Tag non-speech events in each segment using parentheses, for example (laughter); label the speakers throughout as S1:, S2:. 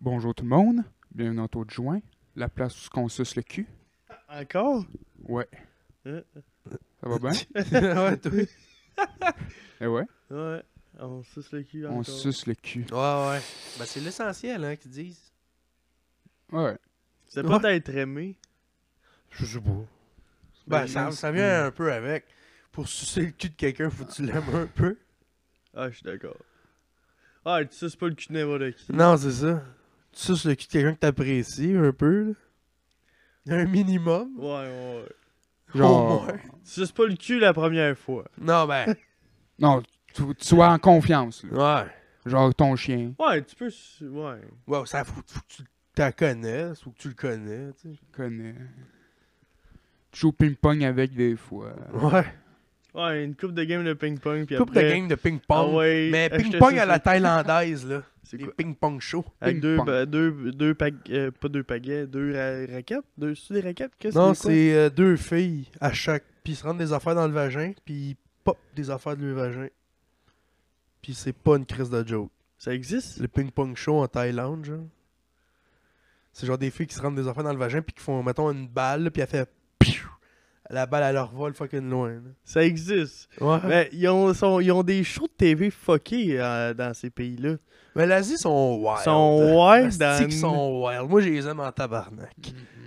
S1: Bonjour tout le monde, bienvenue dans Taux de Juin, la place où on suce le cul.
S2: Encore?
S1: Ouais.
S2: Euh.
S1: Ça va bien?
S3: (laughs)
S2: ouais, toi.
S1: Eh ouais,
S2: Ouais, on suce le cul encore.
S1: on suce le cul.
S3: Ouais, ouais. Ben, c'est l'essentiel, hein, qu'ils disent.
S1: Ouais.
S2: C'est pas d'être aimé.
S3: Je sais pas. Ben, ça, ça vient un peu avec. Pour sucer le cul de quelqu'un, faut que tu l'aimes un peu.
S2: Ah, je suis d'accord. Ah, tu suces pas le cul de n'importe qui.
S3: Non, c'est ça. Tu suces le cul de quelqu'un que t'apprécies un peu, là. Un minimum.
S2: Ouais, ouais, ouais.
S3: Oh
S1: Genre.
S3: Au moins.
S2: Tu suces pas le cul la première fois.
S3: Non, (laughs) ben,
S1: Non, tu, tu sois en confiance. là.
S3: ouais.
S1: Genre ton chien,
S2: Ouais, tu peux... su- Ouais.
S3: Ouais, ça faut, faut que tu la connaisses, faut que tu le connais, tu sais.
S1: tu connais. Tu joues au ping-pong avec des fois.
S3: Ouais.
S2: Ouais, une coupe de game de ping-pong, puis
S3: Coupe
S2: après...
S3: de game de
S2: Ah
S3: ping-pong.
S2: ouais,
S3: Mais
S2: ah, (laughs) je te
S3: ping-pong
S2: suce
S3: à
S2: le
S3: la
S2: cul.
S3: thaïlandaise, là.
S2: C'est
S3: Les
S2: quoi?
S3: ping-pong chauds.
S2: Avec deux,
S1: ping-pong.
S2: ba- deux, deux pag- euh, pas deux pagaies, deux ra- raquettes? Deux, c'est des raquettes? Qu'est-ce
S3: Non,
S2: que quoi?
S3: c'est euh, deux filles à chaque. Puis ils se rentrent des affaires dans le vagin, puis ils pop des affaires de leur vagin. Puis c'est pas une crise de joke.
S2: Ça existe?
S3: Le ping-pong show en Thaïlande, genre. C'est genre des filles qui se rentrent des affaires dans le vagin, puis qui font, mettons, une balle, puis elle fait. Piou! La balle, elle leur vole fucking loin.
S2: Ça existe.
S3: là. Ouais. Mais,
S2: Mais ils ont, sont- ils ont des shows de TV fuckés euh, dans ces pays-là.
S3: l'Asie sont wild.
S2: Ils sont wild.
S3: Asti
S2: dans-
S3: qu'ils sont wild. Moi, je les aime en tabarnak.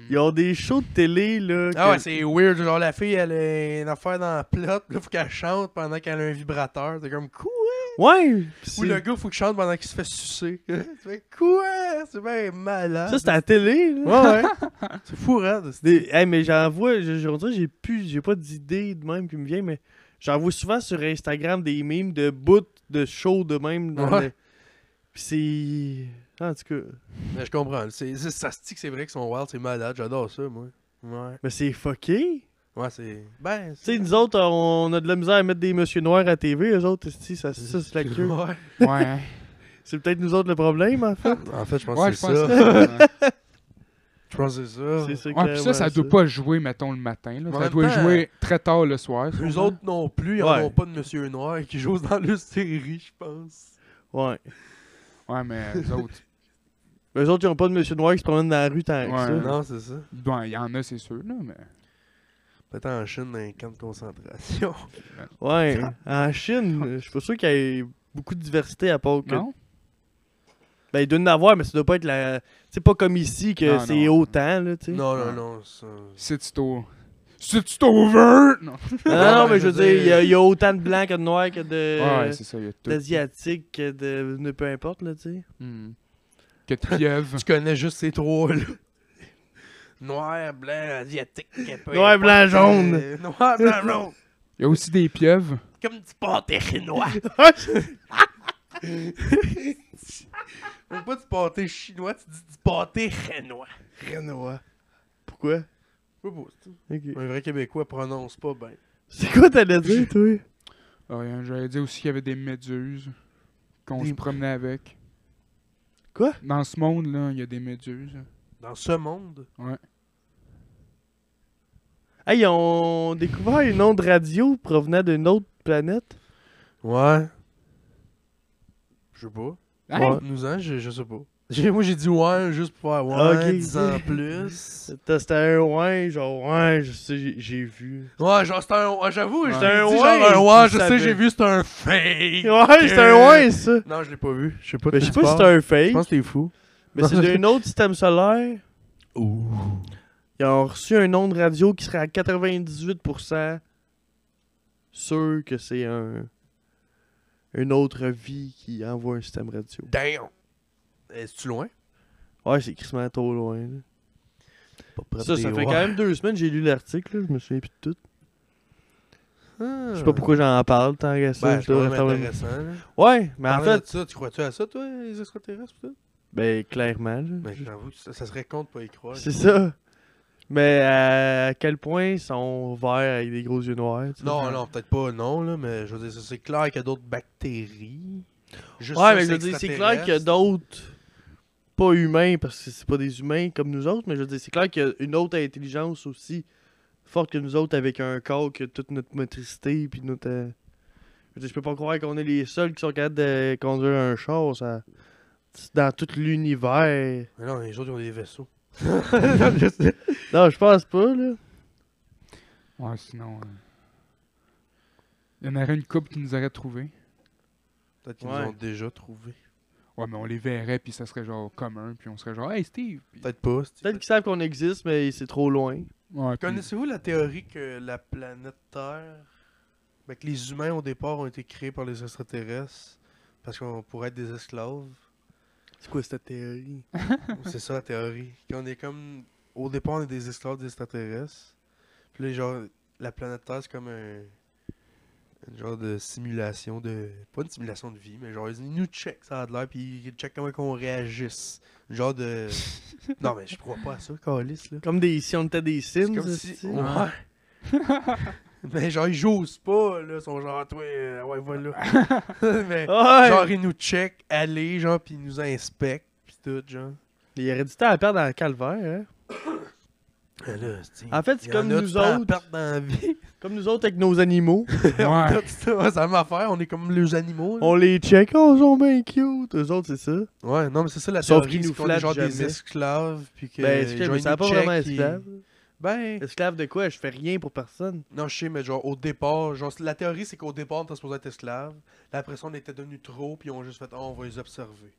S2: Ils ont des shows de télé, là.
S3: Ah
S2: que-
S3: ouais, c'est weird. Genre, la fille, elle a une affaire dans la plot, puis là, faut qu'elle chante pendant qu'elle a un vibrateur. C'est comme, cool.
S2: Ouais! pis
S3: Ou
S2: c'est-
S3: le gars, faut qu'il chante pendant qu'il se fait sucer. (laughs) tu fais quoi? C'est bien malade.
S2: Ça, c'est à la télé, là.
S3: Ouais, ouais. (laughs) c'est fou, raide.
S2: C'est des- Hey, mais j'en vois, je- je- on dirait que j'ai plus, j'ai pas d'idée de même qui me vient, mais j'en vois souvent sur Instagram des memes de bouts de shows de même. Dans
S3: Ouais.
S2: le- Pis c'est. En tout cas.
S3: Mais je comprends. C'est, c'est, ça se dit que c'est vrai qu'ils sont wild, c'est malade. J'adore ça, moi. Ouais.
S2: Mais c'est fucké!
S3: Ouais, c'est. Ben,
S2: Tu sais, nous autres, on a de la misère à mettre des monsieur noirs à TV, eux autres, esti, ça se suce la queue.
S3: Ouais.
S1: Ouais, hein.
S2: C'est peut-être nous autres le problème, en (laughs) fait.
S3: En fait, je pense
S1: ouais
S3: que
S1: je
S3: (laughs) c'est
S1: pense
S3: ça.
S1: que
S3: Je pense que c'est ça.
S2: C'est ça,
S1: Ouais, puis ça, ça doit pas jouer, mettons, le matin. là.
S3: En
S1: Ça
S3: même
S1: doit
S3: temps,
S1: jouer très tard le soir.
S3: Eux
S1: sûrement.
S3: autres non plus, ils
S2: Ouais.
S3: en ont pas de Monsieur Noir qui joue dans leur série, je pense.
S2: Ouais.
S1: Ouais, mais les autres.
S2: Eux autres, ils ont pas de monsieur noir qui se promène dans la rue tant que
S1: Ouais.
S2: ça.
S1: Euh.
S3: Non, c'est ça.
S1: Bon, il y en a, c'est sûr, là, mais.
S3: Peut-être en Chine, dans un camp de (laughs) concentration.
S2: Ouais.
S1: (laughs)
S2: En Chine, je suis pas sûr qu'il y ait beaucoup de diversité à part que.
S1: Non?
S2: Ben, il doit y en avoir, mais ça doit pas être la. C'est pas comme ici que
S1: Non,
S2: c'est
S1: non.
S2: autant, là, tu sais.
S3: non,
S1: Ouais.
S3: non, non. Ça...
S1: C'est au. C'est over! Non.
S2: non, non, mais je veux dire, il y a- il y, a autant de blancs que de noirs que de.
S3: Euh,
S1: Ouais, c'est ça, il y a tout.
S2: D'asiatiques que de. ne peu importe, là,
S1: (laughs)
S2: tu sais.
S1: Hmm. Que de pieuvres.
S3: Tu connais juste ces trois-là. Noir, blanc, asiatique. peu
S2: Noir,
S3: importe.
S2: blanc, jaune.
S3: Euh, Noir, blanc, jaune.
S1: Il y a aussi des pieuvres.
S3: Comme du pâté chinois. Même pas du pâté chinois, tu dis du pâté chinois.
S2: Renoir. Pourquoi?
S3: C'est pas beau, c'est tout.
S2: Ok.
S3: Un vrai Québécois prononce pas bien.
S2: C'est quoi t'allais dire, toi?
S1: Ah, il y a- J'allais dire aussi qu'il y avait des méduses qu'on
S3: Des-
S1: se promenait avec.
S2: Quoi?
S1: Dans ce monde-là, il y a des méduses.
S3: Dans ce monde.
S2: Hey, ils ont découvert une onde radio provenant d'une autre planète.
S3: Ouais. Je sais pas.
S1: Hein?
S3: Ouais. Nous en, je, je sais pas. J'ai- Moi j'ai dit ouais juste pour faire ouais,
S2: Ah, Ok.
S3: 10 ans plus.
S2: C'était c'était un ouais, genre ouais, je sais, j'ai- j'ai vu.
S3: Ouais, genre c'était un ouais, j'avoue,
S1: Ouais.
S3: j'ai dit
S2: C'était un
S3: genre
S2: ouais,
S3: un ouais,
S2: tu
S3: je
S2: savais.
S3: sais, j'ai vu, c'était un fake.
S2: Ouais, c'était un ouais, ça.
S3: Non, je l'ai pas vu. Je sais pas.
S2: Mais
S3: de
S2: je sais
S3: qui
S2: pas si
S3: tu
S2: c'était
S3: parles.
S2: un
S3: Je pense
S2: fake,
S3: que t'es fou.
S2: mais c'est d'un autre système solaire.
S3: Ouh.
S2: Ils ont reçu un onde radio qui serait à 98% sûr que c'est un une autre vie qui envoie un système radio.
S3: Damn. Est-tu loin?
S2: Ouais, c'est crissement trop loin. là.
S3: Pas près
S2: Ça,
S3: de
S2: ça
S3: tes
S2: fait quand
S3: ouais.
S2: même deux semaines que j'ai lu l'article, là, je me souviens plus de tout.
S3: Ah.
S2: Je sais pas pourquoi j'en parle tant que ça.
S3: Ben,
S2: je
S3: c'est
S2: dois
S3: quand
S2: rester
S3: même
S2: en même-
S3: intéressant. là.
S2: Ouais, mais en
S3: Parlant
S2: fait,
S3: de ça, tu crois-tu à ça, toi, les extraterrestres, peut-être?
S2: ben clairement. là.
S3: Ben, j'avoue, ça, ça serait con de pas y croire.
S2: C'est ça. Mais euh, à quel point ils sont verts avec des gros yeux noirs? tu sais.
S3: Non, non, peut-être pas, non, là, mais je veux dire, c'est- c'est clair qu'il y a d'autres bactéries. Juste
S2: Ouais,
S3: ça,
S2: mais je veux dire, c'est clair qu'il y a d'autres pas humains, parce que c'est pas des humains comme nous autres, mais je veux dire, c'est clair qu'il y a une autre intelligence aussi forte que nous autres avec un corps que toute notre motricité puis notre. euh, Je, veux dire, je peux pas croire qu'on est les seuls qui sont capables de conduire un char, ça. existe dans tout l'univers.
S3: Mais non, les autres, ils ont des vaisseaux.
S2: Non, je pense pas, là.
S1: Ouais, sinon. euh, Il y en aurait une couple qui nous aurait trouvé.
S3: Peut-être qu'ils
S2: Ouais.
S3: nous ont déjà trouvé.
S1: Ouais, mais on les verrait, puis ça serait genre commun, puis on serait genre, hey Steve! Puis-
S3: Peut-être pas. c'est-
S2: Peut-être qu'ils savent qu'on existe, mais c'est trop loin.
S1: Ouais, puis-
S3: Connaissez-vous la théorie que la planète Terre, ben, que les humains au départ ont été créés par les extraterrestres parce qu'on pourrait être des esclaves?
S2: C'est quoi cette théorie?
S3: (laughs) C'est ça la théorie. Qu'on est comme. Au départ, on est des esclaves des extraterrestres. Puis là, genre, la planète Terre, c'est comme un. Un genre de simulation de. Pas une simulation de vie, mais genre, ils nous check ça a de l'air, puis ils check comment qu'on réagisse.
S2: (laughs)
S3: Genre de. non, mais je crois pas à ça, Calis, là.
S2: Comme des, si on était des
S3: C'est
S2: Sims.
S3: comme
S2: est-ce
S3: si.
S2: que-
S3: Ouais. (laughs) mais genre, ils jouent pas, là. Ils sont genre, toi, euh, ouais, voilà. (laughs) mais.
S2: Ouais.
S3: Genre, ils nous check, aller, genre, puis ils nous inspectent, puis tout, genre.
S2: Il y aurait du temps à perdre dans le calvaire, hein?
S3: Ben là, c'est-
S2: En fait, c'est
S3: y en
S2: comme
S3: a
S2: nous
S3: du temps à
S2: autres.
S3: perdre dans la (laughs) vie. Ouais.
S2: Comme nous autres avec nos animaux.
S1: ouais.
S3: c'est la même affaire, on est comme les animaux. là.
S2: On les check, oh, ils sont bien cute. Eux autres, c'est ça.
S3: Ouais, non, mais c'est ça la
S2: Sauf
S3: théorie,
S2: qu'ils
S3: c'est
S2: nous
S3: qu'on est genre
S2: flattent
S3: des
S2: jamais.
S3: esclaves, puis que...
S2: ben, esclave,
S3: genre,
S2: mais
S3: ils
S2: ça va
S3: nous
S2: pas vraiment
S3: checkent,
S2: esclave.
S3: puis- Ben,
S2: Esclave de quoi? Je fais rien pour personne.
S3: non, je sais, mais genre, au départ, genre, la théorie, c'est qu'au départ, on était supposé être esclave, là, après ça, on était devenus trop, puis on a juste fait, Ah, on va les observer.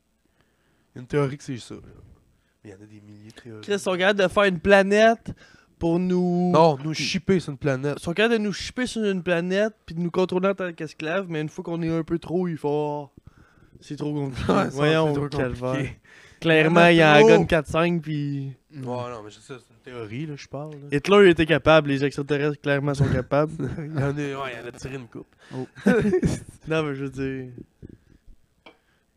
S3: Une théorie que c'est ça, là. Mais il y en a des milliers de théories.
S2: Chris, ils sont capables de faire une planète pour nous.
S3: Non, nous shipper sur une planète.
S2: Ils sont capables de nous shipper sur une planète puis de nous contrôler en tant qu'esclaves, mais une fois qu'on est un peu trop, il faut. C'est Oh! trop (laughs) compliqué.
S3: (laughs) Ouais, ça,
S2: Voyons,
S3: c'est trop
S2: calvaire.
S3: compliqué.
S2: Clairement,
S3: Il
S2: il
S3: y
S2: y
S3: en
S2: a
S3: a
S2: un
S3: trop.
S2: gun 4-5 puis.
S3: Ouais, non, mais c'est ça, c'est une théorie, là, je parle, là.
S2: Hitler il était capable, les extraterrestres clairement sont capables.
S3: Il y en a, ouais, (laughs) il y en a tiré une coupe.
S2: (laughs) non, mais je veux dire.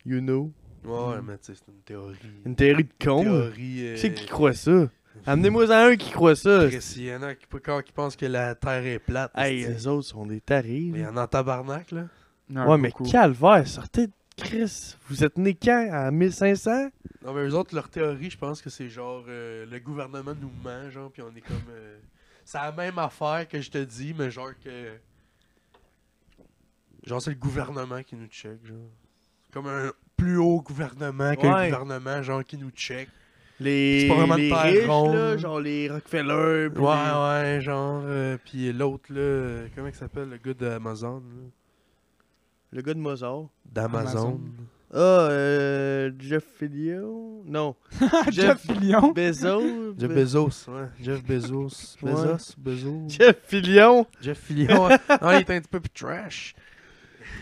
S2: You know.
S3: Ouais,
S1: Mm.
S3: mais tu sais, c'est une théorie.
S2: Une théorie de con. là.
S3: théorie. euh,
S2: C'est qui croit ça? Amenez-moi un qui croit ça.
S3: Christ, il y en a qui, quand- qui pensent que la Terre est plate.
S2: Hey,
S3: esti.
S2: eux autres sont des tarés.
S3: mais il y
S2: là.
S3: en a en tabarnak, là.
S1: Non,
S2: Ouais, mais
S1: beaucoup.
S2: calvaire, sortez de Chris. Vous êtes né quand? En 1500?
S3: Non, mais eux autres, leur théorie, je pense que c'est genre euh, le gouvernement nous ment, genre, puis on est comme. euh, c'est la même affaire que je te dis, mais genre que. Genre, c'est le gouvernement qui nous check, genre. C'est Comme un plus haut gouvernement que le
S2: Ouais.
S3: gouvernement, genre, qui nous check.
S2: Les,
S3: C'est pas vraiment de
S2: les
S3: terre
S2: riches,
S3: ronde.
S2: là, genre les Rockefeller.
S3: Ouais,
S2: puis les-
S3: ouais, genre. euh, puis l'autre, là, euh, comment il s'appelle, le gars d'Amazon, là?
S2: Le gars de Mozart.
S3: D'Amazon.
S1: Amazon.
S2: Ah, euh, Jeff Filio? Non.
S1: Jeff
S3: Ben,
S1: Fillion!
S2: Bezos? Ben,
S3: Jeff
S2: Be-
S3: Bezos, ouais. Jeff Bezos.
S2: Ouais.
S3: Bezos,
S2: (laughs)
S3: Bezos.
S2: Jeff Fillion?
S3: Jeff Fillion. ouais. non, il est un petit peu plus trash.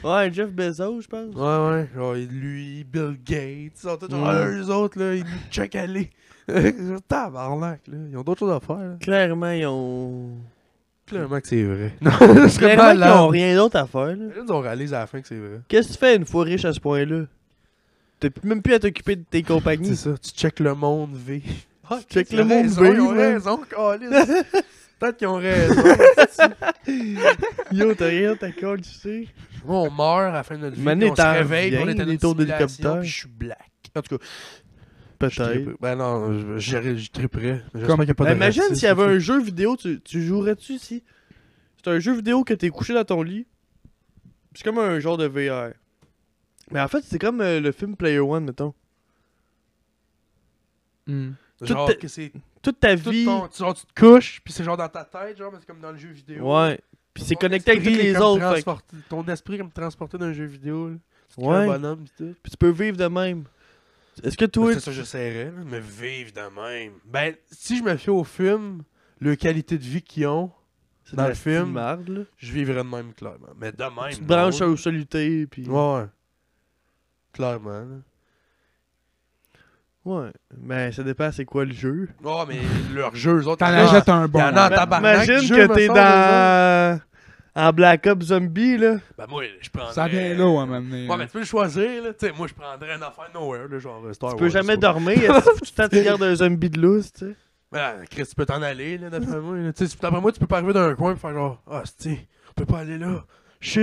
S2: Ouais, Jeff Bezos, je pense.
S3: Ouais, ouais. Genre, lui, Bill Gates, ils sont tous genre,
S2: Ouais.
S3: Ah, eux autres, là, ils nous check aller. (laughs) Tabarnak, là. Ils ont d'autres choses à faire, là.
S2: Clairement, ils ont.
S3: Clairement que c'est vrai. (laughs) Non, c'est comme
S2: Clairement, qu'ils ont
S3: malade.
S2: rien d'autre à faire, là.
S3: Ils ont réalisé à la fin que c'est vrai.
S2: Qu'est-ce que tu fais une fois riche à ce point-là? T'as plus- même plus à t'occuper de tes
S3: C'est
S2: compagnies.
S3: ça, tu check le monde V. Ah,
S2: check
S3: Chris,
S2: le
S3: ils ont
S2: monde
S3: raison,
S2: V,
S3: Ils ont
S2: ouais.
S3: raison, câlisse. (laughs) Peut-être qu'ils ont (laughs) raison.
S2: Yo, t'as rien, t'as con, tu sais.
S3: Moi, on meurt à la fin de notre vie.
S2: Mané,
S3: puis on se
S2: t'en
S3: réveille, puis on
S2: reviens,
S3: est dans
S2: les
S3: une
S2: tours
S3: simulation,
S2: d'hélicoptère.
S3: puis je suis black. En tout cas, je
S2: Peut-être.
S3: triperais. Ben non, je- je je triperais. J'espère
S1: Comme-
S3: qu'il y a pas de
S2: Ben, imagine
S3: racisme.
S2: s'il y avait un jeu vidéo, tu, tu jouerais-tu si c'est un jeu vidéo que t'es couché dans ton lit? C'est comme un genre de VR. Mais en fait, c'est comme euh, le film Player One, mettons.
S1: Hmm.
S3: Genre
S2: tout-
S3: que c'est
S2: Toute ta
S3: tout
S2: vie.
S3: ton- tu- genre, tu te couches, puis c'est genre dans ta tête, genre, mais c'est comme dans le jeu vidéo.
S2: Ouais. Puis c'est
S3: Ton
S2: connecté avec tous
S3: esprit est
S2: les
S3: comme
S2: autres. fait que-
S3: transporté- Ton esprit est comme transporté dans un jeu vidéo. là. Tu te crées
S2: Ouais.
S3: un bonhomme, pis tout.
S2: Puis tu peux vivre de même. Est-ce que toi.
S3: C'est ça, j'essaierais, là, mais vivre de même. Ben, si je me fie au film, le qualité de vie qu'ils ont,
S2: C'est
S3: dans
S2: de
S3: le
S2: la
S3: film,
S2: marde, là.
S3: je vivrais de même, clairement. Mais de même.
S2: Tu te branches
S3: non.
S2: au soluté, puis.
S3: Ouais, ouais. Clairement, là.
S2: Ouais. Mais ça dépend c'est quoi le jeu.
S3: Oh, mais leur jeu, eux autres.
S1: T'en
S3: ils font-
S1: achètes un bon.
S3: Ah, y en a en
S1: ouais.
S3: tabarnak.
S2: Imagine
S3: jeu,
S2: que
S3: me
S2: t'es
S3: semble,
S2: dans. En Black Ops Zombie, là.
S3: Ben, moi, je prendrais.
S1: Ça vient là, à un moment donné,
S3: euh, Ouais, mais
S1: là.
S3: tu peux le choisir, là. Tu sais, moi, je prendrais une affaire nowhere, là, genre euh, Star
S2: Tu
S3: Wars.
S2: peux jamais
S3: c'est pas- (laughs)
S2: dormir, est-ce que tu t'en tires d'un zombie de lousse, tu sais.
S3: Ben, Chris, tu peux t'en aller, là, d'après moi. là. Tu sais, tu- d'après moi, tu peux pas arriver dans un coin et faire genre, ah, c'ti, on peut pas aller là. Shit.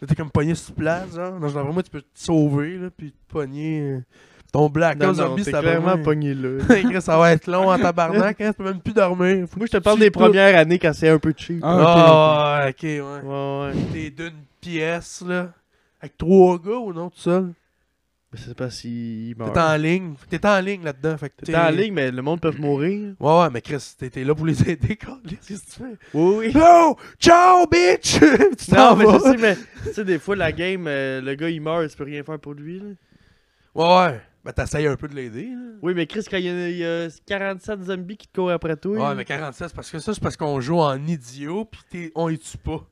S3: Là, t'es comme pogné sur place, genre. Non, d'après moi, tu peux te sauver, là, puis te pogner euh, ton black.
S2: Non,
S3: Comme
S2: non,
S3: zombie,
S2: t'es
S3: c'est d'après moi.
S2: clairement pogné
S3: (laughs)
S2: là.
S3: Chris, ça va être long en tabarnak, hein. Tu peux même plus dormir. Faut-
S2: Moi, je te parle
S3: Tu
S2: des
S3: peux-
S2: premières années quand c'est un peu cheap.
S1: Ah.
S3: Ah, ok, ouais.
S2: Ouais, ouais.
S3: T'es d'une pièce, là. Avec trois gars ou non, tout seul?
S2: Mais c'est parce qu'il meurt.
S3: T'es en ligne. T'es en ligne là-dedans. Fait que
S2: T'es en ligne, mais le monde peut mourir.
S3: Ouais, ouais, mais Chris, t'es t'es là pour les (laughs) aider, câlisse, Qu'est-ce que tu fais?
S2: (laughs)
S3: (laughs)
S2: Oui, oui.
S3: No! Ciao, bitch! (laughs) tu
S2: Non,
S3: t'en
S2: mais
S3: vas.
S2: je sais, mais tu sais, des fois, la game, euh, le gars, il meurt, tu peux rien faire pour lui. Là.
S3: Ouais, ouais. Ben, t'essayes un peu de l'aider. là.
S2: Oui, mais Chris, quand il y a, il y a 47 zombies qui te courent après toi.
S3: Ouais, mais 46, parce que ça, c'est parce qu'on joue en idiot, pis t'es- on les tue pas.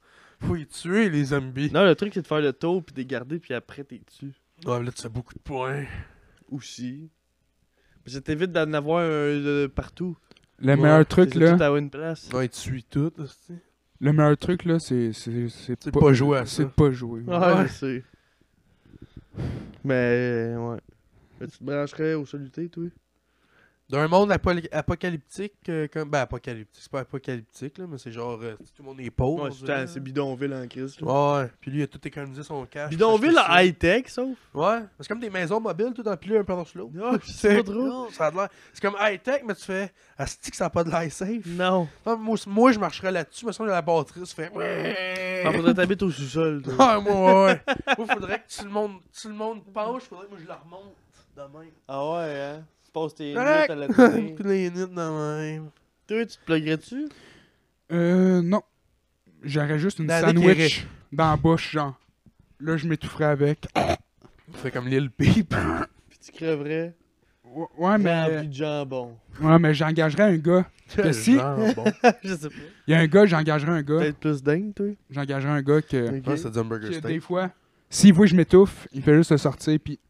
S3: Faut les tuer, les zombies.
S2: Non, le truc, c'est de faire le tour, puis de les garder, puis après, t'es dessus.
S3: Ouais, mais là, tu as beaucoup de points.
S2: Aussi. Puis ça t'évite d'en avoir un de partout.
S1: Le
S3: Ouais,
S1: meilleur truc,
S2: T'es
S1: là,
S2: tout à une place.
S3: Ouais, tu suis tout, c'est
S1: le meilleur truc, là, c'est... C'est c'est
S3: de pas jouer à
S1: C'est
S3: ça.
S1: de pas jouer.
S2: Ah,
S3: Ouais.
S2: je sais. Mais, euh, ouais. Mais tu te brancherais au soluté, toi?
S3: D'un monde apo- apocalyptique, euh, comme. Ben, apocalyptique, c'est pas apocalyptique, là, mais c'est genre. euh, tout le monde est pauvre.
S2: Ouais,
S3: on
S2: c'est
S3: dirait,
S2: tout-
S3: là.
S2: c'est Bidonville en crise. là.
S3: Ouais, ouais. Puis lui, il a tout économisé son cash.
S2: Bidonville
S3: s'acheter ça.
S2: high-tech, sauf.
S3: Ouais, c'est comme des maisons mobiles, tout en pilule un peu dans l'autre.
S2: Ah, je sais pas trop.
S3: Non, ça a de l'air. C'est comme high-tech, mais tu fais. Asti que ça a pas de l'air safe.
S2: Non.
S3: Non, Moi, moi, je marcherais là-dessus, mais ça, la batterie se fait. Ouais.
S2: Ah, faudrait t'habiter au sous-sol, toi.
S3: Ouais, Ah, moi, ouais. (laughs) moi, faudrait que tout le monde, tout le monde penche, faudrait que moi je la remonte de même.
S2: (laughs) Ah ouais, hein? Tu passes tes lunettes
S3: Correct.
S2: à la
S3: (laughs)
S2: télé.
S3: Puis les nids de même.
S2: (laughs) Toi, tu te pluguerais-tu?
S1: Euh, non. J'aurais juste une
S3: Dans la décret.
S1: sandwich dans la bouche, genre. Là, je m'étoufferais avec.
S3: Fait comme l'île (laughs) Peep.
S2: Puis tu crèverais.
S1: Ouais, ouais,
S2: Rempli
S1: mais...
S2: de jambon.
S1: Ouais, mais j'engagerais un gars. Que si-
S3: (laughs) bon.
S2: (laughs) je sais pas.
S1: Il y a un gars, j'engagerais un gars.
S2: Peut-être plus dingue, toi.
S1: J'engagerais un gars que...
S2: Ok.
S3: Ah, c'est du hamburger
S1: que
S3: steak.
S1: des fois, s'il voit que je m'étouffe, il fait juste le sortir, puis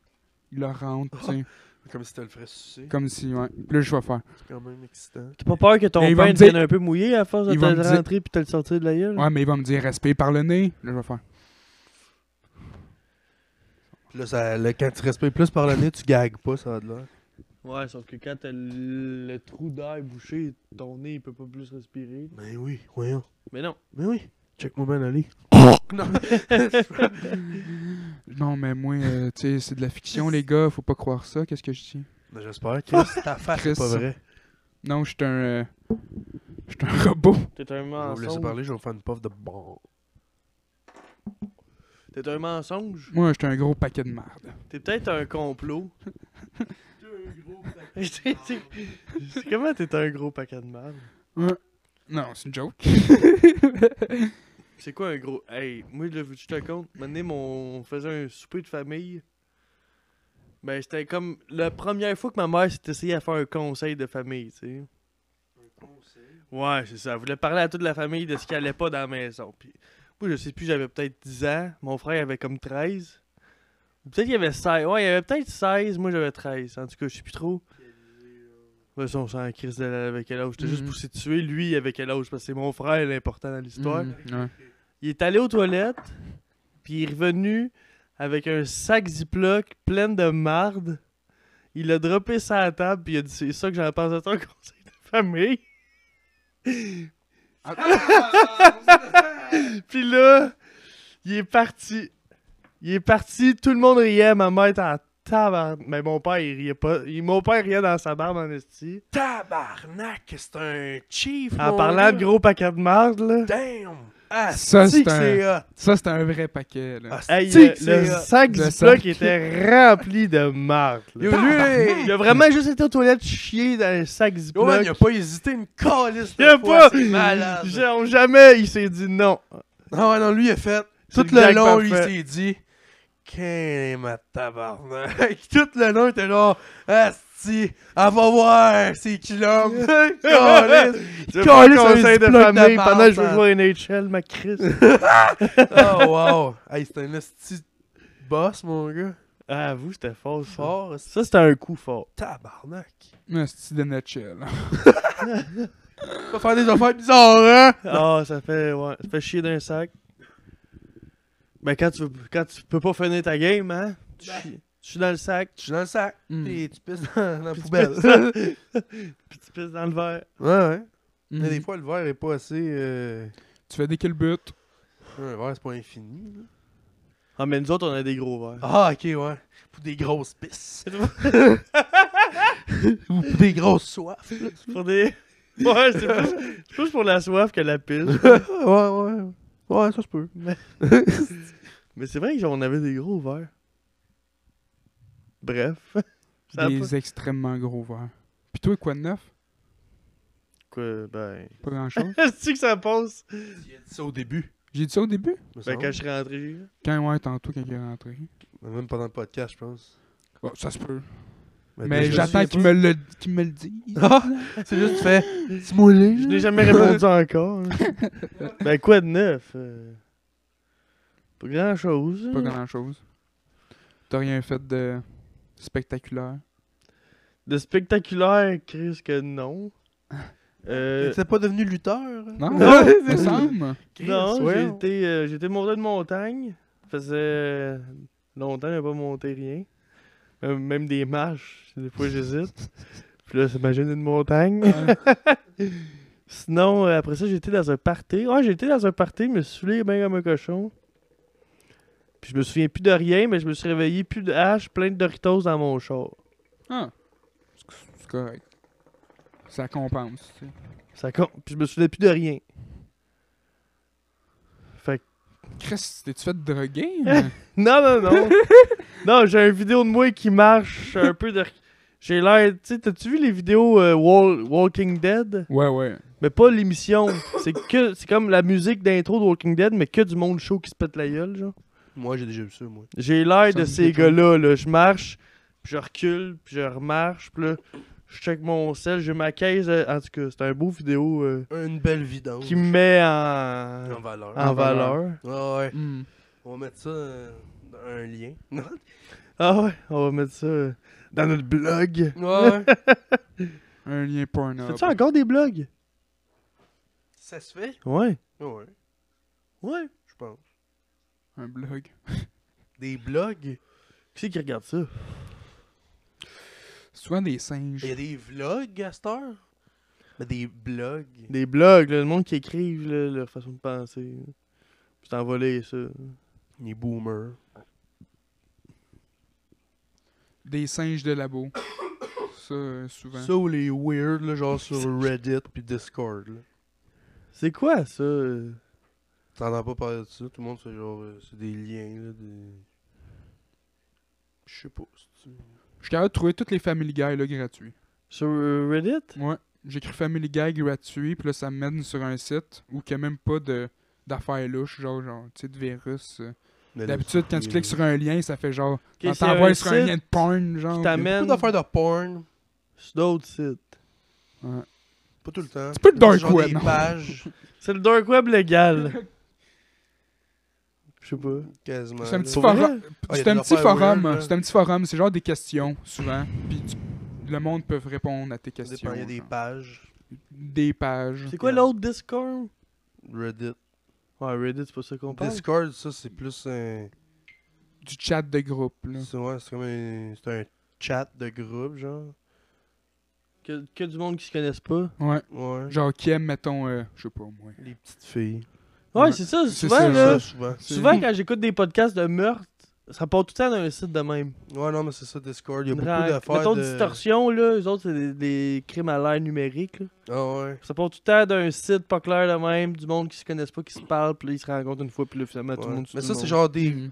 S1: il le rentre, tu sais.
S3: Comme si tu le ferais sucer.
S1: Comme si, ouais. Puis là, je vais faire.
S3: C'est quand même excitant.
S2: T'as pas peur que ton
S1: Mais il va
S2: pain
S1: me dire-
S2: devienne un peu mouillé à force de
S1: Il
S2: te
S1: va
S2: le
S1: me dire-
S2: rentrer puis te le sortir de la gueule?
S1: Ouais, mais il va me dire respire par le nez. Là, je vais faire.
S3: Puis là, ça, là, quand tu respires plus par le nez, tu gagues pas, ça a de l'air.
S2: Ouais, sauf que quand t'as le, le trou d'air bouché, ton nez il peut pas plus respirer.
S3: Ben oui, voyons.
S2: Mais non.
S3: Ben oui. Check-moi bien (laughs) Ali. non,
S1: Non, mais moi, euh, tu sais, c'est de la fiction, les gars. Faut pas croire ça. Qu'est-ce que je dis?
S3: mais Ben, j'espère
S2: Ah!
S3: que ta face c'est
S1: Chris.
S3: pas vrai.
S1: Non, je suis un. euh, je suis un (laughs) robot.
S2: T'es un
S3: Je vais vous laisser
S2: mensonge.
S3: parler, je vais vous faire une puff de bon.
S2: T'es un mensonge.
S1: Moi, je suis un gros paquet de merde.
S2: T'es peut-être un complot.
S1: (laughs)
S2: (laughs) T'es un gros paquet Comment t'es un gros paquet de mal?
S1: Non, c'est une joke.
S2: C'est quoi un gros. Hey, moi, là, veux-tu que je te compte? Maintenant, mon... on faisait un souper de famille. Ben, c'était comme la première fois que ma mère s'est essayée à faire un conseil de famille, tu sais. Ouais, c'est ça. Elle voulait parler à toute la famille de ce qui allait pas dans la maison. Puis, moi, je sais plus, j'avais peut-être 10 ans. Mon frère avait comme 13. Ou Peut-être qu'il avait 16. Ouais, il avait peut-être 16. Moi, j'avais 13. En tout cas, je sais plus trop. Ben, ça, on s'en crise de avec quel âge. J'étais juste
S1: Mhm.
S2: pour situer lui avec quel âge. Parce que c'est mon frère l'important dans l'histoire.
S1: Mhm, ouais.
S2: Il est allé aux toilettes, puis il est revenu avec un sac Ziploc plein de marde. Il a droppé ça à la table, puis il a dit C'est ça que j'en pense de ton (laughs) conseil de famille. puis là, il est parti. Il est parti, tout le monde riait, ma mère était en tabarnak. Mais mon père, il riait pas. il- Mon père riait dans sa barbe en esti.
S3: Tabarnak, c'est un chief.
S2: En
S3: mon
S2: parlant
S3: gars.
S2: de gros paquets de marde, là.
S3: Damn! Ah,
S1: Ça,
S3: c'est
S1: c'est
S3: que
S1: un-
S3: c'est hot!
S1: Ça, c'est un vrai paquet, là.
S3: Ah,
S2: Hey,
S3: c'est
S2: euh,
S3: que
S2: le
S3: c'est hot!
S2: sac
S1: Le
S2: Ziploc
S1: sac.
S2: était rempli de marde. là.
S3: Yo, lui,
S2: Il a vraiment juste été aux toilettes chier dans le sac
S3: yo,
S2: Ziploc.
S3: man, il a pas hésité une calice
S2: Il a
S3: de
S2: pas-
S3: fois, c'est
S2: (laughs)
S3: malade!
S2: Genre, jamais il s'est dit non.
S3: (laughs) Ah ouais, non, lui, il a fait...
S2: C'est
S3: Tout
S2: le
S3: le
S2: gag
S3: long, lui, il
S2: parfait.
S3: s'est dit... Qu'est-ce ma tabarnak? (laughs) Tout le long, il était là... Asti, elle va voir c'est qui l'homme!
S2: (laughs)
S3: Calice!
S2: J'ai pas
S3: Calice,
S2: un conseil
S3: un
S2: de
S3: bloc de
S2: famille pendant que je veux
S3: marde,
S2: jouer à NHL, ma crise.
S3: (laughs) Oh, wow! Hey, c'est un esti boss, mon gars.
S2: ah, vous, c'était fort, ça.
S3: Fort, esti.
S2: Ça, c'était un coup fort.
S3: Tabarnak!
S1: Un style de nutshell.
S3: Va faire des affaires bizarres, hein?
S2: Ah, ça fait, ouais, ça fait chier d'un sac. Ben, quand tu, veux- quand tu peux pas finir ta game, hein, tu chies- tu chies dans le sac,
S3: Je suis dans le sac.
S1: Mm.
S3: Puis tu pisses dans, dans la
S2: Puis tu (laughs)
S3: poubelle.
S2: pisses Mm. dans- puis tu pisses dans le verre.
S3: (laughs) ouais, ouais.
S1: Mhm.
S3: Mais des fois, le verre est pas assez. Euh...
S1: Tu fais des kill buts.
S3: Un verre, c'est pas infini. là.
S2: Ah, mais nous autres, on a des gros verres.
S3: Ah, ok, ouais. Pour des grosses pisses. Ou pour des grosses soifs.
S2: (laughs)
S3: là.
S2: Pour des... Ouais, c'est plus, c'est plus pour la soif que la pisse.
S3: ouais, ouais. Ouais, ça se peut.
S2: Mais c'est vrai qu'on avait des gros verres. Bref. Ça a
S1: Des
S2: pas-
S1: extrêmement gros verres. Puis toi, quoi de neuf?
S2: (laughs) Quoi, ben.
S1: Pas
S3: (laughs)
S1: grand-chose.
S2: Est-ce que ça passe?
S3: Il a dit ça au début.
S1: J'ai dit ça au début?
S3: me
S2: Ben,
S3: semble.
S2: quand je suis rentré.
S1: Quand, ouais, tantôt, quand il est rentré.
S3: Même pendant le podcast, je pense.
S1: Bon, ça se peut.
S3: Ben,
S1: Mais
S3: déjà,
S1: j'attends
S3: je
S1: qu'il me le, qu'il me le dise.
S2: Ah! C'est juste, tu
S3: (laughs)
S2: fais.
S3: suis moulé,
S2: Je
S3: là.
S2: n'ai (laughs) jamais répondu encore. (laughs) hein. ben, quoi de neuf? Euh, Pas grand chose.
S1: Pas grand-chose. T'as rien fait de spectaculaire.
S2: De spectaculaire, Chris, que (laughs) non. Euh,
S3: T'es pas devenu lutteur? hein?
S2: (laughs)
S1: Non?
S2: Non,
S1: Il
S2: Mm. c'est
S1: me
S2: ça.
S1: semble.
S3: Chris,
S2: non, j'ai
S3: voyons.
S2: été, euh, j'ai été monteur de montagne. Ça faisait longtemps que je pas monté rien. Même, même des marches, des fois j'hésite. Puis là, c'est ma journée de montagne.
S1: Ouais.
S2: (laughs) Sinon, euh, après ça, j'étais dans un party. Ouais, j'étais dans un party, je me suis saoulé bien comme un cochon. Puis je me souviens plus de rien, mais je me suis réveillé plus de hache, plein de Doritos dans mon char.
S1: Ah. C'est- C'est correct. Ça compense. tu sais.
S2: Ça compte. Puis je me souviens plus de rien. Fait que...
S1: Chris, t'es-tu fait
S2: (laughs)
S1: droguer? man?
S2: Non, non, non.
S1: (laughs)
S2: non, j'ai une vidéo de moi qui marche un peu de... J'ai l'air... Tu sais, t'as-tu vu les vidéos euh, Wal- Walking Dead?
S1: ouais, ouais.
S2: Mais pas l'émission. C'est que... C'est comme la musique d'intro de Walking Dead, mais que du monde chaud qui se pète la gueule, genre.
S3: Moi, j'ai déjà vu ça, moi.
S2: J'ai l'air
S1: Ça
S2: de
S1: me
S2: ces
S1: détruit.
S2: gars-là, là. Je marche, puis je recule, puis je remarche, puis là, je check mon sel, j'ai ma caisse. euh, En tout cas, c'est un beau vidéo euh,
S3: Une belle vidange.
S2: qui me met en,
S3: En valeur.
S2: en
S1: en valeur.
S2: valeur.
S3: Ah ouais.
S1: Hmm.
S3: On va mettre ça euh, dans un lien. (laughs)
S2: Ah ouais, on va mettre ça euh, dans notre blog.
S3: ouais.
S1: Un lien porno.
S2: Fais-tu encore des blogs?
S3: (laughs) ça se fait?
S2: Ouais.
S3: Ouais,
S2: Ouais.
S3: je pense.
S1: Un blog.
S3: Des blogs?
S2: Qui c'est qui regarde ça?
S1: C'est souvent des
S3: Il y
S1: singes.
S3: a des vlogs à cette heure? Mais Ben, des blogs?
S2: Des blogs, là, le monde qui écrive là, leur façon de penser. Puis t'envoler ça.
S3: Les boomers.
S1: Des singes de labo. Ça, euh, souvent.
S3: Ça ou les weird, là,
S1: (laughs)
S3: genre sur Reddit puis Discord. Là.
S2: C'est quoi ça? euh?
S3: T'entends pas parler de ça, tout le monde c'est genre euh, c'est des liens là des. Je sais pas. c'est-tu-
S1: Je suis capable de trouver toutes les Family Guy là, gratuits.
S2: Sur euh, Reddit?
S1: Ouais. J'écris Family Guy gratuit, puis là, ça mène sur un site où qu'il n'y a même pas de d'affaires louches, genre, genre, tu sais, de virus. euh.
S3: Mais
S1: D'habitude, quand tu cliques sur un lien, ça fait genre.
S2: Ok,
S1: on
S2: c'est un
S1: t'envoie sur un
S2: site
S1: lien de porn, genre.
S2: qui
S1: puis-
S3: Pas
S2: t'amène
S3: d'affaires de porn,
S2: sur d'autres sites.
S1: Ouais.
S3: pas tout le temps.
S1: C'est pas le dark
S3: genre
S1: web,
S3: des
S1: non.
S3: pages,
S2: C'est le dark
S1: (laughs)
S2: web légal. Je sais pas.
S3: quasiment.
S1: C'est un
S3: là.
S1: petit
S2: Pour
S1: forum.
S3: Ah, y a
S1: C'est
S3: des
S1: un petit
S3: affaires
S1: forum.
S3: weird, là.
S1: C'est un petit forum. C'est genre des questions, souvent. Puis tu- le monde peut répondre à tes
S3: Ça
S1: questions.
S3: dépend, y a des
S1: genre.
S3: pages.
S1: Des pages.
S2: C'est quoi l'autre Discord?
S3: Reddit.
S2: Ouais, Reddit, c'est pas ça qu'on parle.
S3: Discord, ça c'est plus un.
S1: Du chat de groupe, là.
S3: C'est ouais, c'est comme un. C'est un chat de groupe, genre.
S2: Que, que du monde qui se connaisse pas.
S1: Ouais.
S3: Ouais.
S1: Genre, qui aime, mettons, euh, je sais pas, moi.
S3: Les petites filles.
S2: Ouais,
S1: Ouais.
S2: c'est ça,
S1: C'est
S2: souvent,
S1: ça,
S2: là.
S3: Ça, souvent.
S1: C'est-
S2: Souvent, quand j'écoute des podcasts de meurtre, ça part tout le temps d'un site de même.
S3: Ouais, non, mais c'est ça, Discord. Y'a beaucoup
S2: Ra-
S3: d'affaires.
S2: Mettons
S3: de...
S2: distorsion, là. Eux autres, c'est des, des crimes à l'air numérique, là.
S3: Ah ouais.
S2: Ça part tout le temps d'un site pas clair de même, du monde qui se connaissent pas, qui se parle, puis là, ils se rencontrent une fois, puis là, finalement, tout
S3: Ouais.
S2: le monde.
S3: mais ça, c'est genre des.
S1: Mhm.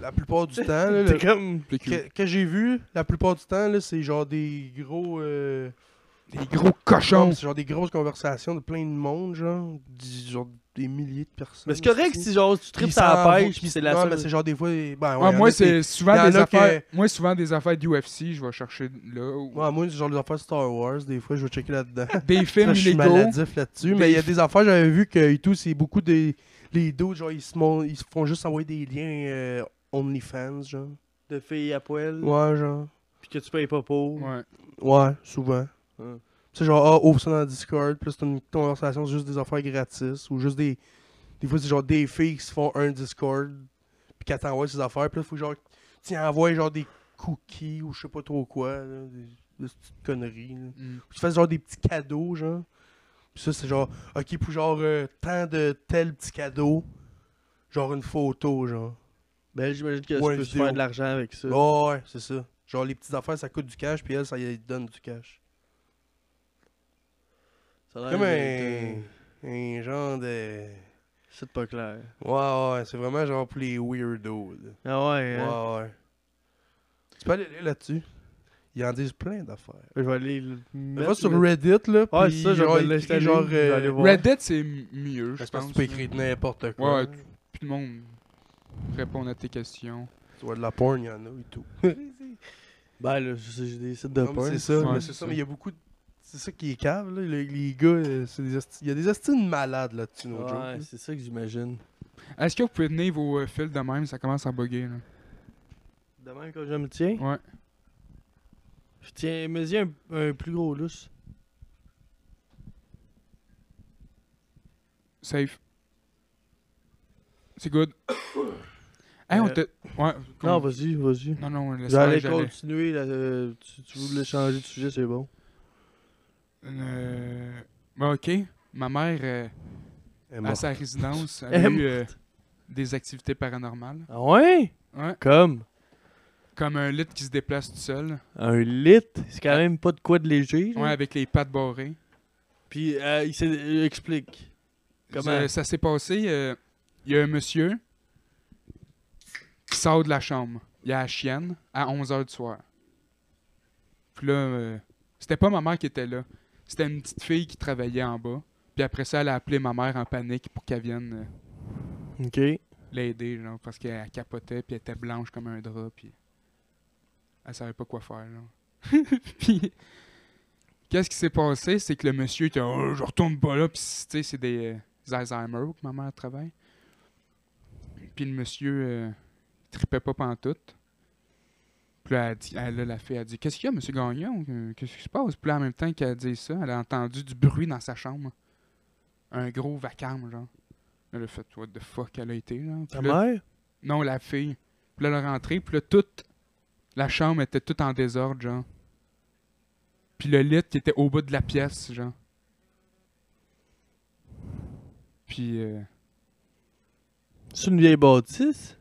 S3: La plupart du temps, là,
S2: T'es
S3: le-
S2: comme.
S1: Plus que-
S3: que, que j'ai vu, la plupart du temps, là, c'est genre des gros. euh,
S1: Des gros
S3: non,
S1: cochons.
S3: mais C'est genre des grosses conversations de plein de monde, genre. du- genre des milliers de personnes.
S2: Mais c'est correct si, genre, tu tripes
S3: Puis
S2: ça
S3: s'en
S2: la
S3: vont,
S2: pêche,
S3: puis
S2: puis
S3: ils-
S2: c'est la
S3: non,
S2: seule.
S3: mais c'est genre des fois. Ben, ouais,
S1: Ah,
S3: y en
S1: moi,
S3: a
S1: c'est
S3: des- y en
S1: souvent des
S3: a
S1: affaires. Moi, souvent des affaires d'UFC, je vais chercher là. ou-
S3: Ouais, moi, c'est genre des affaires Star Wars, des fois, je vais checker là-dedans.
S1: Des films
S3: (laughs) Ça, je suis
S1: illégaux.
S3: maladif là-dessus,
S1: Des-
S3: mais il y a des affaires, j'avais vu que et tout, c'est beaucoup des. Les dos, genre, ils se, mon- ils se font juste envoyer des liens euh, OnlyFans, genre.
S2: De filles à poil,
S3: Ouais, genre.
S2: puis que tu payes pas pour.
S1: Ouais.
S3: Ouais, souvent.
S2: Hein.
S3: C'est genre, ah, ouvre ça dans Discord, plus c'est une conversation, c'est juste des affaires gratis, ou juste des. Des fois, c'est genre des filles qui se font un Discord, puis qu'elles t'envoient ces affaires, puis là, faut genre. Tu envoies genre des cookies, ou je sais pas trop quoi, là, des, des petites conneries, là.
S1: Mm.
S3: Puis tu fais genre des petits cadeaux, genre. Puis ça, c'est genre, ok, pour genre euh, tant de tel petit cadeau, genre une photo, genre.
S2: Ben, j'imagine que
S3: Ouais,
S2: tu peux se
S3: vidéo.
S2: faire de l'argent avec ça.
S3: Ouais, ouais, c'est ça. Genre, les petites affaires, ça coûte du cash, puis elle, ça y donne du cash.
S2: Ça a l'air
S3: Comme
S2: d'être,
S3: un.
S2: euh,
S3: Un genre de.
S2: C'est pas clair.
S3: Ouais, ouais, c'est vraiment genre pour les weirdos, là.
S2: Ah ouais, hein?
S3: Ouais, ouais. Tu peux aller lire là-dessus. Ils en disent plein d'affaires.
S2: Je vais aller le
S3: Va
S2: mettre,
S3: sur
S2: là.
S3: Reddit, là.
S2: Ouais,
S3: puis
S2: ça, je
S3: genre,
S2: vais
S3: il écrit
S2: l'installer.
S3: genre,
S2: je vais
S3: euh,
S2: aller voir.
S1: Reddit, c'est m- mieux, je
S3: Je pense
S1: pense.
S3: que tu peux écrire n'importe quoi.
S1: Ouais, ouais. Puis le monde répond à tes questions.
S3: Tu vois de la porn, il y en a et tout.
S2: Ben là, je sais, j'ai des sites de
S3: Non, mais
S2: porn.
S3: C'est ça,
S1: Ouais,
S3: mais
S1: c'est
S3: c'est ça.
S1: ça.
S3: Mais il y a beaucoup de. C'est ça qui est cave, là. Les, les gars, euh, c'est des asti- il y a des astuces malades là-dessus, no joke, là
S2: Ouais, c'est ça que j'imagine.
S1: Est-ce que vous pouvez tenir vos euh, fils de même Ça commence à bugger. Là.
S2: De même que je me tiens.
S1: Ouais.
S2: Je tiens, mais y un, un plus gros lousse.
S1: Safe. C'est good. hey, on
S2: Euh,
S1: t'a. Ouais. con-
S2: Non, vas-y, vas-y.
S1: Non, non, laisse
S2: J'allais
S1: aller.
S2: continuer, là, euh, tu, tu voulais changer de sujet, c'est bon.
S1: Euh... Ben, ok. Ma mère, euh,
S3: Elle est
S1: à
S3: morte.
S1: sa résidence,
S2: Elle
S1: elle
S2: est
S1: a eu euh, des activités paranormales.
S2: Ah ouais?
S1: Ouais.
S2: Comme
S1: Comme un lit qui se déplace tout seul.
S2: un lit, c'est quand même pas de quoi de léger. là.
S1: Ouais, avec les pattes barrées.
S2: Puis euh, il s'est- il explique. Comment?
S1: Ça, ça s'est passé. euh, Il y a un monsieur qui sort de la chambre. Il y a la chienne à 11h du soir. Puis là, euh, c'était pas ma mère qui était là. C'était une petite fille qui travaillait en bas. Puis après ça, elle a appelé ma mère en panique pour qu'elle vienne euh,
S2: Ok.
S1: l'aider, genre, parce qu'elle capotait, puis elle était blanche comme un drap, puis elle savait pas quoi faire, genre. puis, qu'est-ce qui s'est passé? C'est que le monsieur était, oh, je retourne pas là, puis tu sais, c'est des, euh, des Alzheimer que ma mère travaille. Puis le monsieur euh, tripait pas pantoute. Puis là, elle dit, elle, là, la fille a dit Qu'est-ce qu'il y a, monsieur Gagnon Euh, Qu'est-ce qui se passe Puis là, en même temps qu'elle dit ça, elle a entendu du bruit dans sa chambre. Un gros vacarme, genre. Elle a fait What the fuck, elle a été, genre. Puis
S2: Ta
S1: là,
S2: mère?
S1: non, la fille. Puis là, elle est rentrée, puis là, toute la chambre était toute en désordre, genre. Puis le lit qui était au bout de la pièce, genre. Puis, euh,
S2: C'est une vieille bâtisse?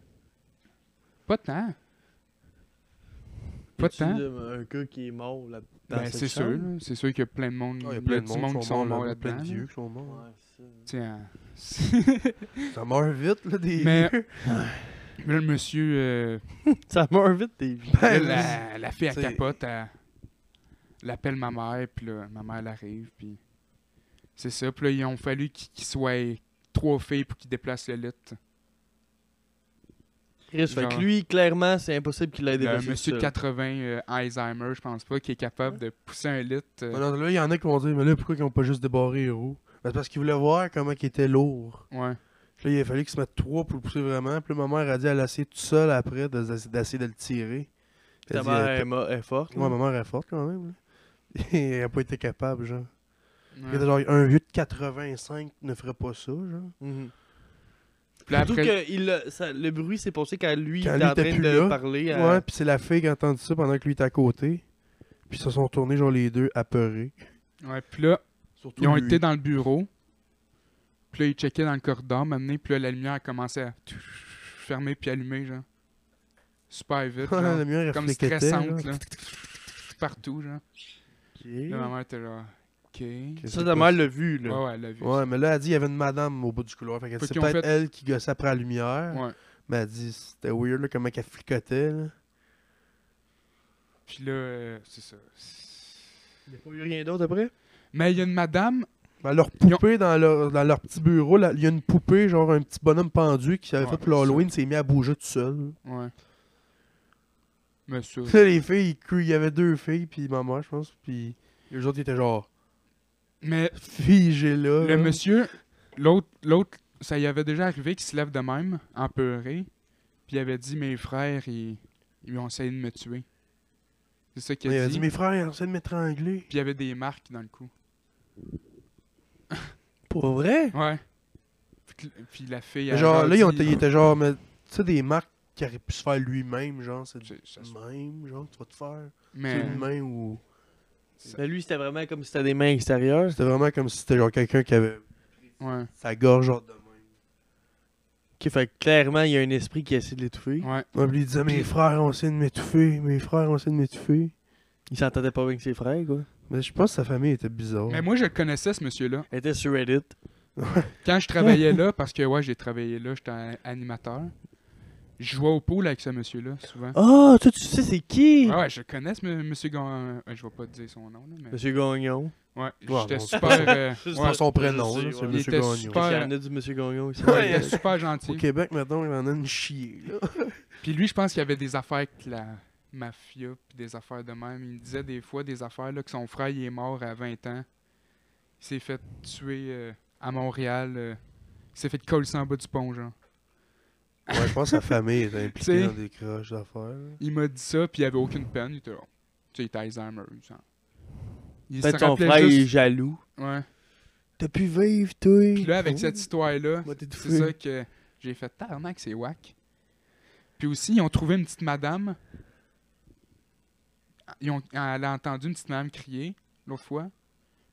S1: pas tant. Pas
S2: Y a-tu
S1: tant.
S2: de- Un gars qui est mort là dans
S1: Ben,
S2: cette
S1: c'est sûr,
S2: chambre?
S1: là. c'est sûr qu'il y a plein de monde,
S3: Ah,
S1: il y a
S3: plein
S1: du monde qui sont morts
S3: là-dedans, hein.
S1: là-dedans.
S3: Plein de
S1: là.
S3: vieux qui sont morts.
S2: Ouais, c'est ça.
S1: Tiens.
S3: Ça meurt vite, là, des
S1: (laughs) Mais-
S3: vieux.
S1: Là, le monsieur, euh,
S2: Ça meurt vite, t'es vieux.
S1: là, la, la fille, elle
S3: c'est-
S1: capote, elle, elle appelle ma mère, puis là, ma mère, elle arrive, puis c'est ça. Puis là, ils ont fallu qu'il qu'il soit trois filles pour qu'ils déplacent le lit.
S2: Chris, fait que
S1: Genre.
S2: lui, clairement, c'est impossible qu'il l'ait
S1: Le
S2: dépassé.
S1: monsieur de
S2: tout seul.
S1: 80, euh, Alzheimer, je pense pas, qui est capable de pousser un lit. euh,
S3: Mais non, là, il y en a qui vont dire, mais là, pourquoi ils ont pas juste débarré les roues Ben, c'est parce qu'ils voulaient voir comment ils était lourd.
S1: ouais.
S3: Puis Là, il a fallu qu'ils se mettent trois pour le pousser vraiment. Puis là, ma mère a dit, elle a essayé toute seule après de- de- d'essayer de le tirer. Elle
S2: Ta
S3: a dit,
S2: mère
S3: euh,
S2: est, mo- est forte. là.
S3: Ouais, ma mère est forte quand même. là. (laughs) Et elle a pas été capable, genre.
S1: Ouais.
S3: Il était genre, un vieux de 85 ne ferait pas ça, genre.
S2: Mhm.
S1: Puis là,
S2: Surtout
S1: après-
S2: que il, a- ça- le bruit s'est passé quand lui
S3: Quand
S2: était
S3: lui
S2: en
S3: était
S2: train
S3: plus
S2: de
S3: là.
S2: parler. à-
S3: Ouais, puis c'est la fille qui a entendu ça pendant que lui était à côté. Puis ils se sont tournés, genre, les deux apeurés.
S1: ouais, puis là,
S3: Surtout
S1: Ils ont
S3: lui.
S1: été dans le bureau. Puis là, ils checkaient dans le corridor, m'amener. Puis là, la lumière a commencé à fermer puis allumer, genre. Super
S3: (laughs)
S1: vite,
S3: Ah,
S1: genre.
S3: la lumière, elle
S1: Comme
S3: fliquettait,
S1: stressante,
S3: là.
S1: là. Partout, genre. Là, ma mère était là, OK.
S3: Ok,
S2: Ça,
S3: c'est
S2: ta
S3: quoi
S2: mère l'a vu,
S1: Ouais,
S2: là.
S1: ouais, elle l'a vu.
S3: Ouais, mais là, elle dit il y avait une madame au bout du couloir. Fait qu'elle
S1: Fait
S3: dit, c'est
S1: qu'ils ont
S3: peut-être
S1: fait-
S3: elle qui gossait après la lumière.
S1: Ouais.
S3: Mais elle dit c'était weird, là, comment qu'elle flicotait. Là.
S1: Puis là, euh, c'est ça.
S2: Il n'y a pas eu rien d'autre après?
S1: Mais il y a une madame.
S3: Ben, leur poupée, dans, leur, dans leur petit bureau, là, il y a une poupée, genre un petit bonhomme pendu qui avait
S1: Ouais,
S3: fait pour l'Halloween, s'est mis à bouger tout seul.
S1: Ouais. Mais
S3: (laughs)
S1: ça.
S3: Puis là, les filles, ils crient- il y avait deux filles, puis maman, je pense, puis les autres, ils étaient genre
S1: Mais
S3: figés là.
S1: Le
S3: là.
S1: monsieur, l'autre, l'autre, ça y avait déjà arrivé qu'il se lève de même, empeuré, puis il avait dit mes frères, ils, ils ont essayé de me tuer. C'est ça qu'il
S3: Ouais, il
S1: a
S3: avait
S1: dit.
S3: dit mes frères, ils essaient de m'étrangler.
S1: Puis il y avait des marques dans le cou.
S2: Pour vrai?
S1: Ouais. Puis, que- puis la fille.
S3: Mais
S1: elle
S3: Genre,
S1: leur
S3: là, ils ont-
S1: dit- euh,
S3: ils étaient genre, mais tu sais, des marques qui auraient pu se faire lui-même, genre, c'est du
S1: C'est- ça se-
S3: même, genre, tu vas te faire. C'est
S1: Mais
S3: une main ou.
S1: Ça-
S2: Mais lui, c'était vraiment comme si c'était des mains extérieures.
S3: C'était vraiment comme si c'était genre quelqu'un qui avait
S1: ouais,
S3: sa gorge genre de même.
S2: Ok, fait que clairement, il y a un esprit qui essaie de l'étouffer.
S1: ouais.
S3: Ouais, puis il disait mes frères ont essayé de m'étouffer, mes frères ont essayé de m'étouffer.
S2: Il s'entendait pas bien avec ses frères, quoi.
S3: Mais je pense que sa famille était bizarre.
S1: Mais moi, je le connaissais ce monsieur-là.
S2: Elle était sur Reddit.
S1: Quand je travaillais là, parce que ouais, j'ai travaillé là, j'étais un animateur. Je jouais au pool avec ce monsieur-là, souvent.
S2: Ah, toi, tu sais, c'est qui
S1: Ouais, ouais, je connais ce m- monsieur Gagnon. euh, je vais pas te dire son nom, là, mais.
S2: Monsieur Gagnon.
S1: Ouais,
S3: Ouais,
S1: j'étais
S3: bon,
S1: super. euh,
S2: C'est
S1: ouais,
S3: Pas son prénom,
S2: je
S3: là,
S2: sais,
S3: c'est
S2: ouais.
S1: Il
S3: Monsieur
S1: était
S3: Gagnon.
S1: super-
S2: Qu'est-ce qu'il y en a du Monsieur Gagnon ici
S1: ouais, il était super gentil.
S3: Au Québec, maintenant, il en a une chier. là.
S1: Puis lui, je pense qu'il y avait des affaires avec la mafia, puis des affaires de même. Il me disait des fois des affaires là, que son frère il est mort à 20 ans. Il s'est fait tuer euh, à Montréal. euh, il s'est fait coller en bas du pont, genre.
S3: Ouais, je pense que sa famille est impliquée
S1: (laughs) T'sais.
S3: dans des croches d'affaires. là.
S1: Il m'a dit ça, puis il avait aucune peine. Il était là. Tu sais, il était Alzheimer. il s'en- Il
S2: Peut-être
S1: se
S2: ton
S1: rappelait
S2: frère il est
S1: juste-
S2: jaloux.
S1: Ouais.
S2: T'as pu vivre, toi.
S1: Puis là,
S3: Hein?
S1: avec cette histoire-là,
S2: Moi, t'es tout
S1: c'est
S2: fait.
S1: ça que j'ai fait tarnac, c'est whack. Puis aussi, ils ont trouvé une petite madame. Ils ont, elle a entendu une petite madame crier l'autre fois.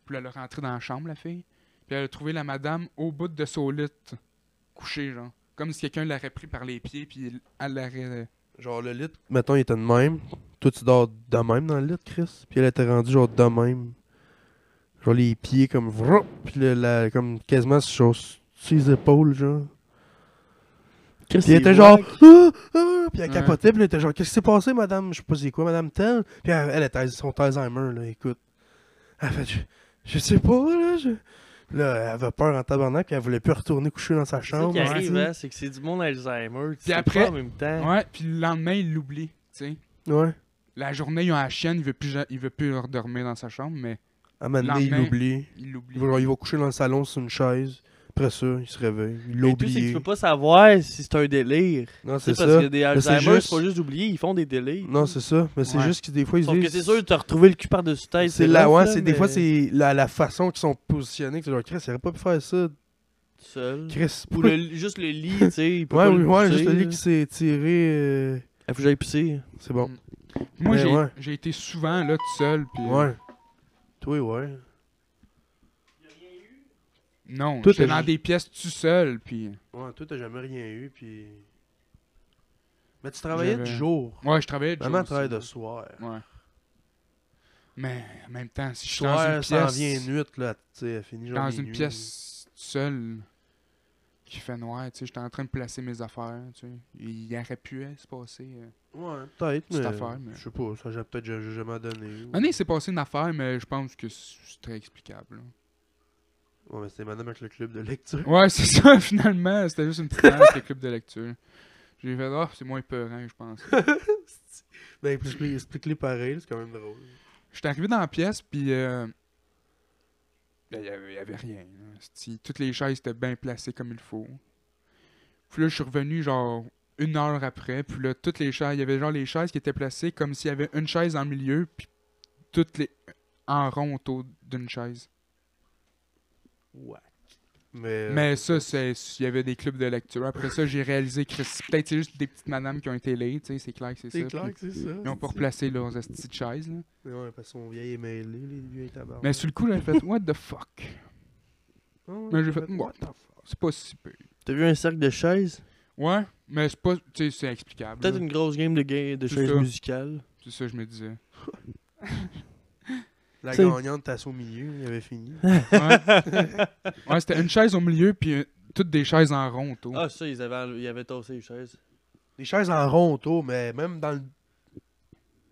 S1: Puis elle est rentrée dans la chambre, la fille. Puis elle a trouvé la madame au bout de son lit, couchée, genre. Comme si quelqu'un l'aurait pris par les pieds, puis il- elle l'aurait.
S3: Genre, le lit, mettons, il était de même. Toi, tu dors de même dans le lit, Chris. Puis elle était rendue, genre, de même. Genre, les pieds comme. vroup, Puis le- la, comme quasiment sur sur ses épaules, genre. Puis elle était genre. Ah, ah, puis
S1: Ouais.
S3: elle capotait, puis elle était genre, qu'est-ce qui s'est passé, madame Je sais pas c'est quoi, madame telle. Puis elle, elle était son Alzheimer, là, écoute. Elle fait, je, je sais pas, là. Je... Là, elle avait peur en tabarnak, puis elle voulait plus retourner coucher dans sa
S2: C'est ça
S3: chambre.
S2: qui
S1: ouais.
S2: arrive, hein, c'est que c'est du monde Alzheimer. Tu
S1: Puis
S2: sais
S1: après-
S2: pas en même temps.
S1: Ouais, puis le lendemain, il l'oublie, tu sais.
S3: Ouais.
S1: La journée, ils ont la chienne, il veut plus, ja- il veut plus redormir dans sa chambre, mais
S3: À un moment donné, il
S1: Lendemain,
S3: l'oublie.
S1: il l'oublie.
S3: Il va, genre, il va coucher dans le salon sur une chaise. Après ça, il se réveille. Il l'a
S2: Le truc, c'est que tu
S3: oublié.
S2: peux pas savoir si c'est un délire.
S3: Non,
S2: C'est
S3: c'est
S2: parce
S3: ça.
S2: que des
S3: c'est
S2: Alzheimer,
S3: juste-
S2: c'est pas juste oublier, ils font des délires.
S3: Non, c'est ça. Mais c'est
S1: Ouais.
S3: juste que des fois, ils
S2: Sauf que
S3: disent.
S2: c'est sûr, t'as retrouvé le cul par-dessus tête.
S3: C'est la,
S2: rough,
S3: ouais,
S2: là,
S3: c'est des
S2: mais
S3: fois, c'est la, la façon qu'ils sont positionnés. Que tu leur Chris, il aurait pas pu faire ça. (laughs)
S2: Seul. (laughs)
S3: Chris,
S2: Ou
S3: pourquoi-
S2: le- juste le lit, tu sais. il peut
S3: Ouais,
S2: pas
S3: oui,
S2: le
S3: ouais,
S2: pousser,
S3: juste le lit
S2: là.
S3: qui s'est tiré. euh,
S2: Ah, faut que j'aille pisser.
S3: C'est bon.
S1: Moi,
S3: Mais
S1: j'ai
S3: Ben ouais.
S1: j'ai été souvent là tout seul.
S2: Mm.
S1: Puis, euh,
S3: Ouais. Toi, ouais.
S1: Non,
S3: Toi,
S1: j'étais
S3: t'as
S1: dans
S3: ju-
S1: des pièces tout seul. Puis...
S3: Ouais, toi, t'as jamais rien eu, puis. Mais tu travaillais de
S1: J'avais-
S3: jour.
S1: Ouais, je travaillais de jour
S3: Maman
S1: aussi,
S3: travaille
S1: là.
S3: de soir.
S1: Ouais. Mais en même temps, si je suis dans une
S3: Soir, ça en
S1: pièce,
S3: vient nuit, là. Tu sais, elle finit genre.
S1: dans une
S3: minuit.
S1: pièce seule qui fait noir, tu sais, j'étais en train de placer mes affaires, tu sais. Il y aurait pu euh, se passer. euh.
S3: Ouais, peut-être,
S1: Petite
S3: mais.
S1: affaire, mais-
S3: Je sais pas, ça, j'ai peut-être j'ai- j'ai jamais donné. ou-
S1: Un année, il s'est passé une affaire, mais je pense que c'est très explicable. là.
S3: Ouais, mais c'était madame avec le club de lecture. (laughs)
S1: Ouais, c'est ça, (laughs) finalement. C'était juste une petite affaire avec le club de lecture. J'ai fait, oh, c'est moins peurant, je pense.
S3: Ben, explique-les explique-les pareil, c'est quand même drôle.
S1: J'étais arrivé dans la pièce, puis euh, ben, il y avait, il y avait rien. là. C'ti- Toutes les chaises étaient bien placées comme il faut. Puis là, je suis revenu genre une heure après, puis là, toutes les chaises, il y avait genre les chaises qui étaient placées comme s'il y avait une chaise en milieu, puis toutes les en rond autour d'une chaise.
S2: Ouais.
S3: Mais. euh,
S1: Mais ça, Euh, c'est il y avait des clubs de lecture. Après ça, j'ai réalisé que c'est- peut-être c'est juste des petites madames qui ont été laides, tu sais, c'est clair que c'est ça.
S3: C'est
S1: puis
S3: clair que c'est ça.
S1: Ils ont pas replacé leurs petites chaises. là.
S3: Mais ouais, parce qu'on vieille et mêlé, les vieux tabarnak.
S1: Mais sur le coup, j'ai fait, what the fuck?
S3: Ah
S1: mais j'ai fait, what the (laughs) C'est pas si pire.
S2: T'as vu un cercle de chaises
S1: Ouais, mais c'est pas. Tu sais, c'est explicable.
S2: Peut-être
S1: là.
S2: une grosse game de, ga- de
S1: C'est
S2: chaises
S1: ça.
S2: musicales.
S1: C'est ça, que je me
S3: (laughs)
S1: disais.
S3: La
S2: C'est-
S3: gagnante tasse au milieu, il
S1: (laughs)
S3: avait fini.
S1: Ouais, Ouais, c'était une chaise au milieu, puis euh, toutes des chaises en rond autour.
S2: Ah, ça, ils avaient, enlevé- ils avaient tassé les chaises.
S3: Les chaises en rond autour, mais même dans le.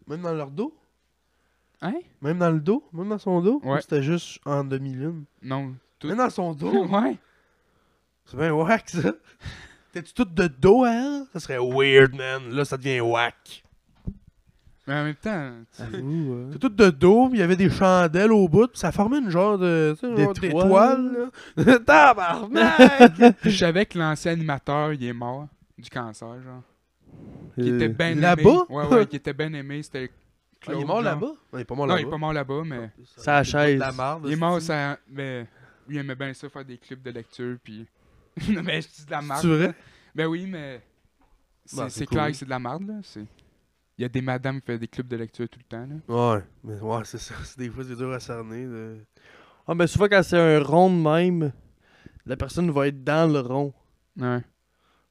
S3: Même dans leur dos
S1: Hein?
S3: Même dans le dos Même dans son dos
S1: Ouais.
S3: Ou C'était juste en demi-lune.
S1: Non. Tout.
S3: Même dans son
S1: (laughs)
S3: dos
S1: ouais.
S3: C'est bien whack ça T'es-tu toute de dos à elle Ça serait weird, man. Là, ça devient whack.
S1: Mais en même temps,
S3: Ah,
S1: tu-
S2: Avoue,
S3: T'es toute de dos, pis il y avait des chandelles au bout, pis ça formait une genre de. tu sais, genre
S2: D'étoile.
S3: d'étoile, là. (laughs)
S1: (laughs)
S3: Tabarnak
S2: Ah,
S1: je savais que l'ancien animateur, il est mort du cancer, genre. Qui était bien aimé.
S3: Euh, là-bas?
S1: Ouais,
S3: (laughs)
S1: ouais, qui était bien aimé. C'était.
S3: Ah,
S1: Claude,
S3: Il est mort
S1: genre.
S3: là-bas Non, il est pas mort
S1: Non,
S3: là-bas. Ah, bah,
S1: il est pas mort là-bas, mais.
S2: Ça Ah, la chaise.
S3: La marde,
S1: Il est mort,
S3: c'est-
S1: ça. Mais. Lui, il aimait bien ça, faire des clips de lecture, puis. (laughs) Non, mais je dis de la marque.
S3: C'est vrai?
S1: Ben oui, mais c'est
S3: Bah, c'est
S1: c'est
S3: cool.
S1: clair que c'est de la merde, là. c'est- Il y a des madames qui font des clubs de lecture tout le temps, là.
S3: Ouais, mais ouais, c'est ça. C'est des fois, c'est dur à cerner. de-
S2: Ah, mais souvent, quand c'est un rond de même, la personne va être dans le rond
S1: Ouais.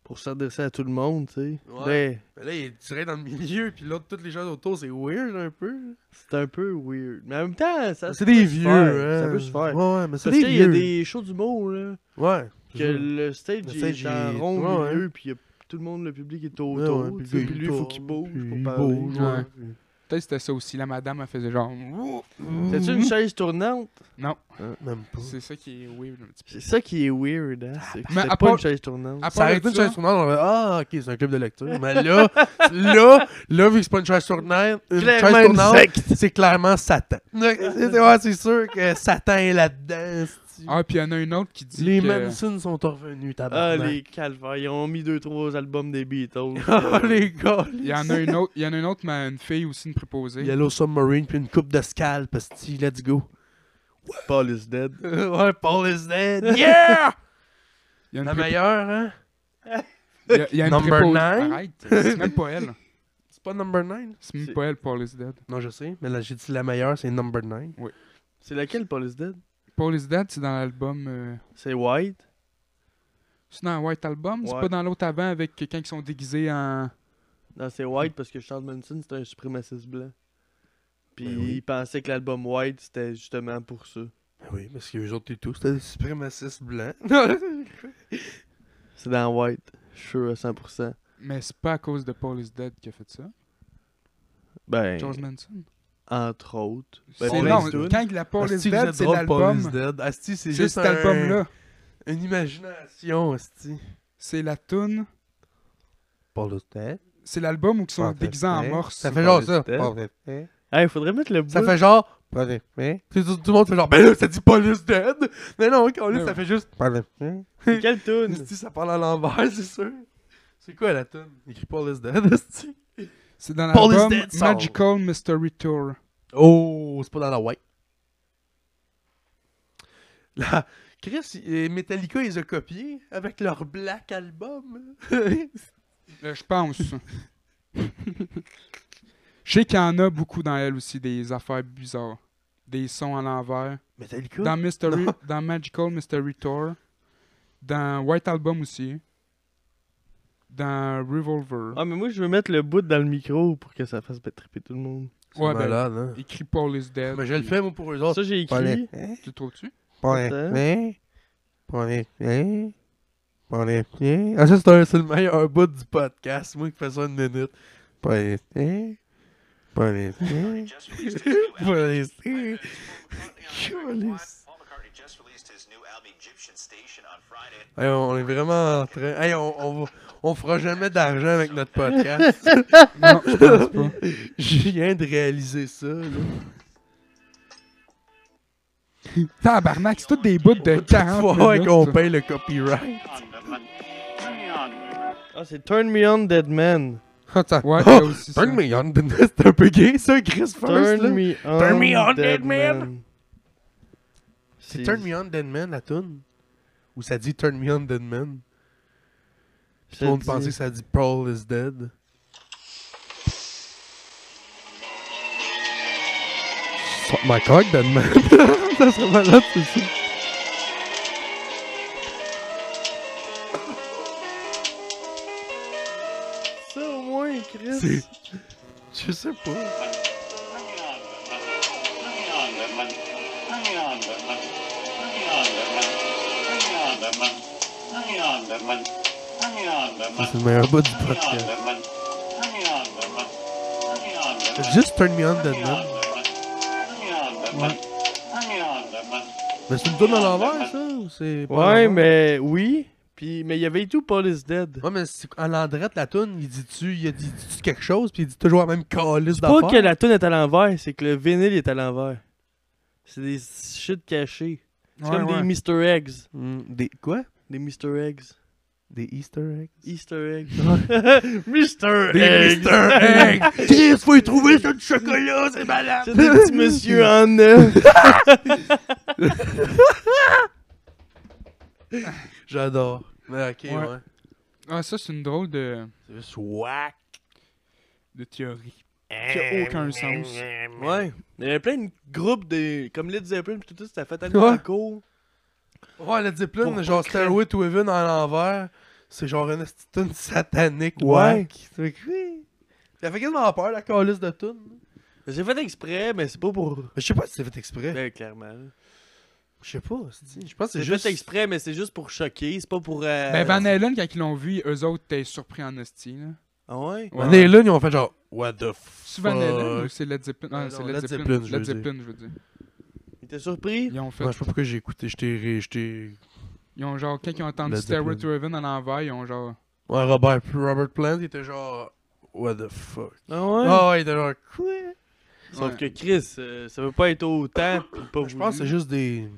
S2: pour s'adresser à tout le monde, tu sais. Ben,
S3: Ouais.
S2: Mais
S3: Mais là, il est direct dans le milieu, puis l'autre, toutes les choses autour, c'est weird un peu.
S2: c'est un peu weird. Mais en même temps, ça
S3: C'est
S2: peut
S3: des
S2: se
S3: vieux,
S2: faire,
S3: hein.
S2: Ça peut se faire.
S3: Ouais, ouais, mais c'est
S2: Parce
S3: des
S2: qu'il y a
S3: vieux.
S2: des shows d'humour, là.
S3: Ouais.
S2: Que le stage,
S3: Le
S2: il
S3: stage,
S2: est en
S3: il est-
S2: rond
S3: ouais,
S2: milieu, puis il y a tout le monde, le public est autour.
S3: Ouais, ouais,
S2: tu
S3: puis
S2: sais,
S3: le gars,
S2: puis
S3: il
S2: lui, il faut
S3: tourne,
S2: qu'il bouge
S3: puis
S2: pour
S3: il
S2: parler.
S3: bouge,
S1: Ouais.
S3: ouais, puis-
S1: Peut-être c'était ça aussi. La madame, elle faisait genre. Ouh!
S3: Mmh.
S2: T'as-tu
S3: (laughs)
S2: une chaise tournante?
S1: Non,
S3: Même pas.
S1: c'est ça qui est weird un petit peu.
S2: C'est ça qui est weird, hein?
S3: Ah,
S2: C'est que
S1: Mais
S2: c'était
S1: à
S2: pas
S1: part-
S2: une chaise tournante.
S1: à
S3: Ça
S1: part
S3: aurait
S1: de
S3: été une
S1: ça-
S3: chaise tournante, on aurait ah, ok, c'est un club de lecture. Mais là, là, là, vu que c'est pas une chaise tournante, une
S2: Clairement
S3: chaise
S2: une
S3: tournante,
S2: secte.
S3: c'est clairement Satan. c'est ouais, c'est sûr que Satan est là-dedans. c'est-tu.
S1: Ah, puis il y en a une autre qui dit.
S3: les
S1: que...
S3: Manson sont revenus,
S2: Ah,
S3: tabarnak.
S2: les calvaires, ils ont mis deux, trois albums des
S3: (laughs)
S2: Beatles.
S3: Ah, les gars.
S1: Il y en a une autre, il y en a une autre, mais une fille aussi, une préposée.
S3: Yellow Submarine, puis une coupe de scalp, esti, let's go.
S2: Paul is dead.
S3: (laughs) ouais, Paul is (laughs) dead. Yeah!
S1: Il y a une,
S3: La
S1: pré-
S3: meilleure, hein?
S1: il y a- il y a une
S3: Number
S1: préposée.
S3: nine.
S1: Arrête, c'est même pas
S3: (laughs)
S1: elle.
S3: C'est pas number 9?
S1: C'est même
S2: C'est-
S1: pas elle, Paul is dead.
S3: Non, je sais, mais là, j'ai dit la meilleure, c'est number 9.
S2: C'est laquelle, Paul is dead?
S1: Paul is dead, c'est dans l'album. euh,
S2: C'est White.
S1: C'est dans White Album, c'est
S2: Ouais.
S1: pas dans l'autre avant avec quelqu'un qui sont déguisés en.
S2: Non, c'est White parce que Charles Manson, c'était un suprémaciste blanc. Puis
S3: Ben oui.
S2: il pensait que l'album White, c'était justement pour ça.
S3: Oui, parce que les autres et tout, c'était des suprémacistes blancs.
S2: C'est dans White, je suis sûr à 100%.
S1: Mais c'est pas à cause de Paul is dead qu'il a fait ça.
S2: Ben,
S1: Charles Manson.
S2: entre autres. Ben,
S1: c'est
S2: plein
S1: non,
S2: de tunes.
S1: quand la Paul is
S3: Asti,
S1: dead,
S3: vous
S1: c'est
S3: êtes drôle, Paul is
S1: l'album.
S3: dead. Asti, c'est
S1: C'est
S3: juste
S1: cet
S3: un-
S1: album-là.
S3: Une imagination, Asti.
S1: C'est la tune.
S3: Paul is dead.
S1: C'est l'album où ils sont
S3: Paul is
S1: déguisés en
S3: dead.
S1: morse.
S3: Ça Ah, fait genre
S2: is
S3: ça.
S2: dead.
S3: Paul is dead.
S2: Hey, faudrait mettre le bout.
S3: Ça fait genre. Paul is dead. Tout tout- tout le monde fait genre, ben là, ça dit Paul is dead. Mais non, quand
S1: Ouais.
S3: là, ça fait juste. Paul is Ben dead.
S2: C'est Quelle
S3: (laughs)
S2: tune?
S3: Asti, ça parle à l'envers, c'est sûr. C'est quoi la tune? Il écrit Paul is dead, (laughs) Asti.
S1: C'est dans
S3: Paul is
S1: l'album
S3: dead song.
S1: Magical Mystery Tour.
S3: Oh, c'est pas dans la white. La... Chris, il- Metallica, ils ont copié avec leur Black Album. (laughs)
S1: Euh, Je pense. Je sais qu'il y en a beaucoup dans elle aussi, des affaires bizarres. Des sons à l'envers.
S3: Metallica?
S1: Dans,
S3: (laughs)
S1: Mystery,
S3: Non.
S1: dans Magical Mystery Tour. Dans White Album aussi. Dans Revolver.
S2: Ah, mais moi, je veux mettre le bout dans le micro pour que ça fasse triper tout le monde.
S1: ouais, ben,
S3: malade, hein?
S1: écrit Paul is dead.
S3: Mais je le
S1: puis-
S3: fais, moi, pour eux autres.
S2: Ça, j'ai écrit.
S1: Tu le trouves-tu? Hein?
S2: Attends.
S3: Ah, ça, c'est un- c'est le meilleur bout du podcast. Moi qui fais ça une minute.
S1: (laughs)
S4: just released his new album.
S3: Sure, Liz.
S4: Paul McCartney just released his new album Egyptian Station on Friday.
S3: Hey, on est vraiment en train. Hey, on, on, va- on fera jamais d'argent avec notre podcast.
S1: (laughs) Non, je pense pas.
S3: Je viens de réaliser ça. Là.
S1: Tabarnak, c'est tous des bouts de 40
S3: Faut ouais,
S1: minutes,
S3: qu'on
S1: ça.
S3: paye le copyright.
S2: Ah, c'est Turn Me On Dead Man.
S3: Oh, (laughs)
S1: Ouais, il y a aussi Ah, ça.
S3: Turn me on, c'est un peu gay ça, Chris First. là.
S2: Turn Me On,
S3: Turn me on,
S2: Dead
S3: Dead Man.
S2: Man.
S3: C'est Turn Me On Dead Man la tune Ou ça dit Turn Me On Dead Man Tout
S2: Ça
S3: le monde
S2: dit-
S3: pensait que ça dit Paul is dead. Fuck my cock, dead man. (laughs) ça serait malade, c'est ça.
S2: Ça, au moins, Chris.
S3: C'est- Je sais pas. Ça, C'est le meilleur bout du podcast. Juste Turn Me On Dead Man. Mais c'est une tune à l'envers, ça ou c'est pas à
S2: Ouais,
S3: l'envers?
S2: mais oui. Puis, mais il y avait tout Paul is Dead.
S3: Ouais, mais c'est- à l'endrette, la tune, il dit-tu il dit -tu quelque chose, puis il dit toujours la même calice
S2: C'est pas
S3: d'affaires.
S2: que la tune est à l'envers, c'est que le vinyle est à l'envers. C'est des shit cachés. C'est
S1: Ouais,
S2: comme
S1: ouais.
S2: des Mr. Eggs.
S3: Hmm, des quoi
S2: Des Mr. Eggs.
S3: Des Easter eggs
S2: Easter eggs. Mr. Eggs.
S3: (laughs) Chris, faut y trouver ça du chocolat, c'est malade!
S2: C'est des petits messieurs
S3: hein.
S2: (laughs) en œuf.
S3: J'adore. Mais ok, ouais.
S1: Ouais. Ah, ça, c'est une drôle de,
S3: C'est juste whack.
S1: de théorie. Qui
S3: Ben,
S1: a aucun sens.
S2: Ouais. Il y avait plein de groupes de, comme Led Zeppelin pis tout ça, c'était fait tellement
S3: Ouais.
S2: cool.
S3: Ouais, le
S2: Pour
S3: Zeppelin,
S2: pas
S3: genre
S2: que-
S3: Stairway to Heaven à l'envers, c'est genre une petite tune satanique
S2: Ouais.
S3: whack. C'est vrai. Ça fait quasiment peur la calice de tune.
S2: J'ai fait exprès, mais c'est pas pour.
S3: Je sais pas si c'est fait exprès.
S2: Ben, clairement.
S3: Ben, Je sais pas, c'est- je pense que
S2: C'est
S3: c'est
S2: juste
S3: juste.
S2: exprès, mais c'est juste pour choquer. C'est pas pour. euh,
S1: Ben, Van Halen, quand ils l'ont vu, eux autres étaient surpris en hostie. Là.
S2: Ah ouais?
S1: Ouais,
S3: Van
S1: ouais.
S3: Halen, ils ont fait genre, What the fuck?
S1: C'est Van Halen ou c'est Led Zeppelin
S3: Euh,
S1: Non,
S3: non,
S1: c'est Led
S3: Led
S1: Zeppelin.
S3: Zeppelin, je
S1: Led
S3: veux dire.
S1: Zeppelin, je veux dire.
S2: Il était surpris?
S1: Ils ont fait.
S3: Ouais, je sais pas pourquoi j'ai écouté, j'étais. ré- j'étais-
S1: Ils ont genre. Quand ils ont entendu
S3: Led
S1: Stairway to
S3: Zeppelin.
S1: Heaven à l'envers, ils ont genre.
S3: Ouais, Robert, Robert Plant, il était genre, What the fuck?
S2: Ah ouais?
S3: Ah ouais, il était genre,
S2: Sauf
S1: Ouais.
S2: que Chris, euh, ça veut pas être autant. Pis pas
S3: Je pense que c'est juste des.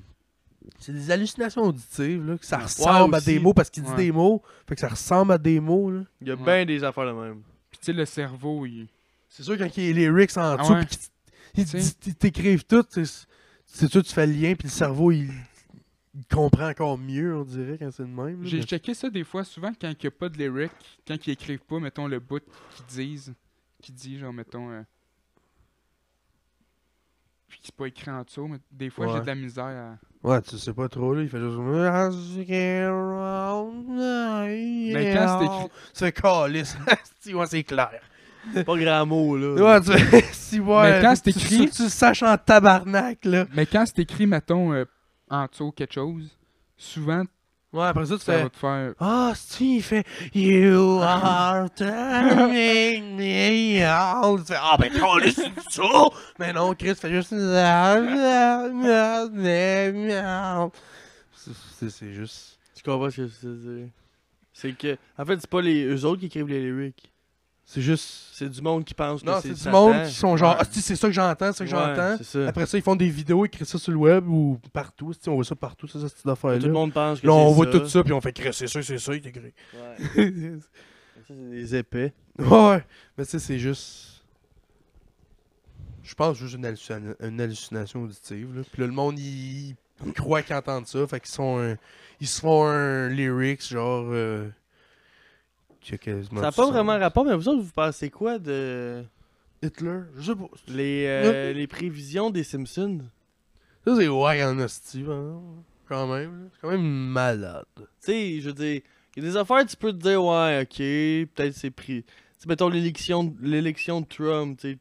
S3: C'est des hallucinations auditives, là. Que ça
S1: Ouais,
S3: ressemble à
S2: aussi.
S3: des mots parce qu'il dit
S1: Ouais.
S3: des mots. Fait que ça ressemble à des mots, là.
S2: Il y a
S1: Ouais.
S2: bien des affaires de même.
S1: Puis tu sais, le cerveau, il.
S3: C'est sûr, quand il y a les lyrics en
S1: Ah
S3: dessous,
S1: ouais.
S3: pis qu'ils
S1: Tu
S3: t-
S1: sais.
S3: ils- ils t'écrivent tout, c'est c'est sûr, tu fais le lien, puis le cerveau, il, il comprend encore mieux, on dirait, quand c'est le même. là.
S1: J'ai
S3: Mais-
S1: checké ça des fois, souvent quand il n'y a pas de lyrics, quand ils écrivent pas, mettons le bout qu'ils disent, qui dit genre, mettons. euh, Puis qui c'est pas écrit en dessous, mais des fois j'ai
S3: Ouais.
S1: de la misère à.
S3: Ouais, tu sais pas trop, là. Il fait juste. Ah, Mais
S1: Mais quand c'est écrit.
S3: ah, C'est calice. Asti, ouais, (laughs) c'est clair.
S2: Pas grand mot, là.
S3: Ouais, tu fais. (laughs) Si, ouais.
S1: Mais quand c'est
S3: tu- tu-
S1: écrit-
S3: Tu, le saches en tabarnak, là.
S1: Mais quand c'est écrit, mettons, euh, en dessous quelque chose, souvent
S3: Ouais, après ça, tu
S1: ça
S3: fais.
S1: va te faire.
S3: Ah, si, il fait You are turning me on. Tu fais Ah, ben, calice, c'est ça. Mais non, Chris fait juste. C'est- c'est- C'est juste.
S2: Tu comprends ce que je veux dire? C'est que. En fait, c'est pas les, eux autres qui écrivent les lyrics.
S3: C'est juste.
S2: C'est du monde qui pense
S3: Non,
S2: que c'est
S3: c'est du
S2: Satan.
S3: monde qui sont genre,
S1: Ouais.
S3: ah, si, c'est ça que j'entends, c'est ça que
S2: Ouais,
S3: j'entends.
S2: C'est ça.
S3: Après ça, ils font des vidéos, ils créent ça sur le web ou partout. si, on voit ça partout, ça, cette
S2: Tout le
S3: affaire-là.
S2: monde pense que
S3: Là, on
S2: c'est
S3: voit
S2: ça.
S3: tout ça, puis on fait créer, c'est ça, c'est ça, il est (laughs) créé.
S2: Ouais.
S3: ouais,
S2: Ça, c'est des épais.
S3: mais tu sais, c'est juste. Je pense juste une, hallucina- une hallucination auditive. Là. Puis là, le monde, il, il croit qu'ils entendent ça, fait qu'ils sont un- ils se font un lyrics genre. euh, qui a quasiment
S2: Ça n'a
S3: du
S2: pas
S3: sens.
S2: vraiment rapport, mais vous autres, vous pensez quoi de.
S3: Hitler, je sais pas.
S2: Les, euh, les prévisions des Simpsons?
S3: Ça, c'est wack en hostie, par exemple. Quand même, là. c'est quand même malade.
S2: Tu sais, je veux dire, il y a des affaires, tu peux te dire, ouais, ok, peut-être c'est pris. Tu sais, mettons l'élection, l'élection de Trump, tu sais,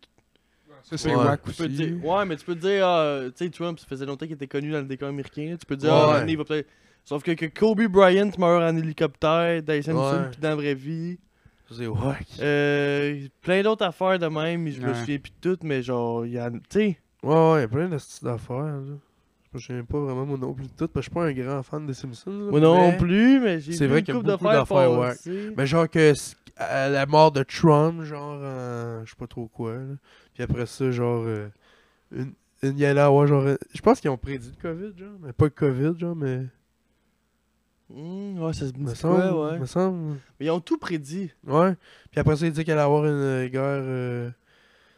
S1: Ça c'est
S3: Ouais.
S1: wack
S2: tu peux te
S1: aussi.
S2: dire, ouais, mais tu peux te dire, ah, tu sais, Trump, ça faisait longtemps qu'il était connu dans le décor américain, tu peux te dire,
S3: Ouais.
S2: ah, un moment donné, il va peut-être. Sauf que, que Kobe Bryant meurt en hélicoptère, dans les Simpsons,
S3: Ouais.
S2: puis dans la vraie vie.
S3: Ça, c'est wack.
S2: Euh, plein d'autres affaires de même, mais je me
S1: Ouais.
S2: souviens plus de toutes, mais genre, il y a. Tu sais,
S3: Ouais, ouais, y a plein de styles d'affaires, là. Je sais pas vraiment mon nom plus de tout, parce que je suis pas un grand fan des Simpsons. là,
S2: moi non
S3: mais-
S2: plus, mais j'ai
S3: c'est
S2: vu
S3: vrai
S2: une
S3: qu'il y a
S2: couple
S3: beaucoup
S2: d'affaires
S3: d'affaires, ouais. Ben,
S2: passer.
S3: Mais genre que c- à la mort de Trump, genre, en- je sais pas trop quoi, là. Puis après ça, genre, euh, une, une y allait avoir, genre, euh, je pense qu'ils ont prédit le COVID, genre, mais pas le COVID, genre, mais.
S2: Hmm, ouais, ça se me
S3: Me
S2: dit quoi,
S3: semble,
S2: ouais.
S3: me semble.
S2: Mais ils ont tout prédit.
S3: Ouais. Puis après ça, il dit qu'elle allait avoir une euh, guerre. euh,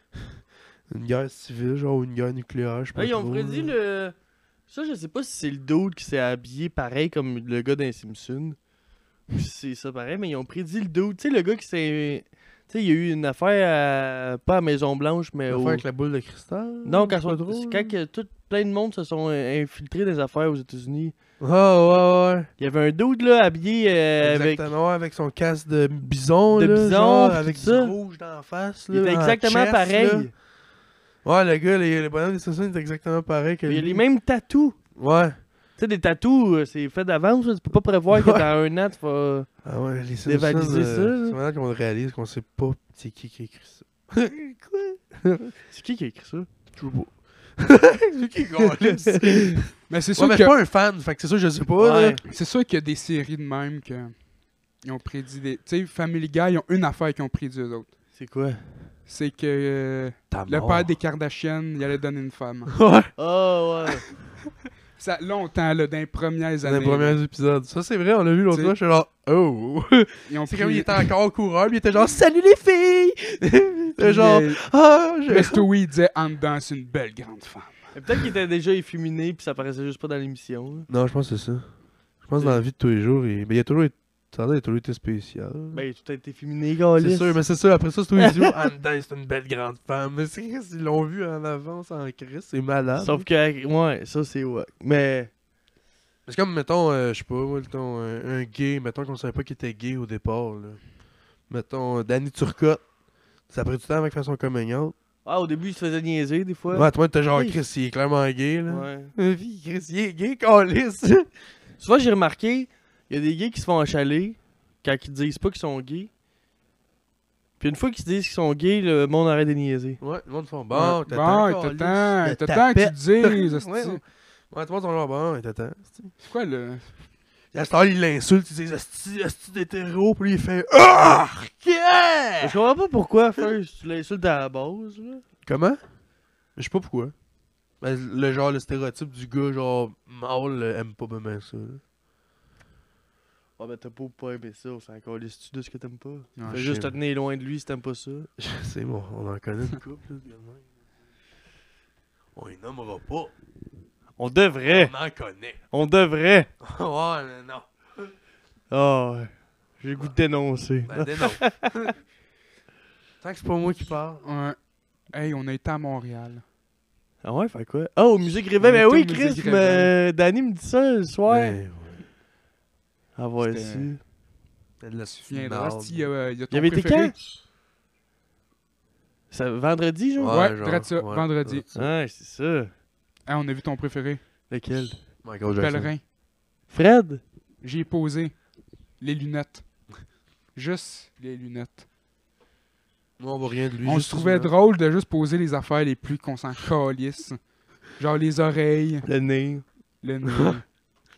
S3: (laughs) une guerre civile, genre, ou une guerre nucléaire, je sais pas.
S2: Hey, Ah, ils ont
S3: trop,
S2: prédit
S3: là.
S2: le. Ça, je sais pas si c'est le dude qui s'est habillé pareil comme le gars d'un Simpson. Ou si c'est ça pareil, mais ils ont prédit le dude. Tu sais, le gars qui s'est. Tu sais, il y a eu une affaire à. Pas à Maison-Blanche, mais
S3: L'affaire
S2: au.
S3: avec la boule de cristal.
S2: Non,
S3: je
S2: quand,
S3: sais pas trop,
S2: c'est
S3: là.
S2: quand que tout, plein de monde se sont euh, infiltrés des affaires aux États-Unis.
S3: Ah, ouais, ouais.
S2: Il y avait un dude là habillé euh, avec.
S3: Exactement, avec son casque de bison.
S2: De
S3: là,
S2: bison,
S3: genre,
S2: pis
S3: avec
S2: tout
S3: du
S2: ça.
S3: rouge dans la face.
S2: Il
S3: là,
S2: était
S3: en
S2: exactement
S3: chest,
S2: pareil.
S3: là. Ouais, le gars, les, les bonhommes des Simpsons étaient exactement pareils que
S2: Il y a
S3: lui.
S2: les mêmes tatous.
S3: Ouais.
S2: Tu sais, des tatous, euh, c'est fait d'avance. là. Tu peux pas prévoir que
S3: Ouais.
S2: dans un an, tu vas.
S3: Ah ouais, les Simpsons.
S2: Dévaliser ça, là.
S3: C'est maintenant qu'on réalise qu'on sait pas c'est qui qui a écrit ça.
S2: C'est qui qui a écrit ça?
S3: Je sais pas. c'est qui (laughs) qui a écrit ça?
S1: (laughs) Mais c'est
S3: Ouais,
S1: sûr
S3: mais
S1: que.
S3: je suis pas un fan, fait que c'est ça, je sais pas. là.
S2: Ouais.
S1: C'est sûr qu'il y a des séries de même que. Ils ont prédit des. Tu sais, Family Guy, ils ont une affaire qu'ils ont prédit eux autres.
S2: C'est quoi?
S1: C'est que euh,
S3: T'as
S1: le
S3: mort.
S1: père des Kardashian, il allait donner une femme.
S3: (laughs) Ouais,
S2: Oh, ouais.
S1: Ça longtemps, là, dans les premières
S3: dans les
S1: années.
S3: premiers épisodes. Ça, c'est vrai, on l'a vu l'autre
S1: T'sais-
S3: fois, j'étais genre, oh. (laughs)
S1: Ils ont
S3: C'est
S1: pris-
S3: comme il était encore coureur, puis il était genre, salut les filles!
S2: (laughs)
S1: Puis,
S3: T'es genre,
S1: euh,
S3: ah, j'ai.
S1: Stewie disait en dedans, c'est une belle grande femme.
S2: Mais Peut-être qu'il était déjà efféminé puis ça paraissait juste pas dans l'émission. là.
S3: Non, je pense que c'est ça. Je pense que dans la vie de tous les jours, il... Mais il a toujours été... ça a l'air, il a toujours été spécial.
S2: Ben, il a tout été efféminé,
S3: c'est
S2: gars.
S3: sûr, mais c'est sûr, après ça, c'est tous les jours. Anne c'est une belle grande femme. Mais c'est ils l'ont vu en avance en Christ, c'est malade.
S2: Sauf que, ouais, ça c'est ouais. Mais,
S3: C'est comme, mettons, euh, je sais pas, moi, mettons, euh, un gay, mettons qu'on savait pas qu'il était gay au départ, là. Mettons, euh, Danny Turcotte. Ça a pris du temps avec façon coming out.
S2: Ah, au début, il se faisait niaiser, des fois.
S3: Ouais, toi, t'es genre,
S2: Oui.
S3: Chris, il est clairement gay, là.
S2: Ouais.
S3: Euh, puis, (laughs) Chris, il est gay, câlisse.
S2: Souvent, j'ai remarqué, il y a des gays qui se font achaler quand ils disent pas qu'ils sont gays. Puis une fois qu'ils se disent qu'ils sont gays, le monde arrête de niaiser.
S3: Ouais, le monde font bon,
S1: Ouais.
S3: t'attends.
S1: Bon,
S3: câlisse,
S1: t'attends,
S3: le
S1: t'attends que tu
S3: tapette. (laughs)
S1: dises. hostie.
S3: Ouais, ouais. Ouais, tout le monde sont genre, bon, t'attends.
S1: C'est quoi le.
S3: La star, il l'insulte, il dit, Asti, Asti d'hétéro, puis lui, il fait, Ah!
S2: Je comprends pas pourquoi, First, tu l'insultes à la base, là.
S3: Comment? Je sais pas pourquoi. Ben, le genre, le stéréotype du gars, genre, mâle, euh, aime pas bien ça.
S2: Ouais,
S3: là.
S2: mais Ah, ben, t'as pas pas aimé ça, on s'en calisse-tu de ce que t'aimes pas?
S1: Non,
S2: Fais
S3: je
S2: juste te
S3: sais.
S2: tenir loin de lui si t'aimes pas ça.
S3: (laughs) Je sais, bon, on en connaît une couple, là, de gars de même. On les nommera pas.
S2: On devrait!
S3: On en connaît. (laughs)
S2: On devrait!
S3: ouais, mais non.
S2: Ah, ouais. j'ai le goût de dénoncer.
S3: Ben, des non. (laughs) Tant que c'est pas moi qui parle.
S1: Ouais. Hey, on a été à Montréal.
S2: (laughs) Ah ouais, fait quoi? Ah, au musée Grévin,
S1: On
S2: ben
S1: était au
S2: oui,
S1: musée
S2: Chris,
S1: Grévin.
S2: mais euh, Danny me dit ça le soir.
S3: Mais,
S2: Ah, voici.
S1: C'était-
S3: T'as de la
S1: Tu viendras,
S3: marde.
S1: si il y a, euh, il y a ton
S2: Il y avait été
S1: préféré.
S2: quand? Ça, vendredi, genre?
S1: Ouais, drette ça, vendredi.
S3: drette ça.
S2: Ouais, c'est ça.
S1: Ah, on a vu ton préféré.
S2: Lequel?
S3: Michael Jackson.
S1: Pèlerin.
S2: Fred?
S1: J'ai posé les lunettes. Juste les lunettes.
S3: Moi, on voit rien de lui.
S1: on
S3: juste
S1: se trouvait
S3: ça.
S1: drôle de juste poser les affaires les plus qu'on s'en calisse. Genre les oreilles,
S2: Le nez.
S1: le
S3: (laughs)
S1: nez.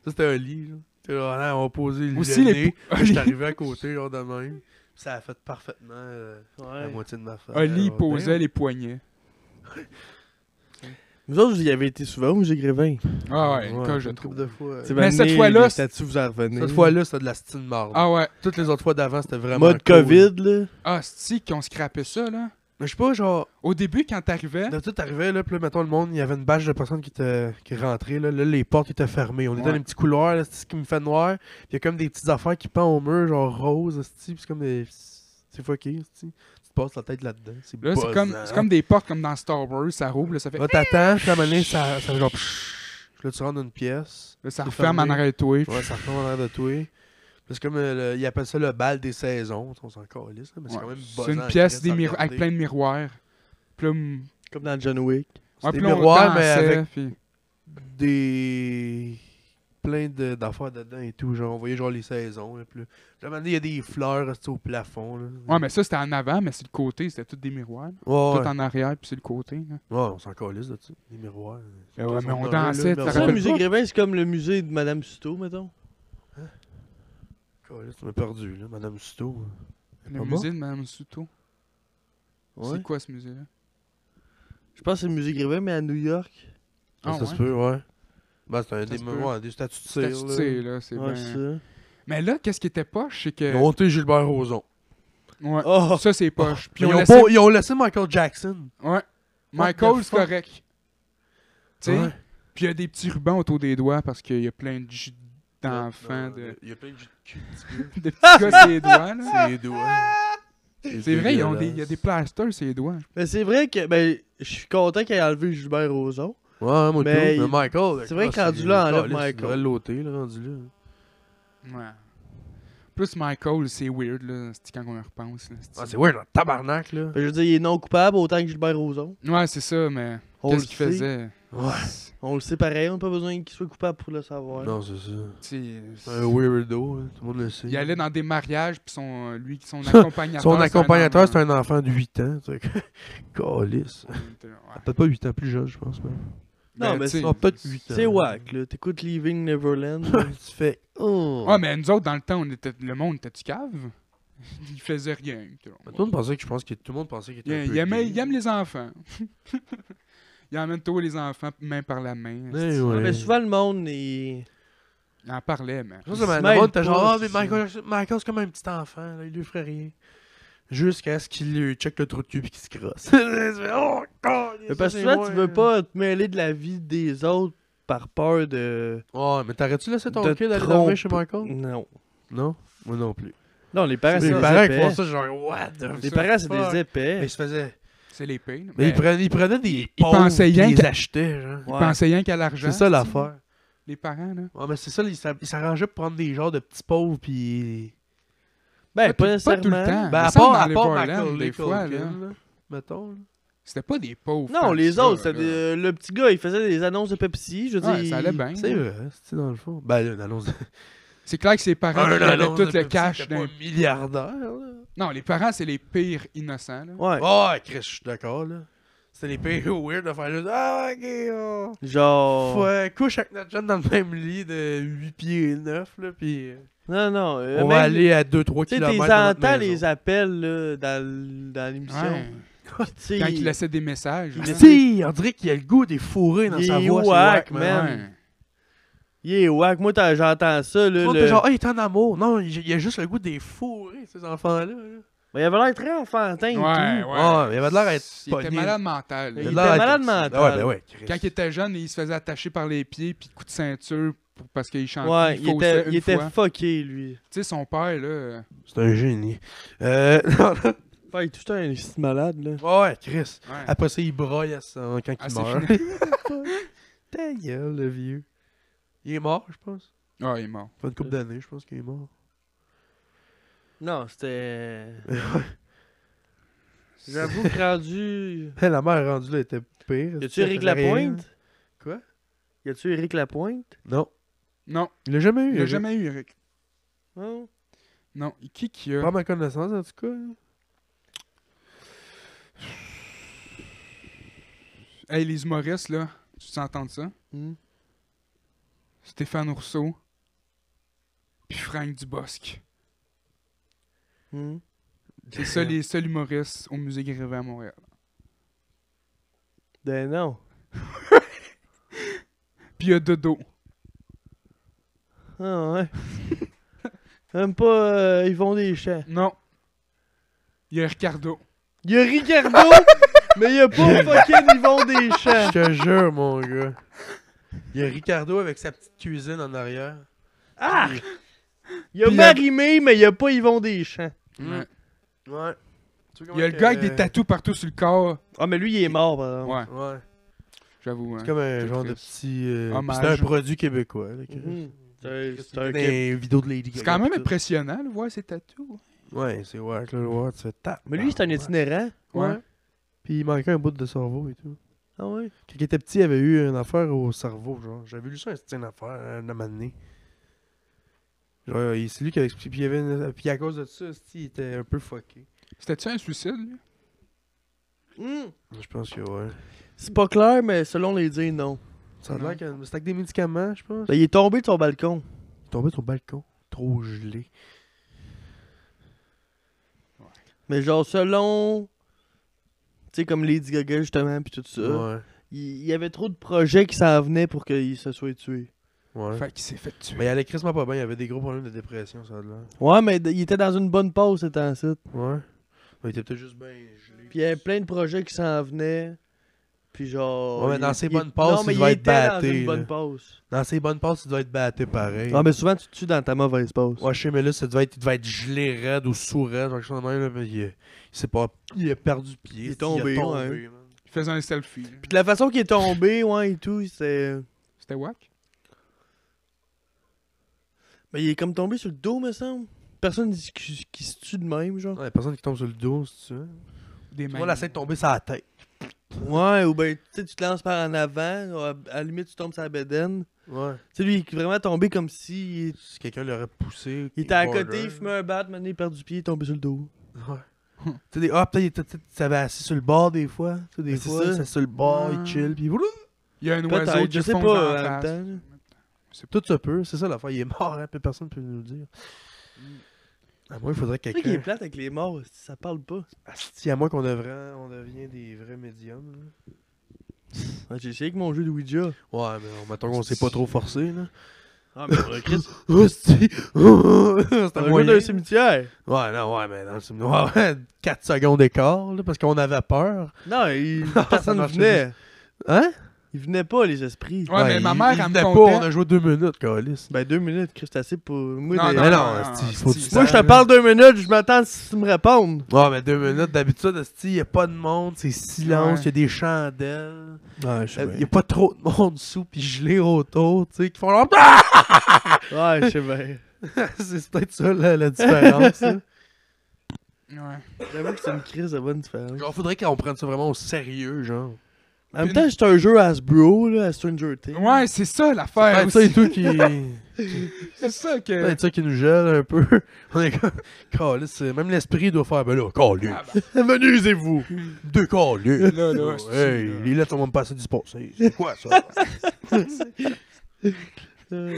S3: Ça, c'était un lit, là. T'es là, là, on va poser le
S1: Aussi
S3: Aussi,
S1: les.
S3: nez.
S1: pou- (laughs)
S3: Je suis arrivé à côté, genre de même. Ça a fait parfaitement euh, la
S2: Ah, Ouais.
S3: moitié de ma ben, face.
S1: Oli
S3: Alors,
S1: posait
S3: damn.
S1: les poignets.
S2: Nous autres, vous y avez été souvent au musée Grévin.
S1: Ah ouais,
S3: Ouais,
S1: quand
S3: une
S1: je
S3: couple
S1: trouve.
S3: de fois. euh,
S1: Mais cette fois-là,
S2: Ça tu vous en revenez.
S3: Cette fois-là, c'était de la style marde.
S1: Ah ouais.
S3: Toutes les autres fois d'avant, c'était vraiment.
S2: Mode
S3: cool.
S2: COVID, là.
S1: Ah, si qu'on scrapait ça, là.
S3: Mais je sais pas, genre,
S1: Au début, quand t'arrivais,
S3: de tout arrivait, là, puis là, mettons, le monde, il y avait une bâche de personnes qui, étaient- qui rentraient, là, là, les portes étaient fermées. On était
S1: Ouais.
S3: dans un petit couloir, là, c'est ce qui me fait noir. Puis il y a comme des petites affaires qui pendent au mur, genre rose, esti, puis c'est comme des. C'est fucké, esti. Tu te passes la tête là-dedans. C'est
S1: là, c'est comme,
S3: buzzant.
S1: c'est comme des portes comme dans Star Wars, ça roule, là, ça fait.
S3: Là, t'attends, puis à un moment donné, ça, ça fait genre. pshhh. Puis Là, tu rentres dans une pièce.
S1: Là, ça
S3: c'est
S1: referme en
S3: fermé.
S1: arrêt de toi.
S3: Ouais, ça reprend en l'air de toi. Puis C'est comme. euh, le- ils appellent ça le bal des saisons. On s'en calisse, là, mais c'est
S1: Ouais.
S3: quand même
S1: C'est
S3: buzzant,
S1: une pièce
S3: Chris,
S1: des
S3: à
S1: miroirs avec
S3: regarder.
S1: plein de miroirs. Puis là, m-
S2: Comme dans John Wick.
S1: ouais,
S3: des
S1: puis là, on
S3: miroirs, mais
S1: dansait,
S3: avec-
S1: puis-
S3: des plein de- d'affaires dedans et tout genre on voyait genre les saisons là, puis là, à un moment donné, il y a des fleurs restées au plafond là.
S1: Ouais, mais ça, c'était en avant, mais c'est le côté, c'était tout des miroirs. là.
S3: ouais,
S1: Tout
S3: ouais.
S1: en arrière, puis c'est le côté. là.
S3: Ouais, on s'en calisse là-dessus les miroirs
S1: Ben ouais,
S3: Ils
S1: mais
S3: sont
S1: on
S3: dans un,
S1: dansait,
S3: là,
S1: t'as
S2: Ça, le
S1: rappelles
S2: musée
S1: pas?
S2: Grévin, c'est comme le musée de Madame Suto, mettons.
S3: calisse, tu m'as perdu là madame Suto
S1: Le
S3: Pas moi?
S1: musée de Madame Souto.
S2: Ouais.
S1: C'est quoi ce musée-là
S2: Je pense que c'est le musée Grévin, mais à New York.
S1: Ah,
S3: ça se
S1: ouais.
S3: peut ouais ben c'est un
S1: Ça
S3: des
S1: se
S3: moments
S1: peut.
S3: ouais, des statues de
S1: Statue
S3: cire
S1: de cire, là, c'est
S3: Ah,
S2: Ouais,
S1: bien-
S2: c'est ça.
S1: Mais là, qu'est-ce qui était poche, c'est
S3: ils
S1: que.
S3: ont monté Gilbert Rozon
S1: Ouais.
S2: Oh!
S1: Ça, c'est poche. Puis
S3: Ah. Mais
S1: on
S3: ils, ont
S1: laissait-
S3: pas- ils ont laissé Michael Jackson
S1: Ouais.
S3: What
S1: Michael,
S3: the
S1: c'est
S3: fuck?
S1: correct. Tu sais?
S3: Ouais.
S1: Puis il y a des petits rubans autour des doigts parce qu'il y a plein de jus
S3: Non,
S1: d'enfants,
S3: non,
S1: de,
S3: il y a plein de jus de cul petit
S1: (laughs)
S3: peu.
S1: de petits gars
S3: (laughs)
S1: sur les doigts. là.
S3: c'est les doigts
S1: (laughs) C'est vrai, ils ont des- il y a des plasters sur les doigts.
S2: Mais c'est vrai que ben, je suis content qu'il ait enlevé Gilbert Rozon.
S3: Ouais, moi,
S2: Mais
S3: tout.
S2: il-
S3: mais Michael.
S2: c'est vrai que
S3: Chris,
S2: rendu
S3: il-
S2: là, enlève
S3: Chris, il
S2: Michael.
S3: devrait l'ôter, là, rendu là.
S1: Ouais. Plus Michael, c'est weird, là, c'est quand on y repense. là, c'est-
S3: Ah, c'est weird, un tabarnak, là.
S2: Ben, je veux dire, il est non coupable autant que Gilbert Rozon.
S1: Ouais, c'est ça, mais
S2: On
S1: qu'est-ce
S2: le
S1: qu'il
S2: sait.
S1: faisait?
S3: Ouais.
S2: On le sait pareil, on n'a pas besoin qu'il soit coupable pour le savoir.
S3: Non, c'est ça.
S1: Tu sais,
S3: C'est un weirdo, hein, tout le monde le sait.
S1: Il allait dans des mariages, puis son, lui,
S3: (laughs)
S1: son accompagnateur.
S3: Son accompagnateur, c'est
S1: c'est
S3: un enfant de 8 ans. tu sais. (laughs) Calisse. Peut-être pas 8 ans plus jeune, je pense. Même.
S2: Non, mais
S1: c'est
S3: Ah, peut-être 8 ans.
S2: C'est wack, là. T'écoutes Leaving
S1: (laughs)
S2: Neverland.
S3: (laughs) Tu fais. Oh.
S1: Ouais, Ah, mais nous autres, dans le temps, on était... le monde était du cave. (laughs) Il faisait rien. tu vois.
S3: Mais Tout le monde pensait que je pense que tout le monde pensait qu'il
S1: Il,
S3: était un peu
S1: il aimait-
S3: gay.
S1: il aime les enfants. (laughs) il emmène tous les enfants main par la main.
S3: Mais
S1: c'est-
S3: Eh Ben ouais.
S2: Mais souvent, le monde est.
S1: Il en parlait, mais.
S3: Je pense que ma-
S2: se
S3: le
S2: mêle
S3: monde était genre,
S2: pas,
S3: ah, mais
S2: c'est ça.
S3: Michael, Michael, c'est comme un petit enfant, là, il lui ferait rien. Jusqu'à ce qu'il lui check le trou de cul et qu'il se crosse. (laughs) oh,
S2: Mais parce que souvent, tu veux pas te mêler de la vie des autres par peur de.
S3: Ouais, mais t'aurais-tu laissé ton
S2: de
S3: kid aller
S2: trompe-
S3: dormir chez Michael?
S2: Non.
S3: Non, moi non plus.
S2: Non, les parents,
S3: Les
S2: c'est des
S3: parents qui font
S2: épais.
S3: ça, genre, what the
S2: Les
S1: ça,
S2: parents, c'est
S3: fuck.
S2: des épais.
S3: Mais ils se faisaient.
S1: C'est l'épée. là.
S3: Mais
S1: Mais
S3: ils prenaient, ils prenaient des
S1: Ben, ils pensaient
S3: puis
S1: rien
S3: ils
S1: qu'à-
S3: les achetaient, genre.
S1: Ils
S2: Ouais.
S1: pensaient rien qu'à l'argent.
S3: Hein, C'est ça
S1: tu sais,
S3: l'affaire.
S1: Les parents, là.
S3: Ouais, mais c'est ça, ils s'a- ils s'arrangeaient pour prendre des genres de petits pauvres, puis.
S2: Ben,
S1: tout-
S2: pas nécessairement.
S1: tout le temps.
S3: Ben,
S1: Il me
S3: à
S1: Ah, semble
S3: part,
S1: dans
S3: à
S1: les
S3: part
S1: Borland,
S3: Michael
S1: des
S3: Nicole
S1: fois, là.
S3: Kid, là, Mettons, là.
S1: C'était pas des pauvres.
S2: Non,
S1: tant que
S2: les
S1: ça,
S2: autres, c'était
S1: là.
S2: des- euh, le petit gars, il faisait des annonces de Pepsi. Je veux
S1: Ouais,
S2: dire,
S1: ça allait bien.
S3: C'est
S1: là.
S3: vrai, c'est dans le fond. Ben, là, une annonce de.
S1: C'est clair que ses parents
S3: Ah,
S1: qui
S3: une
S1: avaient
S3: annonce
S1: tout le
S3: de Pepsi,
S1: cash.
S3: t'es
S1: dans-
S3: pas milliardaire, là.
S1: Non, les parents, c'est les pires innocents. là.
S2: Ouais.
S3: Ouais, Ah, Chris, je suis d'accord, là. C'était les pays weird de faire juste. Ah, ok, on.
S2: Genre.
S1: Oh.
S3: Faut, euh, couche avec notre jeune dans le même lit de 8 pieds et 9, là, pis. euh,
S2: Non, non. euh,
S3: on
S2: même-
S3: va aller à 2-3
S2: Tu sais,
S3: km.
S2: t'es entends les appels là, dans, l- dans l'émission.
S1: Ouais.
S2: Tu sais,
S1: Quand ils laissaient des messages. là.
S3: Mais Ah, si, on dirait qu'il a le goût des fourrés dans
S2: Il
S3: sa
S2: est
S3: voix. c'est
S2: whack,
S3: man.
S2: man.
S1: Ouais.
S2: Il est whack. Moi, t'as- j'entends ça.
S3: Tout le
S2: Là,
S3: monde
S2: le-
S3: était genre, hey, il est en amour. Non, il il a juste le goût des fourrés, ces enfants-là. là.
S2: Mais il avait l'air très enfantin. et tout.
S1: Ouais, ouais.
S3: mais il avait l'air d'être
S1: Il était
S3: pogné.
S1: malade mental. là.
S2: Il
S3: avait
S2: était
S3: l'air d'être-
S2: malade mental.
S3: Ah ouais, ben ouais, Chris.
S1: Quand il était jeune, il se faisait attacher par les pieds puis coup de ceinture pour- parce qu'il chantait.
S2: Ouais, il
S1: faussait
S2: était,
S1: une
S2: il était
S1: fois. Tu
S2: fucké, lui.
S1: sais, son père, là.
S3: C'est un génie. Euh, (laughs) non, non.
S2: Fait, il est tout un petit malade, là.
S3: ouais, Chris.
S1: ouais.
S3: Après ça, il broille à ça hein, quand
S1: Ah,
S3: il
S1: c'est
S3: meurt. (laughs) Ta gueule, le vieux. Il est mort, je pense.
S1: Ah, il est mort.
S3: Pas une couple
S2: Euh.
S3: d'années, je pense qu'il est mort.
S2: Non, c'était.
S3: Eh,
S2: (laughs) J'avoue que rendu.
S3: la mère rendue là était pire.
S2: Y'a-tu
S3: Elle
S2: Eric
S3: faisait rien.
S2: Lapointe
S3: Quoi?
S2: Y'a-tu Eric Lapointe
S3: Non.
S1: Non,
S3: Il l'a jamais eu.
S1: il l'a
S3: Eric.
S1: jamais eu, Eric.
S2: Non.
S1: Non, qui qui a.
S3: Pas à ma connaissance, en tout cas. là.
S1: Hey, les humoristes, là. Tu t'entends de ça?
S2: Hmm.
S1: Stéphane Rousseau. Puis Franck Dubosc.
S2: Hmm.
S1: C'est ça les seuls humoristes au musée Grévin à Montréal.
S2: Ben non.
S1: Puis il y a Dodo.
S2: Ah ouais. (laughs) Même pas euh, Yvon Deschamps.
S1: Non. Il y a Ricardo.
S2: Y'a (laughs) Ricardo, mais y'a pas fucking Yvon Deschamps.
S3: Je te jure, mon gars. Il y a Ricardo avec sa petite cuisine en arrière.
S2: Ah! Y'a
S1: Puis y'a-
S2: Marimé, mais y'a pas Yvon Deschamps.
S3: Mm.
S1: Ouais.
S3: Ouais.
S1: Il y a le gars avec des tatous partout sur le corps.
S2: Ah, mais lui, il est mort, par exemple.
S1: Ouais,
S3: Ouais.
S1: j'avoue. hein.
S3: C'est comme un
S1: C'est
S3: genre de
S1: triste.
S3: petit. euh,
S1: Hommage.
S3: C'est un produit québécois. là, que-
S2: Mhm. C'est- C'est un Québécois.
S3: Des vidéos de Lady
S1: C'est
S3: Gaga
S1: quand même
S3: pis tout.
S1: impressionnant de voir ces tatous.
S3: Ouais, c'est wack, là, le voir, tu fais tap.
S2: Mais lui, c'est un itinérant.
S1: Ouais.
S3: Puis il manquait un bout de cerveau et tout.
S2: Ah ouais?
S3: Quand il était petit, il avait eu une affaire au cerveau, genre. J'avais lu ça, c'était une affaire, un moment donné. Genre, il- c'est lui qui avait expliqué. Puis, il y avait une- puis à cause de ça, c'ti, il était un peu fucké.
S1: C'était-tu un suicide, lui?
S2: Hmm.
S3: Je pense que ouais.
S2: C'est pas clair, mais selon les dires, non.
S3: Ça a
S1: Non.
S3: l'air que c'était avec des médicaments, je pense.
S2: Ben, il est tombé de son balcon.
S3: Il est tombé sur le balcon. Trop gelé.
S2: Mais genre, selon. Tu sais, comme Lady Gaga, justement, puis tout ça.
S3: Ouais.
S2: Il il y avait trop de projets qui s'en venaient pour qu'il se soit tué.
S3: Ouais.
S1: Fait qu'il s'est fait tuer.
S3: Mais il allait crissement pas bien, il avait des gros problèmes de dépression, ça a l'air.
S2: Ouais, mais d- il était dans une bonne pause, cet ancien.
S3: Ouais. euh, Mais il était peut-être juste bien gelé.
S2: Puis il y avait plein de projets qui s'en venaient. Puis genre.
S3: Ouais, mais
S2: il-
S3: dans ses
S2: il-
S3: bonnes passes,
S2: non, mais
S3: il devait être
S2: était dans
S3: batté,
S2: une
S3: là.
S2: bonne pause.
S3: Dans ses bonnes passes, il devait être battu pareil.
S2: Non, mais souvent, tu te tues dans ta mauvaise pause.
S3: Ouais, je sais, Ah, mais là, ça devait être, il devait être gelé raide ou sous raide, quelque chose de même, là, mais il, il s'est pas. Il a perdu
S2: Il
S3: pied.
S2: est
S3: c'est-
S2: tombé,
S3: a
S2: ouais.
S3: man.
S1: Il faisait un selfie. là.
S2: Puis de la façon qu'il est tombé, (laughs) ouais, et tout, c'est.
S1: C'était whack?
S2: Mais il est comme tombé sur le dos, me semble. Personne dit qui, qui se tue de même, genre.
S3: Ouais, la personne qui tombe sur le dos, hein? si tu veux.
S1: Des
S3: Tu
S1: mains.
S3: vois la scène tomber sur la tête.
S2: Ouais, ou ben, tu sais, tu te lances par en avant. ou À, à la limite, tu tombes sur la bedaine.
S3: Ouais.
S2: Tu sais, lui, il est vraiment tombé comme si.
S3: Si quelqu'un l'aurait poussé.
S2: Il était à côté,
S3: border.
S2: il fumait un bat, maintenant il perd du pied, il est tombé sur le dos.
S3: Ouais. (laughs) tu sais, des. Ah, peut-être, il était- tu sais, il s'avait assis sur le bord des fois. Tu sais, des
S2: Mais c'est
S3: fois,
S2: ça.
S3: il s'assit sur le bord,
S1: Ouais.
S3: il chill, puis
S1: Il y a un oiseau
S2: Peut-être,
S1: qui
S2: je sais
S1: fonce
S2: pas,
S1: dans
S2: en
S1: la
S2: même
S1: face.
S2: temps. là.
S3: Tout se peut, c'est ça l'affaire. Il est mort, hein, puis personne ne peut nous le dire. À moins, il faudrait que
S2: Tu sais qu'il est
S3: quelqu'un.
S2: plate avec les morts, ça parle pas.
S3: Asti, à moins qu'on devrait... on devienne des vrais médiums. là.
S2: Ouais, J'ai essayé avec mon jeu de Ouija.
S3: Ouais, mais on mettons qu'on s'est pas trop forcé, là.
S2: Ah, mais on a Chris,
S3: (laughs) Asti! (laughs) C'était
S2: on a joué
S3: moyen.
S2: dans (laughs) un cimetière.
S3: Ouais, non, ouais, mais dans le cimetière, (laughs) ouais, 4 secondes d'écart, là, parce qu'on avait peur.
S2: Non, (laughs) il-
S3: Ça
S2: personne
S3: marchait
S2: venait.
S3: Hein?
S2: Il venait pas, les esprits.
S1: Ouais, mais ma
S3: il-
S1: mère,
S3: il
S1: elle me
S3: venait pas,
S1: contait-
S3: on a joué 2 minutes, Calis.
S2: Ben, deux minutes, Chris, c'est assez pour. Moi,
S1: Non,
S2: les-
S3: mais
S1: non,
S3: non,
S1: non,
S3: Asti, il
S1: non,
S3: faut que
S1: asti,
S3: tu
S2: Moi, je te parle deux minutes, je m'attends si tu me répondes.
S3: Ouais, mais 2 minutes, d'habitude, Asti, il n'y a pas de monde, c'est silence,
S1: Ouais.
S3: il y a des chandelles.
S2: Ouais,
S3: Il y a pas trop de monde sous pis gelé autour, tu sais, qui font leur... Ah! (laughs)
S2: Ouais, je sais bien.
S3: C'est peut-être ça la, la différence. là.
S1: Ouais.
S2: J'avoue que c'est une crise de bonne différence.
S3: (laughs) Genre, faudrait qu'on prenne ça vraiment au sérieux, genre.
S2: En même temps, c'est un jeu Hasbro, là, à Stranger Things.
S1: Ouais, c'est ça l'affaire.
S3: Peut-être ça et
S1: aussi. (laughs)
S3: tout qui.
S1: C'est ça que.
S3: Peut-être ça qui nous gèle un peu. (laughs) On est comme. Calisse, même l'esprit doit faire. Ben là, calus.
S1: Ah, bah,
S3: Menuisez-vous. Deux calus.
S1: (laughs) là, là, c'est-
S3: hey,
S1: là.
S3: les lettres, on va me passer du passé. C'est
S1: (laughs)
S3: quoi ça?
S2: Euh,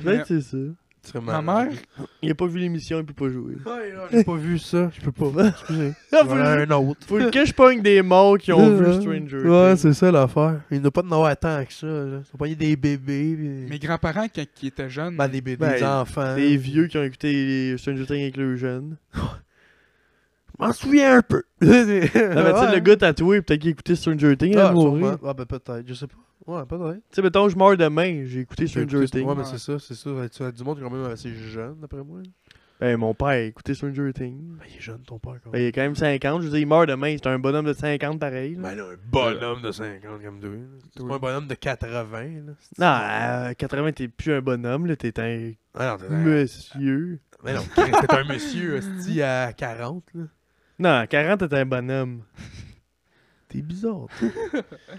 S2: Peut-être c'est ça.
S3: C'est
S1: Ma
S3: malade.
S1: mère,
S2: Il a pas vu l'émission, il peut pas jouer.
S3: Ouais, là, j'ai pas vu ça. Je peux pas.
S2: (laughs)
S3: (laughs) Excusez.
S2: Ah, faut,
S3: Voilà un autre.
S2: faut
S3: (laughs)
S2: que je pogne des morts qui ont vu
S3: Ouais,
S2: Stranger
S3: Ouais,
S2: Things.
S3: c'est ça l'affaire. Il n'a pas de Noël tant que ça. Là. Ils ont pogné des bébés. Pis...
S1: mes grands-parents, quand ils étaient jeunes,
S3: Ben, des bébés,
S2: Ben,
S3: des enfants.
S2: Des vieux qui ont écouté les Stranger Things avec le
S3: (laughs)
S2: jeune.
S3: Je m'en souviens un (laughs) peu. ah, ben,
S2: Ah, ben, tu sais, le gars tatoué, peut-être qu'il écoutait Stranger Things avant
S3: Ah,
S2: de mourir.
S3: sûrement. ah, ben, peut-être. Je sais pas. Ouais, peut-être.
S2: Tu sais, mettons, je meurs demain, j'ai écouté
S3: J'ai
S2: Stranger
S3: écouté-
S2: Things.
S3: Ouais,
S1: ouais.
S3: mais c'est ça, c'est ça. Ben, Tu as du monde quand même assez jeune, d'après moi.
S2: Ben, mon père a écouté Stranger Things.
S3: Ben, il est jeune, ton père, quand
S2: Ben, il est quand même 50, je veux dire, il meurt demain, c'est un bonhomme de 50 pareil. là.
S3: Ben, là, un bonhomme de 50 comme deux. là. C'est euh,
S1: Oui.
S3: pas un bonhomme de 80, là.
S2: Non, à 80, t'es plus un bonhomme, là, t'es un
S3: Ah, non, t'es un...
S2: monsieur.
S3: Ben non, t'es un monsieur, hostie, à 40, là.
S2: Non, à 40, t'es un bonhomme. Eh,
S3: T'es bizarre.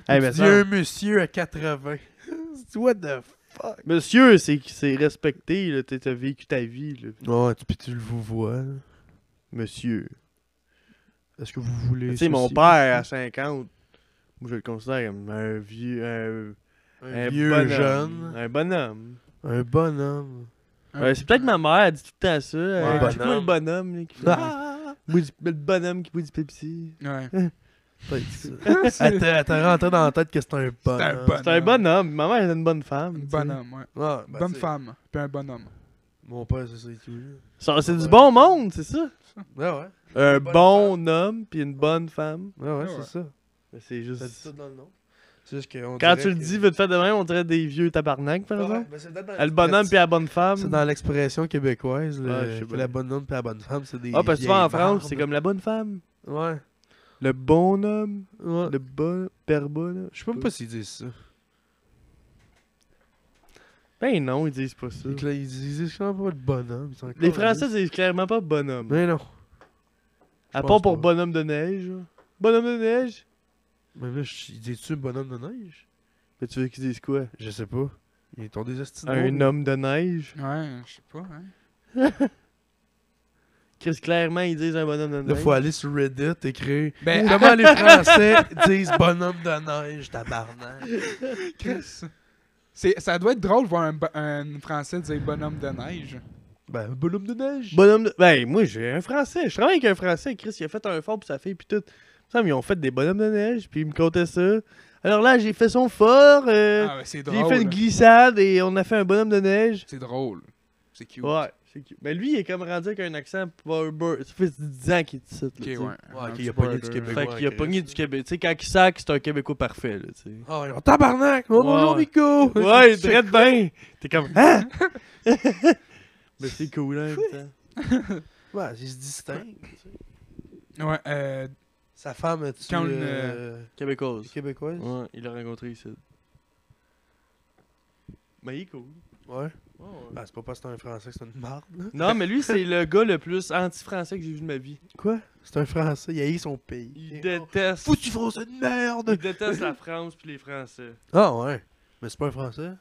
S2: Hey,
S3: Tu
S2: mais
S3: dis
S2: ça-
S3: un monsieur à 80. (laughs) C'est- What the fuck?
S2: Monsieur, c'est c'est respecté, là, t'as t'as vécu ta vie, là.
S3: Ouais, tu- pis tu le vous vois, là.
S2: Monsieur.
S3: Est-ce que vous voulez.
S2: Tu sais,
S3: ceci?
S2: mon père, à 50, moi, je le considère comme un vieux... Un,
S3: Un,
S2: un
S3: vieux
S2: bonhomme,
S3: jeune.
S2: Un bonhomme.
S3: Un bonhomme.
S1: un-
S2: Ouais, c'est peut-être ma mère, elle dit tout le temps ça.
S1: Ouais.
S2: Euh, C'est quoi le
S3: Bonhomme.
S2: bonhomme là, qui fait...
S3: Ah!
S2: Boit du- Le bonhomme qui boit du Pepsi.
S1: Ouais.
S2: (laughs)
S3: Elle te- elle t'a rentré dans la tête que c'est un bonhomme.
S1: un bonhomme.
S2: C'est un bonhomme. Ma mère, elle est une bonne femme.
S1: Une
S2: tu sais. Ah, bah,
S1: bonne homme, ouais.
S3: Ouais, ben,
S1: bonne
S3: t'sais,
S1: femme, puis un bonhomme.
S3: Mon père, c'est ça et tout. là.
S2: Ça, C'est du bon monde, c'est ça?
S3: Ouais, ouais.
S2: Un
S3: bonne
S2: bon homme puis une bonne femme.
S3: Ouais, ouais,
S1: Ouais, ouais.
S3: c'est ça.
S2: Mais C'est
S3: Ça dit
S2: juste.
S3: ça dans le nom. C'est juste que on
S2: Quand
S3: dirait
S2: tu le
S3: que-
S2: dis, veux te faire de même, on dirait des vieux tabarnak, par
S3: Ouais, ouais,
S2: exemple.
S3: ben, c'est peut-être dans
S2: Le bonhomme puis la bonne
S3: C'est
S2: femme.
S3: dans l'expression québécoise, le...
S2: Ah, je sais
S3: que
S2: pas.
S3: la bonne homme puis la bonne femme, c'est des.
S2: Ah, parce que souvent en
S3: vieilles
S2: France, c'est
S3: barbes.
S2: comme la bonne femme.
S3: Ouais.
S2: Le bon homme.
S3: ouais.
S2: Le bon. Père bon.
S3: Je sais même pas s'ils disent ça.
S2: Ben non, ils disent pas ça.
S3: Fait que là, Ils disent, ils disent clairement pas le bonhomme. ils sont
S2: Les
S3: encore
S2: Français, c'est clairement pas bonhomme.
S3: là-dedans. Mais non.
S2: À
S3: pense
S2: part pour
S3: pas.
S2: bonhomme de neige. Bonhomme de neige?
S3: Mais là, je- ils disent-tu bonhomme de neige
S2: Mais tu veux qu'ils disent quoi?
S3: Je sais pas. Ils ont des estimes.
S2: Un homme de neige?
S1: Ouais, je sais pas, hein.
S2: Chris, clairement, ils disent un bonhomme de
S3: Là,
S2: neige.
S3: faut aller sur Reddit, écrire
S1: Ben,
S2: (laughs)
S3: comment les Français disent bonhomme de neige, tabarnak.
S1: Chris, c'est- ça doit être drôle de voir un, bo- un Français dire bonhomme de neige.
S3: Ben, bonhomme de neige.
S2: Bonhomme de... Ben, moi, j'ai un Français. Je travaille avec un Français. Chris, il a fait un fort pour sa fille, puis tout. Ça, ils ont fait des bonhommes de neige, puis ils me contaient ça. Alors là, j'ai fait son fort, euh,
S1: Ah, ouais, c'est
S2: j'ai fait
S1: drôle.
S2: une glissade, et on a fait un bonhomme de neige.
S1: C'est drôle. C'est cute.
S2: Ouais, c'est cute. Mais lui, il est comme rendu avec un accent... power- Ça fait 10 ans qu'il est ici, là,
S1: Ok,
S2: tu
S1: ouais.
S2: sais.
S3: Ouais,
S1: Un
S3: qu'il
S1: petit
S3: a pogné
S1: border.
S3: du Québec.
S2: Fait
S3: Ouais,
S2: qu'il a
S3: Chris.
S2: pogné du Québec. Tu sais, quand il sac, c'est un Québécois parfait, là, tu sais.
S1: (laughs)
S3: Oh, tabarnak! Oh, bonjour,
S2: Ouais.
S3: Nico!
S2: Ouais,
S3: (laughs) C'est-
S2: traite bien. T'es comme, hein?
S1: (laughs)
S2: (laughs) Mais c'est cool, hein, putain.
S3: Ouais, il se distingue.
S1: Ouais, euh,
S3: Sa femme, est tu
S1: Quand le-
S3: euh,
S2: Québécoise.
S3: québécoise?
S2: Ouais, il l'a rencontré ici. Mais il est cool.
S3: Ouais. Ben, c'est pas parce que c'est un Français que c'est une marde. là.
S2: Non, mais lui, c'est le gars le plus anti-français que j'ai vu de ma vie.
S3: Quoi? C'est un Français, il haït son pays.
S2: Il
S3: est-
S2: déteste.
S3: Foutu Français de
S2: Il
S3: merde!
S2: déteste la France puis les Français.
S3: Ah ouais. Mais c'est pas un Français?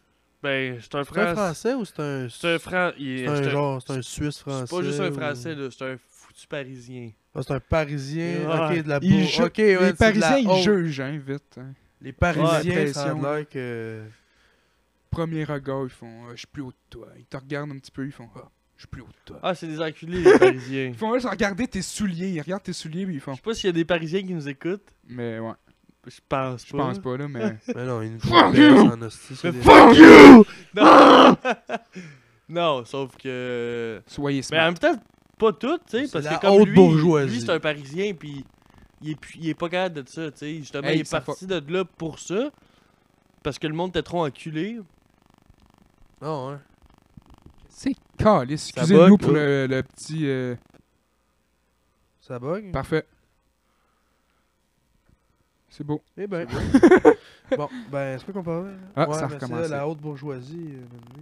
S2: Ben, c'est un
S3: C'est un
S2: Français.
S3: Français ou c'est un...
S2: C'est un Français. Il
S3: C'est
S2: est- c'est
S3: un
S2: un-
S3: genre, c'est un Suisse français.
S2: C'est pas juste un
S3: ou-
S2: Français, là. C'est un foutu Parisien.
S3: Ah, c'est un Parisien.
S2: Ouais.
S3: Ok, de la boue.
S1: Ils jouent-
S3: Ok, Eh, ouais, c'est
S1: les
S3: de
S1: Parisiens,
S3: la
S1: ils
S3: haute.
S1: jugent, hein, vite. hein.
S3: Les Parisiens,
S1: Ouais,
S3: ça a
S1: pression.
S3: l'air que.
S1: Premier regard, ils font euh, Je suis plus haut que toi. Ils te regardent un petit peu, ils font Ah, Je suis plus haut que toi.
S2: Ah, c'est des enculés, les (laughs) Parisiens.
S1: Ils font juste regarder tes souliers. Ils regardent tes souliers, puis ils
S2: Je
S1: font
S2: sais pas s'il y a des Parisiens qui nous écoutent.
S1: Mais ouais,
S2: Je pense pas.
S1: je pense pas, là,
S2: (laughs)
S1: mais.
S3: Mais non, ils nous
S1: Fuck
S3: font
S1: you!
S3: perdre en hostie. c'est des-
S2: Fuck you! Non! (laughs) non, sauf que. euh,
S1: Soyez
S2: Mais en
S1: smart.
S2: même temps, pas tout, tu sais,
S3: C'est
S2: parce
S3: la
S2: que comme
S3: haute
S2: lui,
S3: bourgeoisie.
S2: lui c'est un Parisien, puis il est, pu- il est pas capable de ça, tu sais. Justement,
S1: Hey,
S2: il est
S1: ça
S2: parti de là pour ça, parce que le monde était trop enculé.
S3: Non, hein.
S1: C'est calice.
S2: Ça
S1: Excusez-nous
S2: bug,
S1: pour
S2: là.
S1: le, le petit. euh,
S3: Ça bug?
S1: Parfait. C'est beau.
S3: Eh ben. (laughs) bon, ben, c'est quoi qu'on parlait? là?
S1: Ah,
S3: Ouais,
S1: ça a
S3: mais c'est
S1: recommencé.
S2: Ah,
S3: La haute bourgeoisie. euh,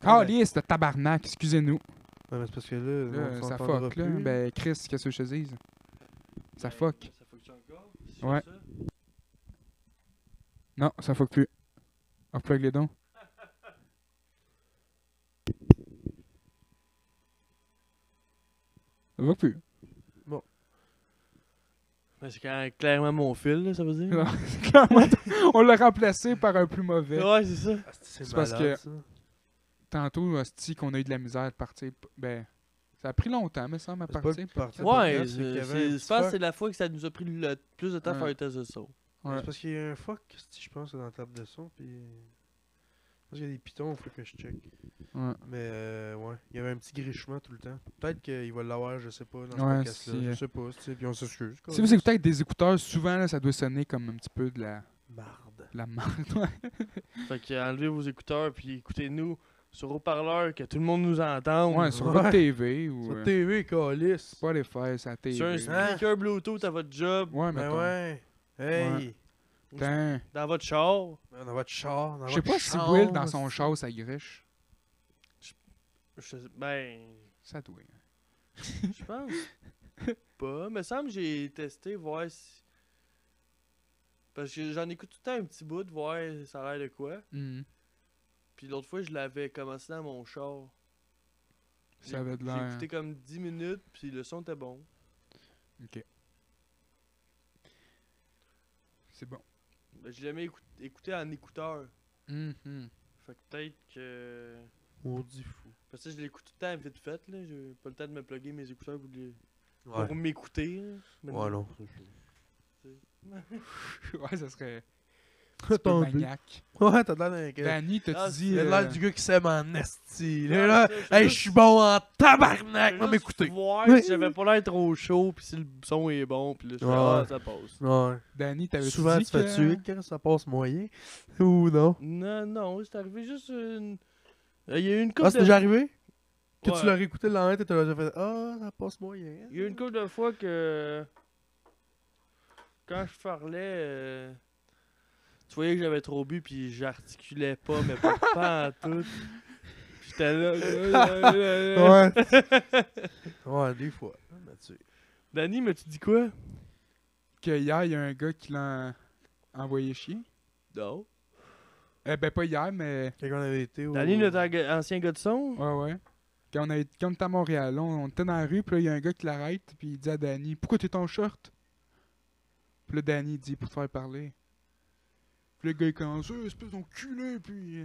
S3: maintenant,
S1: Calice de tabarnak, excusez-nous.
S3: Ouais, mais c'est parce que là,
S1: Là,
S3: on
S1: ça
S3: s'entendra
S1: fuck, là.
S3: plus.
S1: Ben, Chris, qu'est-ce que je te dise? Ça fuck.
S2: Ça fuck encore?
S1: Ouais. Non, ça fuck plus. Unplug les dons. Ça fuck
S3: Mm.
S1: plus.
S2: Ben, C'est quand- clairement mon fil, là, ça veut dire.
S1: Non, (laughs) c'est clairement- on l'a remplacé par un plus mauvais.
S2: Ouais, c'est ça.
S3: Ah, c'est
S1: c'est parce
S3: malade,
S1: que-
S3: ça.
S1: Tantôt, hostie, qu'on a eu de la misère de partir. p- Ben, ça a pris longtemps, mais ça m'a
S3: C'est pas le
S1: parti.
S3: parti.
S2: Ouais,
S3: podcast,
S2: c'est-
S3: c'est qu'il y
S2: c'est-
S3: avait un
S2: je
S3: petit
S2: pense que
S3: fuck.
S2: c'est la fois que ça nous a pris le plus de temps à faire
S1: Ouais.
S2: un test de son.
S3: Mais
S1: Ouais.
S3: C'est parce qu'il y a un fuck, si je pense, dans la table de son, puis... Je pense qu'il y a des pitons, faut que je check.
S1: Ouais.
S3: Mais euh, ouais, il y avait un petit grichement tout le temps. Peut-être qu'il va l'avoir, je sais pas, dans
S1: Ouais,
S3: ce podcast-là.
S1: si, euh,
S3: Je sais pas, tu sais, puis on s'excuse.
S1: Si vous écoutez avec des écouteurs, souvent, là, ça doit sonner comme un petit peu de la,
S3: Marde.
S1: de la merde. ouais.
S2: Fait que euh, enlevez vos écouteurs puis écoutez-nous sur haut-parleur que tout le monde nous entende.
S1: Ouais, sur
S3: Ah, Ouais.
S1: votre TV ou
S3: Sur
S1: euh,
S3: TV, calice.
S1: Spotify, sa
S2: Sur un
S1: TV.
S3: Hein?
S2: speaker Bluetooth à votre job,
S1: Ouais, mais
S3: Ben ouais. Hey.
S1: Putain.
S2: dans votre char.
S3: Dans votre char, dans
S1: Je sais
S3: votre
S1: pas si
S3: char,
S1: Will, dans son char, ça griche.
S2: Je sais- ben,
S1: Ça doit.
S2: je pense pas. Me semble que j'ai testé voir si. Parce que j'en écoute tout le temps un petit bout de voir ça a l'air de quoi.
S1: Mhm.
S2: Puis l'autre fois, je l'avais commencé dans mon char.
S1: Ça avait de
S2: J'ai
S1: l'air.
S2: écouté comme 10 minutes, puis le son était bon.
S1: hein. C'est bon.
S2: Ben, je l'ai jamais écou- écouté en écouteur.
S1: Mhm.
S2: Fait que peut-être que.
S3: Maudit fou.
S2: Parce que je l'écoute tout le temps vite fait, là. J'ai pas le temps de me plugger mes écouteurs pour, les-
S3: Ouais.
S2: pour m'écouter. là. Mais
S3: Ouais,
S2: non.
S3: non.
S1: (laughs) ouais, ça
S3: (laughs)
S1: serait. un
S3: Quoi
S1: peu
S3: ton but?
S1: maniaque.
S3: Ouais, t'as de l'air d'un gars.
S1: Danny,
S2: Ah,
S1: t'as-tu dit.
S3: Il a
S1: euh,
S3: Euh, l'air du gars qui s'aime en esti.
S2: Ouais,
S3: Là, là,
S2: c'est ça, je
S3: hey, je
S2: veux
S3: suis
S2: juste-
S3: bon en
S2: Je
S3: tabarnak,
S2: veux
S3: non,
S2: juste
S3: m'écouter.
S2: voir
S3: Oui.
S2: si j'avais pas l'air trop chaud, puis si le son est bon, puis là, je fais,
S3: Ouais.
S2: ah, ça passe.
S3: Ouais.
S1: Danny, t'avais
S3: Souvent,
S1: dit
S3: tu fais tuer quand ça passe moyen. Ou non.
S2: Non, non, c'est arrivé juste une. Euh, Il y a eu une couple
S3: Ah, c'est
S2: de...
S3: déjà arrivé? Que
S2: Ouais.
S3: tu l'as réécouté le lendemain, t'as déjà fait Ah, ça passe moyen.
S2: Il y a eu une couple de fois que. Quand je parlais. euh, Tu voyais que j'avais trop bu, puis j'articulais pas, mais pas, pas
S3: (laughs)
S2: en tout. J'étais là. là, là, là, là.
S3: Ouais.
S2: (laughs)
S3: ouais, des fois. Mathieu.
S2: Danny, mais tu dis quoi
S1: Que hier, il y a un gars qui l'a envoyé chier.
S2: Non.
S1: Eh ben, pas hier, mais.
S3: Quelqu'un avait été au.
S2: Danny, notre ang- ancien gars de son
S1: Ouais, ouais. Quand on, avait... Quand on était à Montréal, là, on était dans la rue, puis là, il y a un gars qui l'arrête, puis il dit à Danny Pourquoi t'es ton short Puis là, Danny dit Pour te faire parler. Puis le gars, il commence Euh, Espèce d'enculé, puis. Puis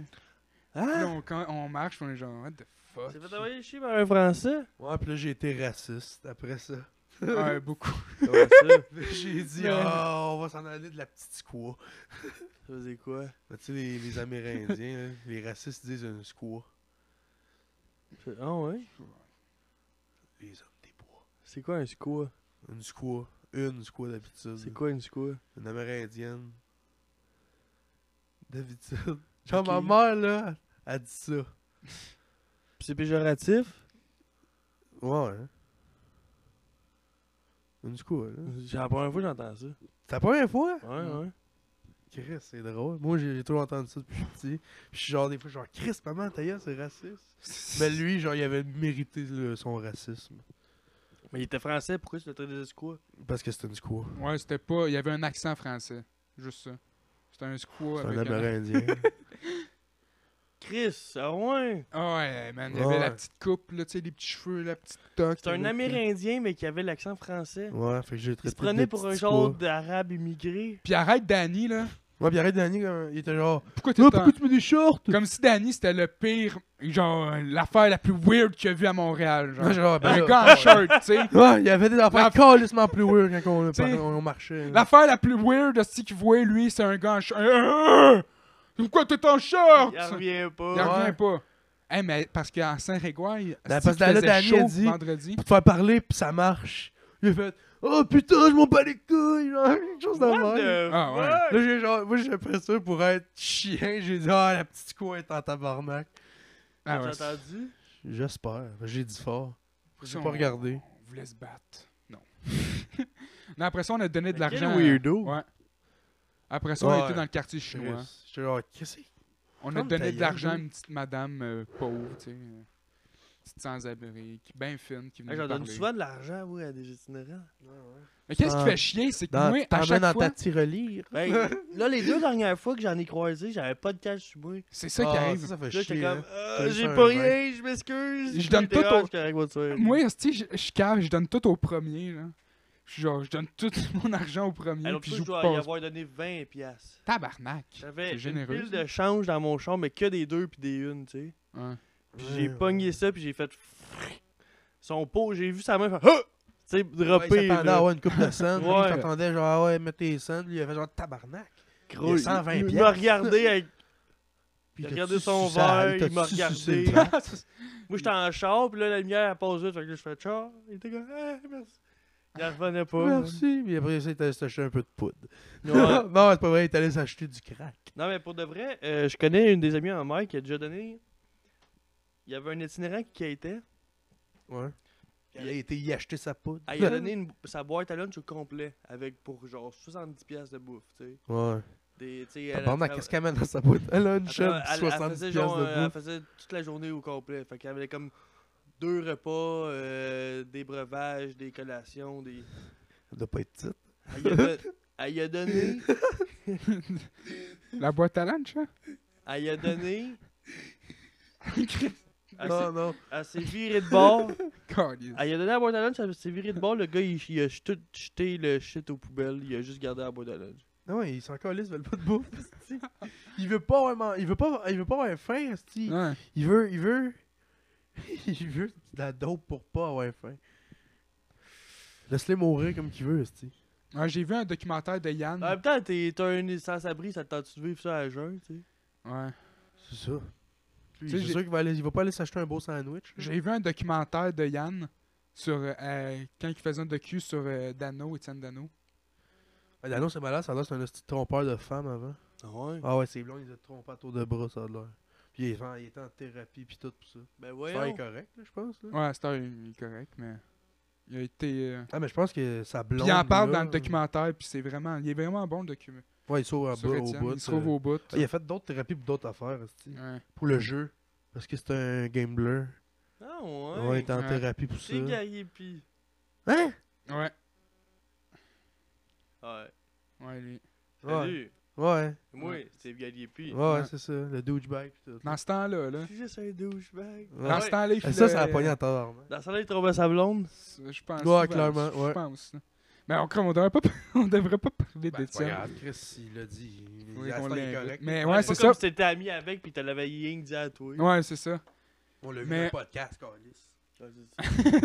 S1: là,
S3: Ah!
S1: on, quand on marche, puis on est genre, what the fuck?
S2: C'est fait envoyer chier par un français
S3: Ouais, puis là, j'ai été raciste après ça. (laughs)
S1: Ouais, beaucoup.
S2: Comment ça
S3: j'ai dit
S1: Mais-
S3: Ah, on va s'en aller de la petite squaw.
S2: Ça faisait quoi
S3: Mais tu sais, les, les Amérindiens,
S2: (laughs)
S3: là, les racistes disent une squaw.
S2: Je- Ah ouais
S3: Les hommes des bois.
S2: C'est quoi un squat
S3: Une squaw. Une squaw d'habitude.
S2: C'est quoi une squat
S3: Une Amérindienne. D'habitude. (laughs) Genre,
S2: Ok.
S3: ma mère, là, a dit ça.
S2: Puis C'est péjoratif
S3: Ouais. hein. Une squaw, là.
S2: C'est la première fois que j'entends ça.
S3: C'est la première fois?
S2: Ouais,
S1: Mm.
S2: ouais.
S3: Chris, c'est drôle. Moi, j'ai j'ai toujours entendu ça depuis que je suis petit. Puis je suis genre, des fois, genre, Chris, maman, ta gueule, c'est raciste.
S1: (laughs)
S3: Mais lui, genre, il avait mérité le- son racisme.
S2: Mais il était français, pourquoi tu le traites de squat
S3: Parce que c'était une squaw.
S1: Ouais, c'était pas. Il y avait un accent français. Juste ça. C'était un
S3: C'est
S1: squat
S3: un
S1: avec. un-
S3: amérindien.
S2: (laughs) Chris, ah ouais!
S1: Ah ouais, man. Il y avait
S3: Ouais.
S1: la petite coupe, là, tu sais, les petits cheveux, la petite toque.
S2: C'est un
S1: là,
S2: Amérindien, mais qui avait l'accent français.
S3: ouais, fait que j'ai
S2: Il
S3: traité
S2: se prenait
S3: de
S2: pour
S3: petit
S2: un
S3: squaw.
S2: genre d'arabe immigré.
S1: Puis arrête Danny, là.
S3: Ouais, puis arrête, Danny, comme- il était genre.
S1: Pourquoi t'es
S3: Là,
S1: tant-
S3: pourquoi tu mets des shorts?
S1: Comme si Danny c'était le pire, genre, l'affaire la plus weird qu'il a vue à Montréal. Genre.
S3: Ouais, genre, ben
S1: un
S3: là,
S1: gars en shirt, tu sais.
S3: Ouais, il y avait des affaires
S1: La-
S3: calissement plus weird quand on,
S1: Tu sais,
S3: on marchait. là.
S1: L'affaire la plus weird aussi qu'il voyait, lui, c'est un gars en shirt. Euh, Pourquoi t'es en short?
S2: Il en revient pas.
S1: Oh! Il revient
S3: Ouais. Ben,
S1: pas. Hey, mais parce qu'en Saint-Régoire,
S3: parce
S1: c'est
S3: que
S1: qu'il
S3: là,
S1: faisait
S3: Danny a
S1: chaud
S3: dit-
S1: vendredi.
S3: Pour te faire parler, pis ça marche. Il a fait Oh putain, je m'en bats les couilles! Genre, (laughs) quelque chose de
S2: What
S3: même.
S2: the
S1: Ah ouais.
S2: fuck?
S3: Là, j'ai genre, moi, j'ai fait ça pour être chien. J'ai dit, ah, la petite quoi est en tabarnak.
S1: Ah
S2: T'as
S1: ouais,
S2: entendu?
S3: J'espère. J'ai dit fort. J'ai
S1: on-
S3: pas regardé.
S1: On voulait se battre. Non. (laughs) Mais après ça, on a donné de
S2: Mais quel
S1: l'argent.
S2: weirdo.
S1: Ah. Ouais. Après ça, on
S3: Ouais.
S1: était dans le quartier
S3: Chris.
S1: chinois.
S3: J'étais genre, qu'est-ce que c'est?
S1: On a
S3: Ferme ta
S1: donné de
S3: gueule,
S1: l'argent à
S3: dude.
S1: une petite madame euh, pauvre, tu sais. petite sans-abri, qui bien fine, qui venait
S2: Hey, J'en
S1: nous
S2: donne
S1: parler.
S2: souvent de l'argent, oui, à
S1: (laughs)
S2: des itinérants.
S3: Ouais, ouais.
S1: Mais qu'est-ce qui
S2: dans-
S1: fait chier, c'est que
S3: Dans,
S1: moi, à
S3: t'en mets
S1: chaque
S3: dans
S1: fois,
S3: ta tirelire.
S2: Hey, Ben, là, les deux dernières fois que j'en ai croisé, j'avais pas de cash sur moi.
S1: c'est ça qui
S3: Ah,
S1: arrive.
S3: Ça, ça fait
S2: Là,
S3: chier.
S2: j'étais comme,
S3: hein.
S2: Ah,
S3: T'as
S2: j'ai
S3: juste
S2: pas
S3: un
S2: rien, je m'excuse.
S1: Je donne pas ton-
S2: ton.
S1: Moi, hostie, je, je cave, je donne tout au premier, là. Je suis genre, je donne tout (laughs) mon argent au premier,
S2: Alors,
S1: puis
S2: plus,
S1: je
S2: je
S1: joue
S2: dois y
S1: pas.
S2: avoir donné 20 piastres.
S1: Tabarnak.
S2: J'avais
S1: C'est
S2: une
S1: généreux,
S2: pile
S1: ça.
S2: de change dans mon champ, mais que des deux puis des une, tu sais.
S1: Ouais.
S2: Puis j'ai
S3: Ouais,
S2: pogné ça, puis j'ai fait... Son pot, j'ai vu sa main faire... Ah! Tu sais,
S3: Ouais, il
S2: dropper,
S3: s'attendait à
S2: là.
S3: avoir une coupe
S1: (laughs)
S3: de scènes.
S2: Ouais.
S3: Il s'attendait genre, ah ouais, mets tes scènes. Lui, il avait genre tabarnak.
S2: Gros,
S3: il y a 120
S2: il- il m'a
S3: piastres.
S2: regardé avec...
S3: Puis
S2: Il a
S3: t'as-tu
S2: regardé son
S3: sucé à-
S2: verre, il
S3: t'as-tu
S2: m'a
S3: sucé
S2: regardé.
S3: le
S2: (laughs)
S3: bras?
S2: Moi, j'étais en char, puis là, la lumière, elle passe vite. Fait que là, je fais char. Il était comme, ah, merci. Il en revenait pas.
S3: Merci. Puis après ça, il t'allait s'acheter un peu de poudre.
S2: Ouais.
S3: (laughs) non, c'est pas vrai, il t'allait s'acheter du crack.
S2: Non, mais pour de vrai, euh, je connais une des amies en mer qui a déjà donné. Il y avait un itinérant qui était.
S3: Ouais. Il
S2: Il-
S3: a été y acheter sa poudre.
S2: Elle lui Ah, a donné une- sa boîte à lunch au complet, avec pour genre 70$ piastres de bouffe, tu sais.
S3: (laughs) Ouais.
S2: Des- tu sais, elle-
S3: Tabarnak,
S2: elle-
S3: qu'est-ce qu'elle met dans sa poudre? Elle a une
S2: elle-
S3: chaîne
S2: elle-
S3: de
S2: elle
S3: 70
S2: faisait
S3: pièces
S2: genre, euh,
S3: de
S2: Elle
S3: bouffe.
S2: faisait toute la journée au complet. Fait qu'elle avait comme deux repas, euh, des breuvages, des collations, des.
S3: Elle doit pas être petite.
S2: Elle y a, don-
S3: (laughs)
S2: elle y a donné.
S1: La boîte à lunch, (laughs) hein?
S2: Elle y a
S3: (laughs)
S2: donné. Elle s'est-
S3: Non, non.
S2: elle s'est virée de bord.
S1: Câlisse.
S2: Elle y a donné la boîte à lunch, elle s'est virée de bord. Le gars, il, il a j- tout jeté le shit aux poubelles. Il a juste gardé la boîte à lunch.
S3: Non, il s'en calisse, il veut pas de bouffe. esti. il veut pas vraiment. Il veut pas, il veut pas avoir faim, esti.
S1: Ouais.
S3: Il veut. Il veut. (laughs) Il veut de la dope pour pas avoir faim. Laisse-les mourir comme qu'il veut, esti.
S1: Ouais, J'ai vu un documentaire de
S3: Mm.
S1: Yann.
S2: En même temps, t'es t'es un sans-abri, ça te tente de vivre ça à jeun, tu sais.
S1: Ouais.
S3: C'est ça. Lui,
S1: Tu sais,
S3: C'est
S1: j'ai-
S3: sûr qu'il va, aller- il va pas aller s'acheter un beau sandwich. là.
S1: J'ai vu un documentaire de Yann sur euh, euh, quand il faisait un docu sur euh, Dano, Étienne Dano.
S3: Ah, Dano, c'est malade, ça a l'air, c'est un esti de trompeur de
S1: (laughs)
S3: femme avant.
S2: Ouais.
S3: Ah ouais, c'est blond, il a trompé à tour de bras, ça a l'air. Puis il est, en- il est en thérapie, puis tout, pour ça.
S2: Ben
S3: C'est
S2: voyons.
S3: pas correct, là, je pense. là.
S1: Ouais, c'était il est correct, mais il a été. euh,
S3: Ah, mais je pense que sa
S1: Puis
S3: blonde.
S1: il en parle
S3: là,
S1: dans le documentaire, puis c'est vraiment. Il est vraiment bon le document.
S3: Ouais, il sauve à
S1: Sur
S3: bas, au
S1: Étienne,
S3: bout.
S1: il se trouve
S3: euh.
S1: au bout.
S3: Ah, Il a fait d'autres thérapies pour d'autres affaires, esti.
S1: Ouais.
S3: Pour le jeu. Parce que c'est un gambler.
S2: Ah
S3: Ouais,
S2: ouais.
S3: il est en
S1: Ouais.
S3: thérapie pour ça.
S2: c'est guerrier pis.
S3: Hein?
S1: Ouais,
S2: Ouais.
S1: ouais, lui.
S3: Ouais.
S2: Salut.
S3: Ouais.
S2: Moi,
S1: Ouais.
S2: c'est guerrier pis.
S3: Ouais,
S1: Ouais.
S3: c'est ça. Le douchebag, pis tout.
S1: Dans ce temps-là, là.
S2: Je suis juste un douchebag.
S3: Ouais.
S1: Dans ce temps-là, il
S3: Et ça,
S1: filait-
S3: ça a pogné en tard, man.
S2: Dans ça, là, il trouvait sa blonde.
S1: Ça, Je pense.
S3: Ouais,
S1: souvent,
S3: clairement,
S1: je-
S3: ouais.
S1: Je pense. là. Mais on, on devrait pas, (laughs) on devrait pas
S3: Ben,
S1: parler d'Étienne.
S3: Chris, il l'a dit. Il
S1: Oui,
S3: il-
S1: qu'on
S3: c'est
S1: l'invite.
S3: correct.
S1: Mais ouais, c'est
S2: pas
S1: ça.
S2: comme si t'étais ami avec pis t'as la veille dit à toi.
S1: Ouais, c'est ça.
S3: On l'a vu
S1: Mais-
S3: dans le podcast, Carlis.
S2: Ouais, Ah, c'est ça.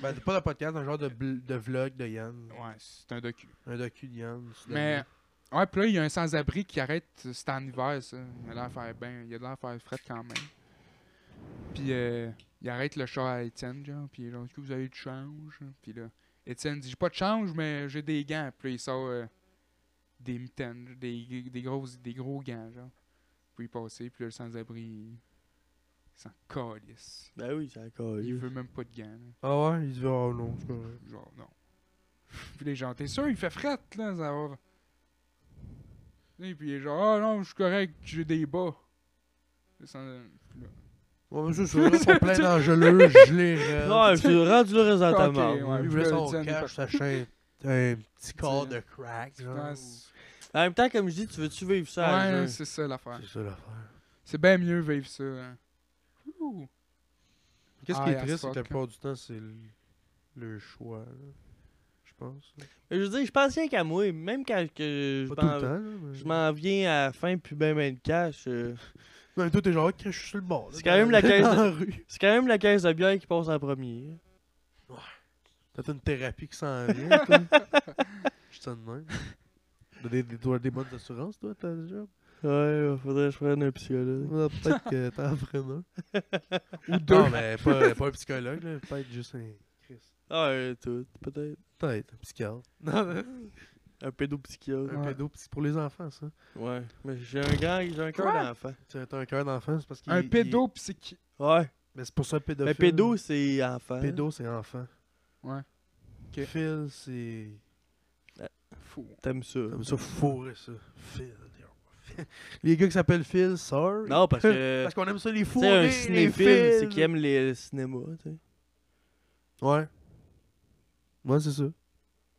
S3: Ben, c'est pas dans le podcast, un genre de, bl- de vlog de Yann.
S1: Ouais, c'est un docu.
S3: Un docu de Yann.
S1: Mais. Ouais, puis là, il y a un sans-abri qui arrête. euh, C'est en hiver, ça. Il a l'air de faire bien. Il a l'air de faire fret quand même. Puis euh, il arrête le chat à Étienne, genre. Puis genre, est-ce que vous avez du change? Puis là, Étienne dit J'ai pas de change, mais j'ai des gants. Puis là, il sort euh, des mitaines, des, des, grosses, des gros gants, genre. Puis il passe, puis là, le sans-abri, il, il s'en calisse.
S2: Ben oui, c'est encore.
S1: Il veut même pas de gants, là.
S3: Ah ouais, il se dit, oh non, c'est correct.
S1: Genre, non. puis les gens, t'es sûr, il fait fret, là, ça va. Et puis il est genre, ah non, je suis correct, j'ai des bas. Sans- puis là,
S3: Ouais, mais c'est (laughs) ça, ils sont plein d'engeleux, gelés.
S2: Non, Ah, je suis rendu le reste dans ta
S1: Ok,
S2: marde.
S1: ouais.
S3: Il voulait son
S1: Étienne, il
S3: cash, s'acheter un un (laughs) petit corps de crack,
S1: je
S3: genre.
S1: pense-
S2: En même temps, comme je dis, tu veux-tu vivre ça à jeun?
S1: Ouais, c'est ça l'affaire.
S3: C'est ça l'affaire.
S1: C'est bien mieux vivre ça. hein. Ouh.
S3: Qu'est-ce
S1: Ah,
S3: qui
S1: et
S3: est
S1: à
S3: triste,
S1: ce
S3: c'est que la
S1: fuck,
S3: plupart du temps, c'est le, le choix, là. je pense.
S2: Mais Je veux dire, je pense rien qu'à moi, même quand que je
S3: Pas tout le
S2: m'en-
S3: temps, là, mais...
S2: je m'en viens à la fin puis ben ben de cash. euh,
S3: Mais toi, t'es genre, Ok, je suis sur le bord. là,
S2: C'est quand même la
S3: dans
S2: caisse de-
S3: la rue.
S2: C'est quand même la caisse de bière qui passe en premier. hein.
S3: T'as une thérapie qui s'en vient, toi. Je suis ça de même. T'as des, des, t'as des bonnes assurances, toi, t'as déjà?
S2: Ouais, faudrait que je prenne un psychologue.
S3: Ouais, Peut-être que t'en prennes un.
S1: Ou deux.
S3: (laughs) Non, Ah, mais pas, pas un psychologue, là. Peut-être juste un.
S2: Ah, ouais, tout, peut-être.
S3: Peut-être un psychiatre.
S2: Un pédopsychiatre.
S3: Un
S1: Ouais.
S3: pédopsy pour les enfants, ça.
S2: Ouais, mais j'ai un grand, j'ai un cœur
S1: Quoi?
S2: d'enfant.
S3: Tu as un cœur d'enfant, c'est parce qu'il.
S1: Un
S3: il-
S1: pédo psychi.
S2: Ouais.
S3: Mais c'est pour ça pédophile.
S2: Mais pédo, c'est hein? enfant.
S3: Pédo, c'est enfant.
S1: Ouais. Ok.
S3: Phil, c'est.
S1: Fou.
S2: T'aimes ça.
S3: Comme ça, fourré, ça. Phil. yo, (laughs) Phil. les gars qui s'appellent Phil, sorry.
S2: Non, parce
S1: (laughs)
S2: que.
S3: (laughs) Parce qu'on aime ça, les fous.
S2: Tu sais, un cinéphile, c'est qui aime les, le cinéma, tu sais.
S3: Ouais. Ouais, c'est ça.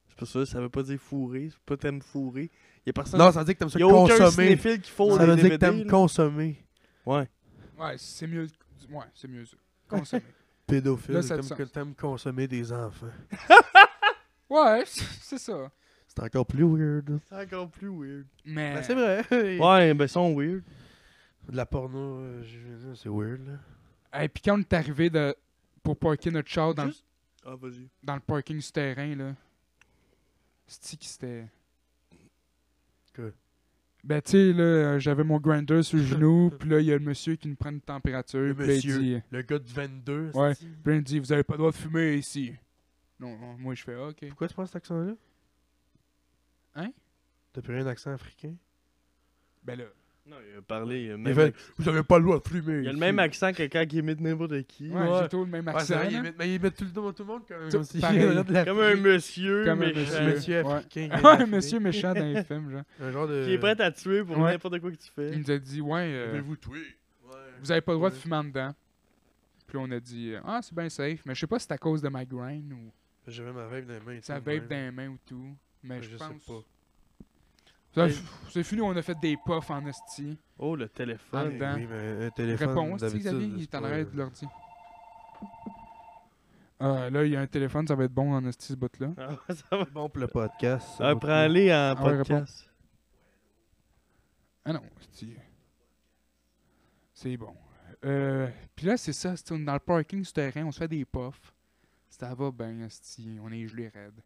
S2: C'est pour ça, ça veut pas dire fourré, c'est pas t'aimes fourré. Y a personne.
S3: Non, ça veut dire que t'aimes ça
S2: y a aucun
S3: consommer.
S2: cinéphile qui faut
S3: Ça
S2: des
S3: veut dire que
S2: DVD.
S3: t'aimes
S2: là.
S3: consommer.
S2: Ouais.
S1: Ouais, c'est mieux. Ouais, c'est mieux
S3: (laughs)
S1: ça. Consommer.
S3: Pédophile,
S1: Là, ça a du
S3: t'aimes que
S1: sens.
S3: t'aimes consommer des enfants.
S1: ouais, c'est ça.
S3: C'est encore plus weird.
S2: C'est encore plus weird.
S1: Mais.
S3: Ben, c'est vrai.
S2: Ouais, ben, ils sont weird.
S3: De la porno, euh, je veux dire, c'est weird, là.
S1: Hey, puis quand on est arrivé de... pour parker notre char dans,
S2: Juste- Ah, vas-y.
S1: dans le parking souterrain, là. cest qui c'était.
S3: Quoi?
S1: Ben, tu sais, là, euh, j'avais mon grinder sur le
S3: (laughs)
S1: genou, puis là, il y a le monsieur qui me prend une température,
S3: Le
S1: puis là, il
S3: monsieur.
S1: dit,
S3: Le gars de 22.
S1: Ouais.
S3: c'est-
S1: puis là, il dit, vous avez pas le droit de fumer ici. Non, non, moi, je fais, Ah, ok.
S3: Pourquoi tu prends cet accent-là?
S1: Hein?
S3: T'as plus rien d'accent africain?
S1: Ben là,
S2: Non, il a parlé. Il a,
S3: Mais
S2: même
S3: fait,
S2: ac-
S3: vous avez pas le droit de fumer.
S2: il a le
S3: ici.
S2: même accent que quand il imite n'importe qui.
S1: ouais,
S3: ouais.
S1: j'ai tout le même
S3: Ouais,
S1: accent.
S3: c'est vrai, il
S1: hein.
S3: met- mais il met tout le temps tout le monde comme,
S1: Tout
S3: comme si
S1: pareil.
S3: il avait de la-
S2: Comme un monsieur,
S1: Comme un
S2: mais euh,
S1: monsieur.
S3: monsieur
S1: Ouais.
S3: africain. qui a de
S1: Ouais,
S3: la
S1: monsieur méchant dans les films, genre.
S3: fumée. Un genre de.
S2: qui est prêt à tuer pour
S1: Ouais.
S2: n'importe quoi que tu
S1: Il
S2: fais.
S1: nous a dit, ouais, euh,
S3: Avez-vous tué? Ouais.
S1: vous avez pas le droit de fumer en dedans. Puis on a dit, ah, c'est bien safe, mais je sais pas si c'est à cause de ma grind ou
S3: J'avais ma vape dans les mains. et
S1: ça
S3: tout,
S1: vape
S3: ouais.
S1: dans les mains ou tout. Mais
S3: Ouais,
S1: je,
S3: je sais
S1: pense.
S3: pas.
S1: Ça,
S2: Mais-
S1: pff, C'est fini, on a fait des puffs en esti.
S2: Oh, le
S1: Ah,
S2: téléphone.
S1: mais- dedans.
S3: Oui, mais un téléphone.
S1: Réponse, si
S3: d'habitude,
S1: Xavier, il
S3: c'est
S1: est en
S3: pas-
S1: arrêt de l'ordi. Ah, là, il y a un téléphone, ça va être bon en esti ce bout-là.
S2: Ah, (laughs) ça va.
S3: C'est bon pour le podcast. ça,
S2: Ah,
S3: votre-
S2: Prends-les en
S1: ouais, réponds.
S2: podcast.
S1: Ah non, esti. C'est bon. Euh, Puis là, c'est ça, c'est on est dans le parking souterrain, on se fait des puffs. Ça va bien, esti, on est gelé raide.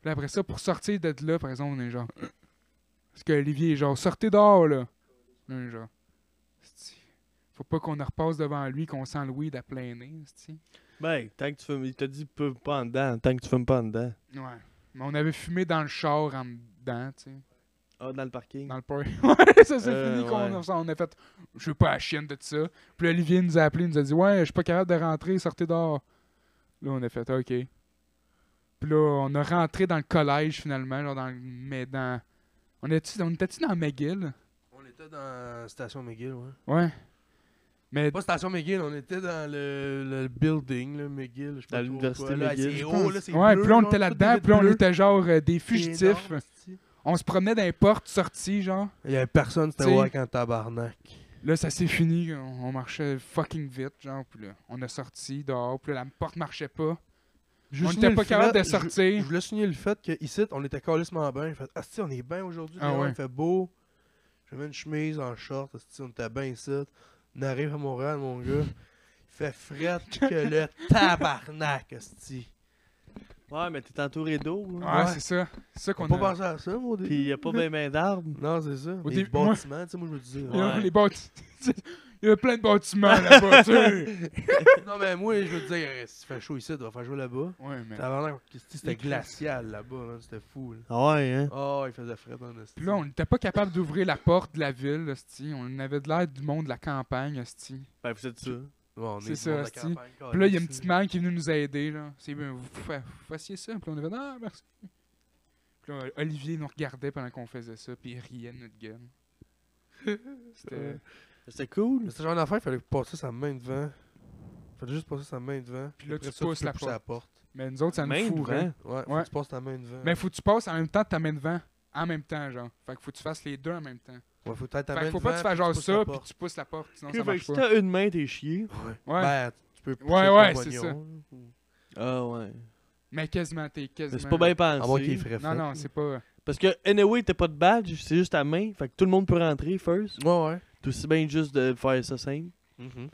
S1: Puis après ça, pour sortir de là, par exemple, on est genre... (clears throat) Parce que Olivier est genre, sortez dehors, là! Là, on est genre... esti, Faut pas qu'on repasse devant lui, qu'on sent le weed à plein nez, esti.
S2: Ben, tant que tu fumes. Il t'a dit peu- pas en dedans. Tant que tu fumes pas en dedans.
S1: Ouais. Mais on avait fumé dans le char en dedans, tu sais.
S2: Ah, dans le parking.
S1: Dans le parc. (laughs) ouais, ça c'est
S2: Euh,
S1: fini qu'on
S2: ouais.
S1: a- ça, on a fait. Je veux pas la chienne de tout ça. Puis là, Olivier nous a appelé, il nous a dit Ouais, je suis pas capable de rentrer, sortez dehors. Là, on a fait OK. Puis là, on a rentré dans le collège finalement, genre dans le. Mais dans. On était-tu on était dans McGill
S3: On était dans Station McGill, ouais.
S1: Ouais. Mais
S3: Pas Station McGill, on était dans le, le building, là, McGill. Je sais pas
S2: Dans
S3: trop
S2: l'université
S3: quoi, là,
S2: McGill,
S3: C'est
S2: je
S3: haut,
S2: pense.
S3: là, c'est
S1: Ouais,
S3: bleu,
S1: puis là, on
S3: genre,
S1: était
S3: tout
S1: là-dedans,
S3: vide
S1: puis là, on
S3: bleu.
S1: était genre euh, des
S3: C'est
S1: fugitifs.
S3: énorme, c'est-tu.
S1: On se promenait dans les portes sorties, genre.
S3: Il y avait personne, c'était
S1: T'sais.
S3: wack en tabarnak.
S1: Là, ça s'est fini. On on marchait fucking vite, genre. Puis là, on a sorti dehors. Puis là, la porte marchait pas.
S3: Je
S1: on
S3: voulais
S1: n'était
S3: souligner
S1: pas
S3: le
S1: capable
S3: fait-
S1: de
S3: je-
S1: sortir.
S3: Je voulais souligner le fait qu'ici, on était calissement bien. Fait, ah, si, on est bien aujourd'hui.
S1: Ah
S3: dehors,
S1: ouais.
S3: Il fait beau. J'avais une chemise en short. asti, on était bien ici. On arrive à Montréal, mon gars. Il
S1: (laughs)
S3: fait fret que le tabarnak, asti.
S2: Ouais, mais t'es entouré d'eau.
S1: Ouais,
S2: là.
S1: c'est ça. C'est ça
S3: Faut
S1: qu'on
S3: pas
S1: a.
S3: penser à ça, mon
S2: Pis
S3: dé.
S2: y a pas ben ben d'arbres.
S3: Non, c'est ça. Mais Les
S1: début, moi-
S3: bâtiments, tu sais, moi, je me disais.
S1: Il y a-
S2: Ouais.
S1: Les bâti- (laughs) Il y a plein de bâtiments là-bas, tu
S3: (laughs)
S1: sais.
S3: non, mais moi, je me disais, eh, s'il fait chaud ici, tu vas faire jouer là-bas.
S1: Ouais, mais.
S3: Tabarnak, asti, c'était
S1: Les-
S3: glacial là-bas. hein, C'était fou. là.
S2: Ouais, hein.
S3: Oh, il faisait fret en asti.
S1: Puis là, on n'était pas capable d'ouvrir la porte de la ville, hostie. On avait de l'air du monde de la campagne, hostie.
S2: Ben, vous êtes sûr.
S3: Bon, on est
S1: c'est
S3: du
S1: ça,
S3: monde de la
S1: asti.
S3: campagne,
S1: Puis là, il y a une
S3: calisse,
S1: petite man qui est venue nous aider, là. C'est bien, vous, fa- vous fassiez ça. Puis là, on avait ah, merci. Puis là, Olivier nous regardait pendant qu'on faisait ça, puis il riait de notre gueule.
S3: (laughs)
S1: C'était.
S2: C'était cool.
S3: Mais ce genre d'affaire, il fallait passer sa main devant. Il fallait juste passer sa main devant.
S1: Puis là,
S3: après
S1: tu
S3: ça,
S1: pousses
S3: peux
S1: la
S3: pousser
S1: Mais nous autres, ça hein. nous
S2: Même
S1: fourrait.
S2: devant.
S3: Ouais, faut
S1: Ouais.
S3: que tu passes ta main devant.
S1: Mais faut que tu passes en même temps que ta main devant. En même temps, genre. Fait que faut que tu fasses les deux en même temps.
S3: Ouais, faut que t'aies ta
S1: Fait
S3: main
S1: que faut
S3: devant,
S1: pas que tu fasses
S3: puis
S1: genre
S3: pousses
S1: ça,
S3: la
S1: puis
S3: porte.
S1: tu pousses la porte, sinon ça
S2: Fait que
S1: marche
S2: si
S1: pas.
S2: t'as une main, t'es chié.
S3: Ouais.
S1: Ouais.
S3: Ben, tu peux pousser
S1: Ouais,
S3: ton
S1: ouais, c'est
S3: pognon,
S1: ça.
S3: là.
S2: Ah ouais.
S1: Mais quasiment, t'es
S2: Mais
S1: quasiment.
S2: c'est pas bien pensé.
S3: À moins qu'il est frais.
S1: Non, non, c'est pas.
S2: Parce que, anyway, t'as pas de badge, c'est juste ta main. Fait que tout le monde peut rentrer first.
S3: Ouais, ouais.
S2: T'es aussi bien juste de faire ça simple.
S3: Mhm.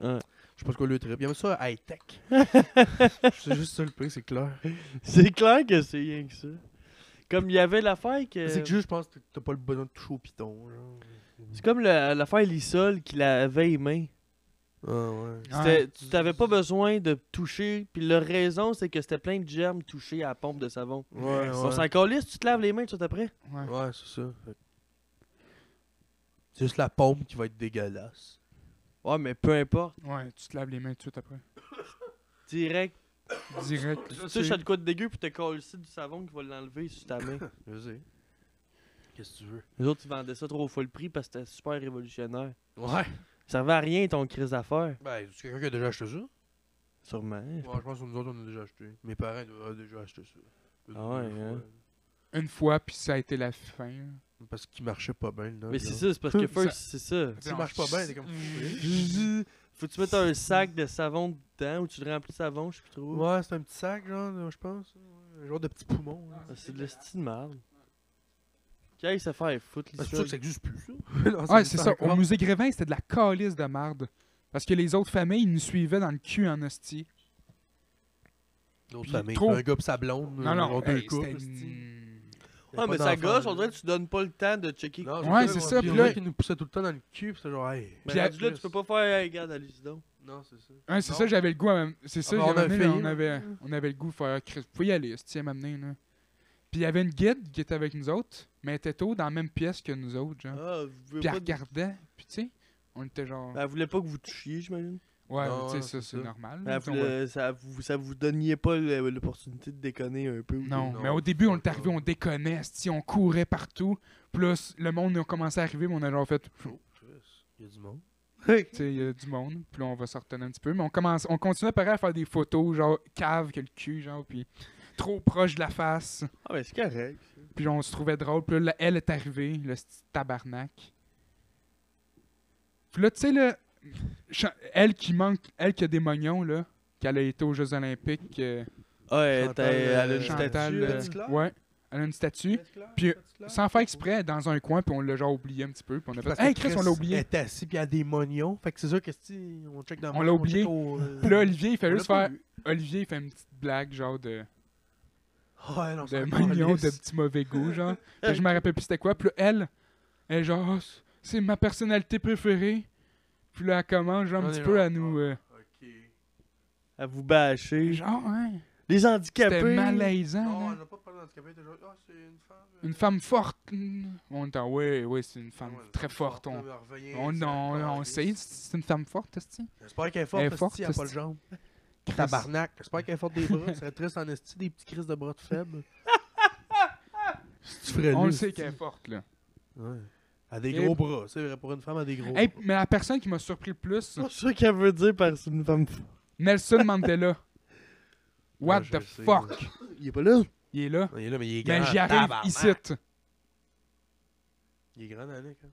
S2: Ouais.
S3: Je sais pas ce qu'on lui trip. Il aime ça (laughs) high-tech. c'est juste ça le prix, c'est clair.
S2: (laughs) C'est clair que c'est rien que ça. Comme il y avait l'affaire que.
S3: C'est que juste, je pense que t'as pas le besoin de toucher au piton. Genre.
S2: C'est comme le- l'affaire Lissol qu'il avait aimé.
S3: Ah, ouais.
S2: C'était- Tu t'avais pas besoin de toucher. Puis la raison, c'est que c'était plein de germes touchés à la pompe de savon.
S3: Ouais,
S2: On
S3: ouais.
S2: s'en calisse, tu te laves les mains tout après.
S1: Ouais.
S3: Ouais, c'est ça. Fait que- C'est juste la pompe qui va être dégueulasse.
S2: Ouais, mais peu importe.
S1: Ouais, tu te laves les mains tout de suite après.
S2: Direct.
S1: Direct.
S2: (coughs) Tu touches à de quoi de dégueu, puis te calisse du savon qui va l'enlever sur ta main.
S3: Je sais. Qu'est-ce que tu veux?
S2: Les autres, ils vendaient ça trop fois le prix parce que c'était super révolutionnaire.
S3: Ouais.
S2: Ça servait à rien ton crise d'affaires.
S3: Ben, c'est quelqu'un qui a déjà acheté ça?
S2: Sûrement.
S3: Ouais, je pense que nous autres, on a déjà acheté. Mes parents doivent déjà acheté ça. Une
S2: Ah ouais,
S3: ou deux
S2: hein?
S3: fois. euh,
S1: Une fois, puis ça a été la fin. là.
S3: Parce qu'il marchait pas bien, là.
S2: Mais c'est ça, c'est parce que
S1: Ça-
S2: first, c'est ça.
S3: S'il marche pas bien, t'es comme.
S2: Faut que tu mettes un sac de savon dedans ou tu le remplis de savon, je sais plus trop.
S3: Ouais, c'est un petit sac, genre, je pense. Un genre de petit poumon. hein. là.
S2: Ah, C'est de la style de merde. Qu'est-ce que ça fait foutre
S3: Ben, C'est
S2: l'histoire?
S3: sûr que ça existe plus, ça. (laughs) Non,
S1: Ouais,
S3: existe
S1: c'est ça.
S3: encore.
S1: Au musée Grévin, c'était de la calice de marde. Parce que les autres familles, ils nous suivaient dans le cul en hostie.
S3: D'autres
S1: Puis
S3: familles.
S1: trop-
S3: Un gars pis sa blonde.
S1: Non,
S3: là,
S1: non,
S3: ils ont deux
S1: hey,
S3: couples,
S1: c'était-
S3: esti.
S2: Ouais,
S3: Y a pas
S2: Ah, mais ça
S3: d'enfants,
S2: gosse, on
S3: là.
S2: dirait que tu donnes pas le temps de checker.
S3: Non,
S1: Ouais, c'est ça,
S3: Puis
S1: pis
S3: le
S1: là-
S3: mec, il nous poussait tout le temps dans le cul, pis c'est genre, hey. Ben,
S2: Mais
S1: Puis
S2: rendu là, tu peux pas faire, hey, regarde, allez donc.
S3: Non, c'est ça.
S1: Ouais, Hein, c'est
S3: Non.
S1: ça, j'avais le goût. à m'am- C'est ça,
S3: ben,
S1: j'avais
S3: on a
S1: amené, là,
S3: fait,
S1: on,
S3: là.
S1: avait, on avait le goût de faire. Chris, Vous pouvez y aller, tiens, m'amener, là. Puis il y avait une guide qui était avec nous autres, mais elle était tôt dans la même pièce que nous autres, genre.
S2: Ah, vous voulez
S1: Hein? puis elle
S2: pas. de-
S1: regardait, puis tu sais, on était genre.
S2: Ben, Elle voulait pas que vous touchiez, j'imagine.
S1: ouais,
S3: Ah, non,
S1: tu sais,
S3: ouais,
S1: ça,
S3: c'est
S1: c'est
S3: ça.
S1: normal.
S2: Ben,
S1: là,
S2: elle
S1: tu sais, on va-
S2: voulait- ça, vous, ça vous donniez pas le- l'opportunité de déconner un peu. ou-
S1: Non,
S3: Non,
S1: mais au début, on est
S3: c'est
S1: arrivé,
S3: pas-
S1: on déconnait, si on courait partout. Plus le monde a commencé à arriver, mais on a genre fait,
S3: Il y a du monde.
S1: tu sais, il y a du monde, puis là, on va se retenir un petit peu. Mais on commence, on continuait pareil à faire des photos, genre cave que le cul, genre, puis trop proche de la face.
S2: Ah, ben c'est correct. ça.
S1: Puis on se trouvait drôle. Puis là, la- elle est arrivée, le sti- tabarnak. Puis là, tu sais, là, cha- elle qui manque, elle qui a des mognons, là, qu'elle a été aux Jeux Olympiques. euh,
S2: Ah, elle, était-
S3: Chantal,
S2: elle a
S3: euh,
S2: une
S1: Chantal,
S2: statue.
S1: euh,
S2: là.
S3: Petit Claire?
S1: ouais, elle a une statue. Puis, Sans faire exprès, elle est dans un coin, puis on l'a genre oublié un petit peu. Puis on a
S3: Parce
S1: fait, hey
S3: que
S1: Chris, on l'a oublié.
S3: Elle était assise, puis il y a des mognons. Fait que c'est sûr que si on check euh, dans
S1: On l'a oublié. Puis là, Olivier, il fait juste faire.
S3: Ouais,
S1: Olivier, il fait une petite blague, genre de.
S3: non,
S1: de
S3: c'est
S1: mignon, de petit mauvais goût,
S3: (laughs)
S1: genre. Fait que je me rappelle plus c'était quoi. Puis là, elle, elle est genre, Ah, c'est- c'est ma personnalité préférée. Puis là, elle commence genre un
S3: On
S1: petit
S3: est
S1: peu
S3: genre, ah.
S1: à nous. euh,
S3: Ok.
S2: À vous bâcher.
S1: genre, hein.
S2: Les
S1: C'était
S2: handicapés.
S1: malaisant.
S3: Oh, Non,
S1: là.
S3: on a pas parlé d'handicapé. T'es genre, ah, c'est une femme.
S1: Une femme forte. hmm. On est en, ouais, ouais, c'est une femme très forte. On, on, on, on sait, c'est une femme forte, est
S3: J'espère qu'elle
S1: Elle
S3: est
S1: est
S3: forte, parce
S1: forte,
S3: qu'elle a pas le
S1: esti.
S3: jambe. Tabarnak. J'espère qu'elle est forte des bras. Elle serait triste en esti, des petits crises de bras
S1: (laughs)
S3: de faible. Si tu ferais
S1: On le
S3: lui,
S1: sait Eh
S3: esti.
S1: qu'elle est forte, là.
S3: Ouais. Elle a des
S1: Et-
S3: gros bras. C'est vrai, pour une femme, elle a des gros
S1: Hey, mais la personne qui m'a surpris le plus,
S3: (laughs)
S2: Je suis sûr qu'elle veut dire par c'est une femme.
S1: Nelson Mandela. What
S3: Ouais, Ah, je
S1: the
S3: le sais,
S1: fuck?
S2: Il est pas là.
S1: Il est là.
S3: bras. Il est là, mais il est grand.
S1: Ben, j'y arrive
S3: tabarnak.
S1: ici.
S3: Il est grand, Alec. hein.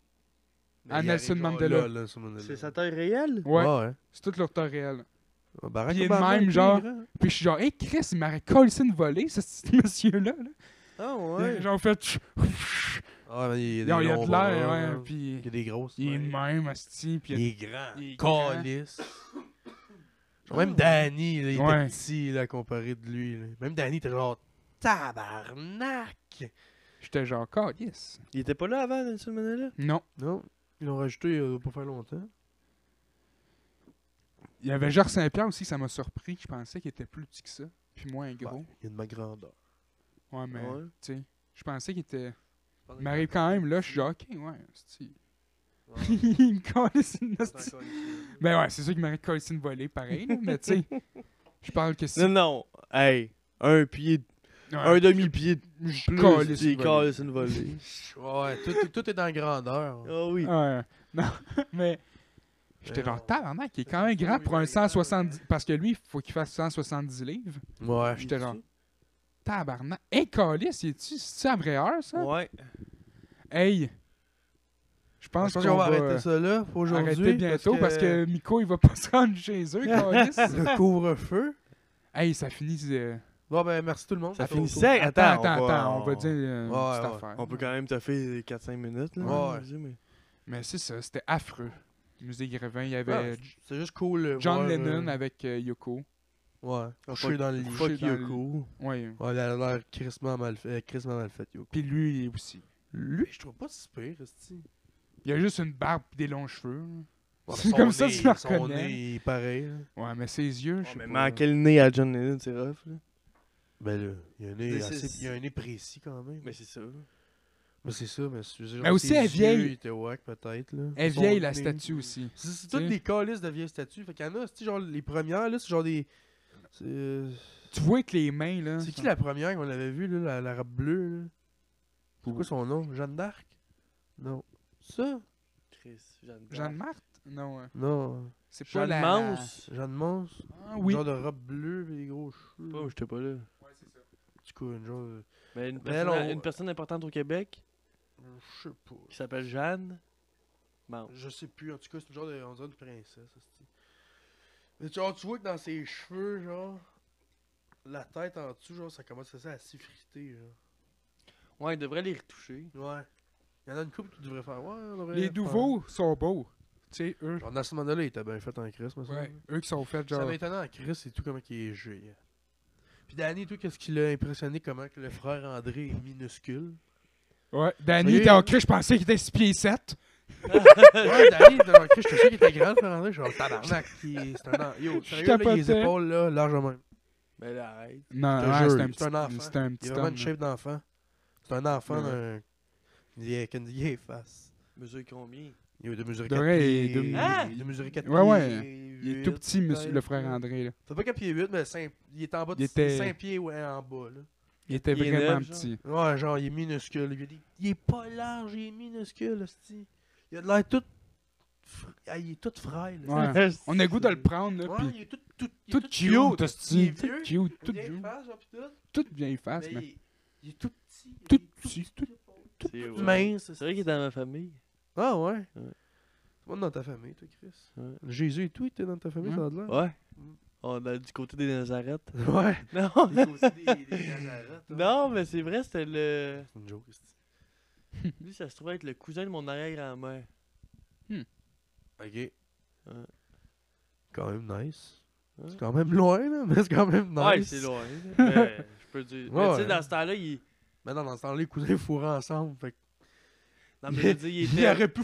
S3: Mais
S1: Ah,
S3: il
S1: Nelson
S3: arrive, genre,
S1: Mandela.
S3: là, là, Nelson Mandela.
S2: C'est sa taille réelle.
S1: Ouais,
S3: ouais.
S1: c'est tout leur temps réel.
S3: Ah, Barack
S1: Puis il est de
S3: Obama,
S1: même,
S3: était
S1: genre-
S3: grand.
S1: Puis je suis genre, hey Chris, il m'aurait collé une volée, ce petit (laughs) monsieur-là. là.
S2: Ah ouais.
S1: Genre, fait,
S3: Ah, mais il
S1: il a il a
S3: longs
S1: de
S3: bras,
S1: l'air, ouais.
S3: là.
S1: Puis
S3: Il a des grosses.
S1: il est de
S3: mains.
S1: même, Asti. Puis il a-
S3: Il est grand.
S1: il est grand.
S3: Calice. Genre, Même Danny, là, il
S1: Ouais.
S3: était petit, là, comparé de lui. là. Même Danny était genre tabarnak.
S1: j'étais genre, yes.
S2: Il était pas là avant, Nelson Mandela.
S1: Non.
S3: Non, ils l'ont rajouté euh, pas faire longtemps.
S1: Il y avait Georges Saint-Pierre aussi, ça m'a surpris. Je pensais qu'il était plus petit que ça. Puis moins gros.
S3: Ouais, Bah, il est de ma grandeur.
S1: Ouais, mais,
S2: Ouais.
S1: tu sais, je pensais qu'il était. Il m'arrive quand même, là, je suis genre, ok, ouais, Asti.
S3: Ouais,
S1: (laughs) il me collait une
S3: c'est
S1: hostie.
S3: encore ici.
S1: Ben ouais, c'est sûr qu'il m'aurait collé une volée, pareil, là, mais tu sais, je parle que si.
S2: Non, non. Hey. Un pied. Un
S1: Ouais,
S2: demi-pied de
S1: je
S2: plus.
S1: collais
S2: puis
S1: une
S2: Il
S1: volée.
S2: calisse une volée.
S3: Ouais, tout, tout est dans (laughs) grandeur.
S2: Ah oui.
S1: Ouais. (laughs) Non, mais. J'étais
S3: Ben non.
S1: genre, tabarnak, il est quand même grand pour un 170. Parce que lui, il faut qu'il fasse 170 livres.
S3: Ouais.
S1: J'étais genre, tabarnak. Hey, Calis, c'est-tu c'est-tu à vraie heure, ça?
S2: Ouais.
S1: Hey! Je
S3: Je
S1: pense qu'on
S3: pense qu'on va
S1: va euh,
S3: arrêter ça là pour
S1: arrêter
S3: aujourd'hui.
S1: bientôt parce que... Miko, il va pas se rendre chez eux, Calis.
S3: (laughs) Le couvre-feu.
S1: hey, ça finit. euh,
S3: Bon, ben, merci tout le monde.
S2: Ça
S3: finit
S2: finit sec.
S1: Attends,
S2: Attends,
S1: attends,
S2: on va-
S1: attends, on va dire euh,
S3: Ouais,
S1: une petite
S3: ouais.
S1: affaire.
S2: On peut quand même te faire 4-5 minutes.
S3: Ouais.
S2: Là, mais-
S1: Mais c'est ça, c'était affreux. Musée Grévin, il y avait
S3: Ouais, C'est juste cool. euh,
S1: John
S3: voir, euh,
S1: Lennon avec euh, Yoko.
S3: Ouais. Couché dans le lit.
S1: Couché
S2: Fuck
S1: dans le-
S2: Yoko.
S1: Ouais.
S3: Ouais, elle a l'air crissement mal fait. euh, crissement mal faite, Yoko.
S1: Puis lui aussi.
S3: Lui, je trouve pas si pire, Esti.
S1: Il a juste une barbe et des longs cheveux. là.
S3: Ouais,
S1: C'est
S3: son
S1: comme ça que
S3: nez-
S1: tu le
S3: Son
S1: reconnais.
S3: nez, il est pareil. hein. là.
S1: Ouais, mais ses yeux, je sais
S2: Mais
S1: pas.
S2: manquer le nez à John Lennon, c'est rough. Là.
S3: Ben là, il y a un nez,
S2: Mais c'est-
S3: assez- il y a un nez précis quand même.
S2: Mais c'est ça.
S3: Mais c'est ça, mais c'est genre
S1: Mais aussi,
S3: ses
S1: elle est vieille.
S3: yeux, Il était wack, peut-être. là.
S1: Elle est
S3: Son
S1: vieille, la
S3: nez.
S1: statue aussi.
S3: C'est- C'est
S1: Tu
S3: toutes
S1: sais.
S3: des calices de vieilles statues. Fait qu'il y en a, c'est genre les premières, là, c'est genre des. C'est euh,
S1: Tu vois que les mains, là.
S3: c'est qui
S1: sont-
S3: la première qu'on avait vue, là, la, la robe bleue, là C'est quoi son nom Jeanne d'Arc Non. Ça
S2: Chris, Jeanne d'Arc.
S1: Jeanne Marthe Non, euh,
S3: Non.
S1: c'est pas
S2: Jeanne
S1: la.
S2: Mance.
S3: Jeanne Mons
S1: Ah oui.
S3: Genre de robe bleue et des gros cheveux.
S2: Oh, j'étais pas là. Ben
S3: Du coup, une genre de.
S2: Mais une
S3: Mais
S2: personne,
S3: non.
S2: une personne importante au Québec
S3: Je sais pas.
S2: qui s'appelle Jeanne. Bon.
S3: Je sais plus, en tout cas, c'est une genre de. On dirait une princesse, hostie. Mais tu, genre, tu vois que dans ses cheveux, genre. La tête en dessous, genre, ça commence à, à s'effriter, genre.
S2: Ouais, il devrait les retoucher.
S3: Ouais. Il y en a une couple qui devrait faire. Ouais, on devrait
S1: Les
S3: faire.
S1: nouveaux sont beaux. Tu sais, eux.
S3: Genre, Nelson Mandela, il était bien fait en Chris, mais ça.
S1: Ouais, eux qui sont faits
S3: Ça
S1: genre.
S3: m'étonnait en Chris, c'est tout comment il est joué. Puis Danny, tout, qu'est-ce qui l'a impressionné, comment que le frère André est minuscule.
S1: Ouais,
S3: Ça
S1: Danny
S3: y est.
S1: était en crise, je pensais qu'il était 6 pieds 7.
S3: Ouais, Danny, t'as remarqué, je te sais qu'il était grand, frère André. Je suis genre, tabarnak, qui- c'est un an. Yo, sérieux, là, il a les
S1: capotais.
S3: épaules, là, largement.
S2: Mais là, arrête.
S1: Non,
S3: Je te
S1: ouais,
S3: jure,
S1: c'était un
S3: c'est un
S1: petit
S3: enfant.
S1: C'était un
S3: Il
S1: petit
S3: a vraiment
S1: homme.
S3: une shape d'enfant. C'est un enfant
S1: Ouais.
S3: d'un. Il a une vieille face.
S2: Mesure combien
S3: Il a de mesure
S1: De
S3: 4
S1: vrai,
S3: pieds.
S1: il est deux-
S2: Hein?
S3: Il a de mesure 4
S1: Ouais, ouais.
S3: pieds,
S1: Il est tout
S3: huit.
S1: petit, monsieur, le
S3: peut-être,
S1: frère
S3: là.
S1: André. Là.
S3: Fait pas 4 pieds 8, mais cinq- il est en bas de
S1: Il était-
S3: 5 pieds ouais, en bas, là.
S1: Il était
S2: Il est
S1: vraiment
S2: neuf, genre.
S1: petit.
S3: Ouais, genre, il est minuscule. Il, est- il est pas large, il est minuscule, hostie. Il a de l'air tout. fr- ah, il est tout frêle. hostie.
S1: Ouais.
S2: (laughs)
S1: On a le goût de le prendre, là,
S3: Ouais,
S1: pis
S3: il est tout. tout, il est
S1: tout cute, hostie.
S3: Il est vieux.
S1: Tout cute, tout
S3: Il est
S1: vieux.
S3: face, genre, pis tout.
S1: Toute vieille face,
S3: Mais
S1: mais.
S3: il, il est tout petit.
S1: Tout
S3: il est
S1: petit,
S3: Tout
S2: C'est vrai.
S3: mince.
S2: C'est vrai qu'il est dans ma famille.
S3: Ah ouais?
S2: Ouais.
S3: C'est pas dans ta famille, toi, Chris.
S2: Ouais.
S3: Jésus et tout, il était dans ta famille,
S1: Ouais.
S3: ça a de l'air.
S2: Ouais.
S3: Mm.
S2: On est du côté des Nazareth.
S1: (laughs)
S3: Ouais.
S2: (laughs) Non. (laughs)
S3: Il aussi des, des Nazareth, hein.
S2: non, mais c'est vrai, c'était le.
S3: C'est une joke, hostie.
S2: Lui, ça se trouvait être le cousin de mon arrière-grand-mère.
S3: Ok.
S2: Ouais.
S3: Quand même nice.
S2: Ouais.
S3: C'est quand même (laughs) loin, là, mais c'est quand même nice.
S2: Ouais, c'est loin. (laughs) là. Mais je peux dire. mais tu sais,
S3: Ouais.
S2: dans ce temps-là, il.
S3: Maintenant, dans ce temps-là, les cousins fourraient ensemble. Fait que
S2: Non, mais je veux dire, il
S3: (laughs) il
S2: était.
S3: aurait pu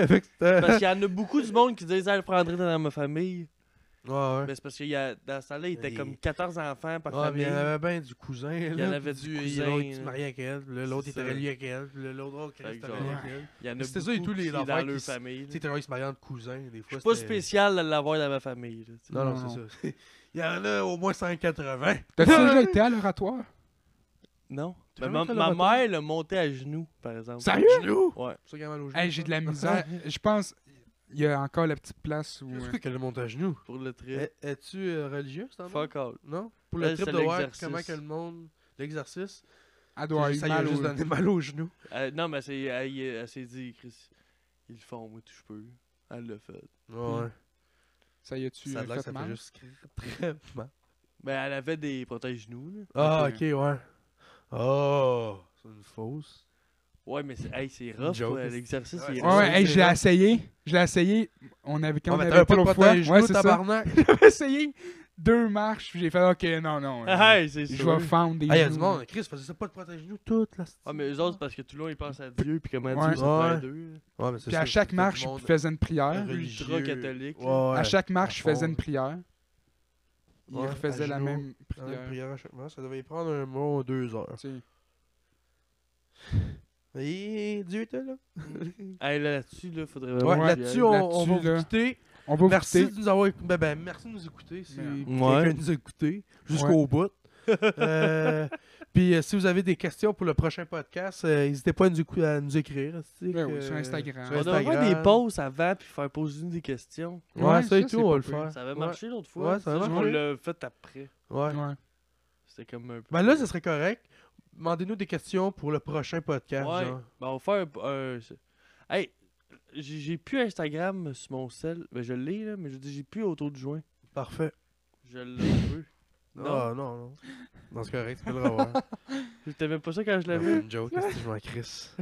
S2: (laughs)
S3: avec cette.
S2: Parce qu'il y en a beaucoup du monde qui disent, ah, le prendrait dans ma famille.
S3: (laughs) Ouais, ouais.
S2: Mais c'est parce que il y a- dans ce temps-là, il était
S3: Il-
S2: comme 14 enfants par
S3: Ouais, mais euh, il
S2: famille.
S3: y en avait bien du cousin.
S2: Il y en avait du cousin,
S3: L'autre qui se
S2: là.
S3: mariait avec elle, puis là, l'autre
S2: C'est
S3: était
S2: ça.
S3: relié avec elle, puis là, l'autre autre qui
S2: Fait
S3: était
S2: que
S3: relié
S2: genre-
S3: avec elle.
S2: Il y en a
S3: Mais c'était
S2: beaucoup
S3: ça, et tous les
S2: qui est
S3: affaires
S2: dans leur
S3: qui se-
S2: famille.
S3: Tu
S2: là.
S3: sais, t'es genre, ils se mariaient entre cousins, des
S2: Je
S3: fois.
S2: suis pas
S3: c'était-
S2: spécial de l'avoir dans ma famille. là, tu sais.
S3: Non, non,
S1: Non.
S3: c'est ça. (laughs) Il y en a au moins 180. (laughs)
S1: T'as-tu déjà été à l'oratoire?
S2: Non.
S3: Tu
S2: Mais
S3: veux
S2: ma,
S3: mettre le
S2: ma
S3: bâton?
S2: mère l'a monté à genoux, par exemple.
S1: Sérieux?
S3: Genou?
S2: Ouais.
S3: C'est ça qu'il y a mal au genou.
S1: Hey, j'ai de la misère. Je pense, il y a encore la petite place où.
S3: (laughs) C'est
S1: euh,
S3: quoi qu'elle monte à genoux?
S2: Pour le trip.
S3: Es- Es-tu euh, religieux, c'est
S2: Fuck all.
S3: Non? Pour le
S2: Elle,
S3: trip
S2: c'est
S3: de voir
S2: l'exercice.
S3: comment que le monde. L'exercice.
S1: Elle
S3: c'est
S1: doit
S3: juste-
S1: avoir eu
S3: Ça
S1: mal
S3: lui a juste
S1: au.
S3: donné mal au genou.
S2: Euh, non, mais c'est- elle, elle- elle s'est dit, Chris, ils le font, moi, tout je peux. Elle l'a fait.
S3: Ouais.
S1: Mm. Ça y a-tu
S3: Ça a
S1: euh,
S3: l'air
S1: fait
S3: que ça fait
S1: mal?
S3: juste très mal.
S2: Mais Ben, elle avait des protèges genoux, là.
S3: (laughs) Ah,
S1: Ok.
S3: ok, ouais. Oh, c'est une fausse.
S2: Ouais, mais c'est hey, c'est rough,
S3: Joke,
S2: ouais,
S3: c'est-
S2: l'exercice,
S3: Ouais,
S2: il est
S3: c'est-
S1: Ouais, ouais, hey,
S3: c'est
S1: je l'ai
S3: vrai.
S1: essayé. Je l'ai essayé. On avait quand
S3: Ah, mais
S1: on
S3: t'avais
S1: avait
S3: pas
S1: pas
S3: de
S1: l'autre
S3: protège
S1: fois. Ouais,
S3: genou,
S1: c'est ça.
S3: tabarnak.
S1: J'avais (laughs) essayé deux marches. puis J'ai fait OK, non, non. euh,
S2: Ah, hey, c'est
S1: je
S2: sûr.
S1: vais fendre des.
S3: Ah, y'a
S1: genoux.
S3: du monde. Chris faisait ça pas de protège genou toute la
S2: Ah, mais eux autres, c'est parce que tout le long, ils pensent à Dieu, puis comment
S1: Ouais.
S2: Dieu, c'est ouais.
S3: Ouais.
S2: deux.
S3: Ouais, mais c'est
S1: Puis
S3: ça,
S1: à
S3: c'est
S1: chaque
S3: tout le
S1: marche,
S3: monde
S1: je faisais une prière.
S3: religieux.
S2: Ultra-catholique,
S3: Ouais,
S2: là.
S3: ouais.
S1: À chaque marche, je
S3: à
S1: faisais
S3: fond,
S1: une prière. Il
S3: Ouais, à
S1: refaisait la
S3: genoux.
S1: même
S3: Ouais, une
S1: prière.
S3: prière à chaque marche. Ça devait y prendre un bon deux heures.
S1: tu sais.
S3: Et Dieu était là.
S2: Hey, là, là-dessus, là, faudrait
S3: Ouais,
S2: vraiment que j'y
S3: là-dessus,
S2: aille.
S3: on,
S1: là-dessus,
S3: on va
S1: là.
S3: vous quitter.
S1: On va
S3: Merci
S1: voter.
S3: de nous avoir écoutés. Ben, ben, merci de nous écouter si
S1: Ouais.
S3: quelqu'un nous a écoutés jusqu'au bout. Euh, (laughs) Puis euh, si vous avez des questions pour le prochain podcast, euh, n'hésitez pas à nous, écou- à nous écrire. tu sais,
S1: Ben
S3: que-
S1: oui, sur Instagram.
S3: sur
S2: On devrait faire
S3: Instagram.
S2: des pauses avant, puis faire poser une des questions.
S3: Ouais,
S1: Ouais,
S3: ça et
S1: ça,
S3: tout,
S1: c'est
S3: on
S1: pas
S3: va le
S1: pire.
S3: faire.
S2: Ça avait
S3: Ouais.
S2: marché l'autre
S3: Ouais,
S2: fois.
S3: ça avait
S2: juste
S3: marché.
S2: On l'a fait après.
S3: Ouais.
S1: Ouais.
S2: C'était comme un peu.
S3: Ben là, ce serait correct. Demandez-nous des questions pour le prochain podcast.
S2: Ouais.
S3: genre.
S2: Ben, on va faire un. un- Hey, j'ai j'ai plus Instagram sur mon sel. Ben, je l'ai, là, mais je dis, j'ai plus autour de joint.
S3: Parfait.
S2: Je l'ai plus. Non.
S3: Ah, non, non. Non, c'est correct, tu peux le revoir.
S1: (laughs)
S2: J'étais même pas ça quand je
S3: Non,
S2: l'avais.
S3: c'est une joke, est-ce que je
S1: (laughs)
S3: m'en crisse.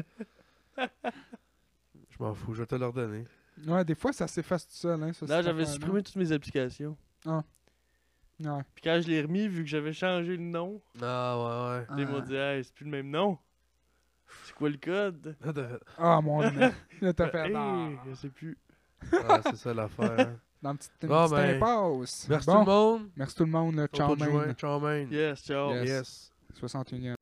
S3: Je m'en fous, je vais te leur donner.
S1: Ouais, des fois, ça s'efface tout seul. Hein, ça,
S2: Là,
S1: cette
S2: j'avais
S1: affaire-là.
S2: supprimé toutes mes applications.
S1: Ouais.
S2: Puis quand je l'ai remis, vu que j'avais changé le nom,
S3: Ah, ouais, ouais.
S2: ils m'ont dit, hey, c'est plus le même nom. C'est quoi le code?
S3: Ah, t'as fait-
S1: Ah, mon dieu. Là, t'as fait.
S2: Hey,
S1: non.
S2: je sais plus.
S3: Ah, c'est ça l'affaire. hein.
S1: Dans une petite, une
S3: Bon,
S1: petite
S3: ben,
S1: impasse.
S3: Merci
S1: Bon,
S3: tout le monde.
S1: Merci tout le monde. là. Ciao,
S3: Autour de
S1: man.
S3: joint, Ciao, man.
S2: Yes, ciao.
S1: Yes.
S3: yes.
S1: 61e.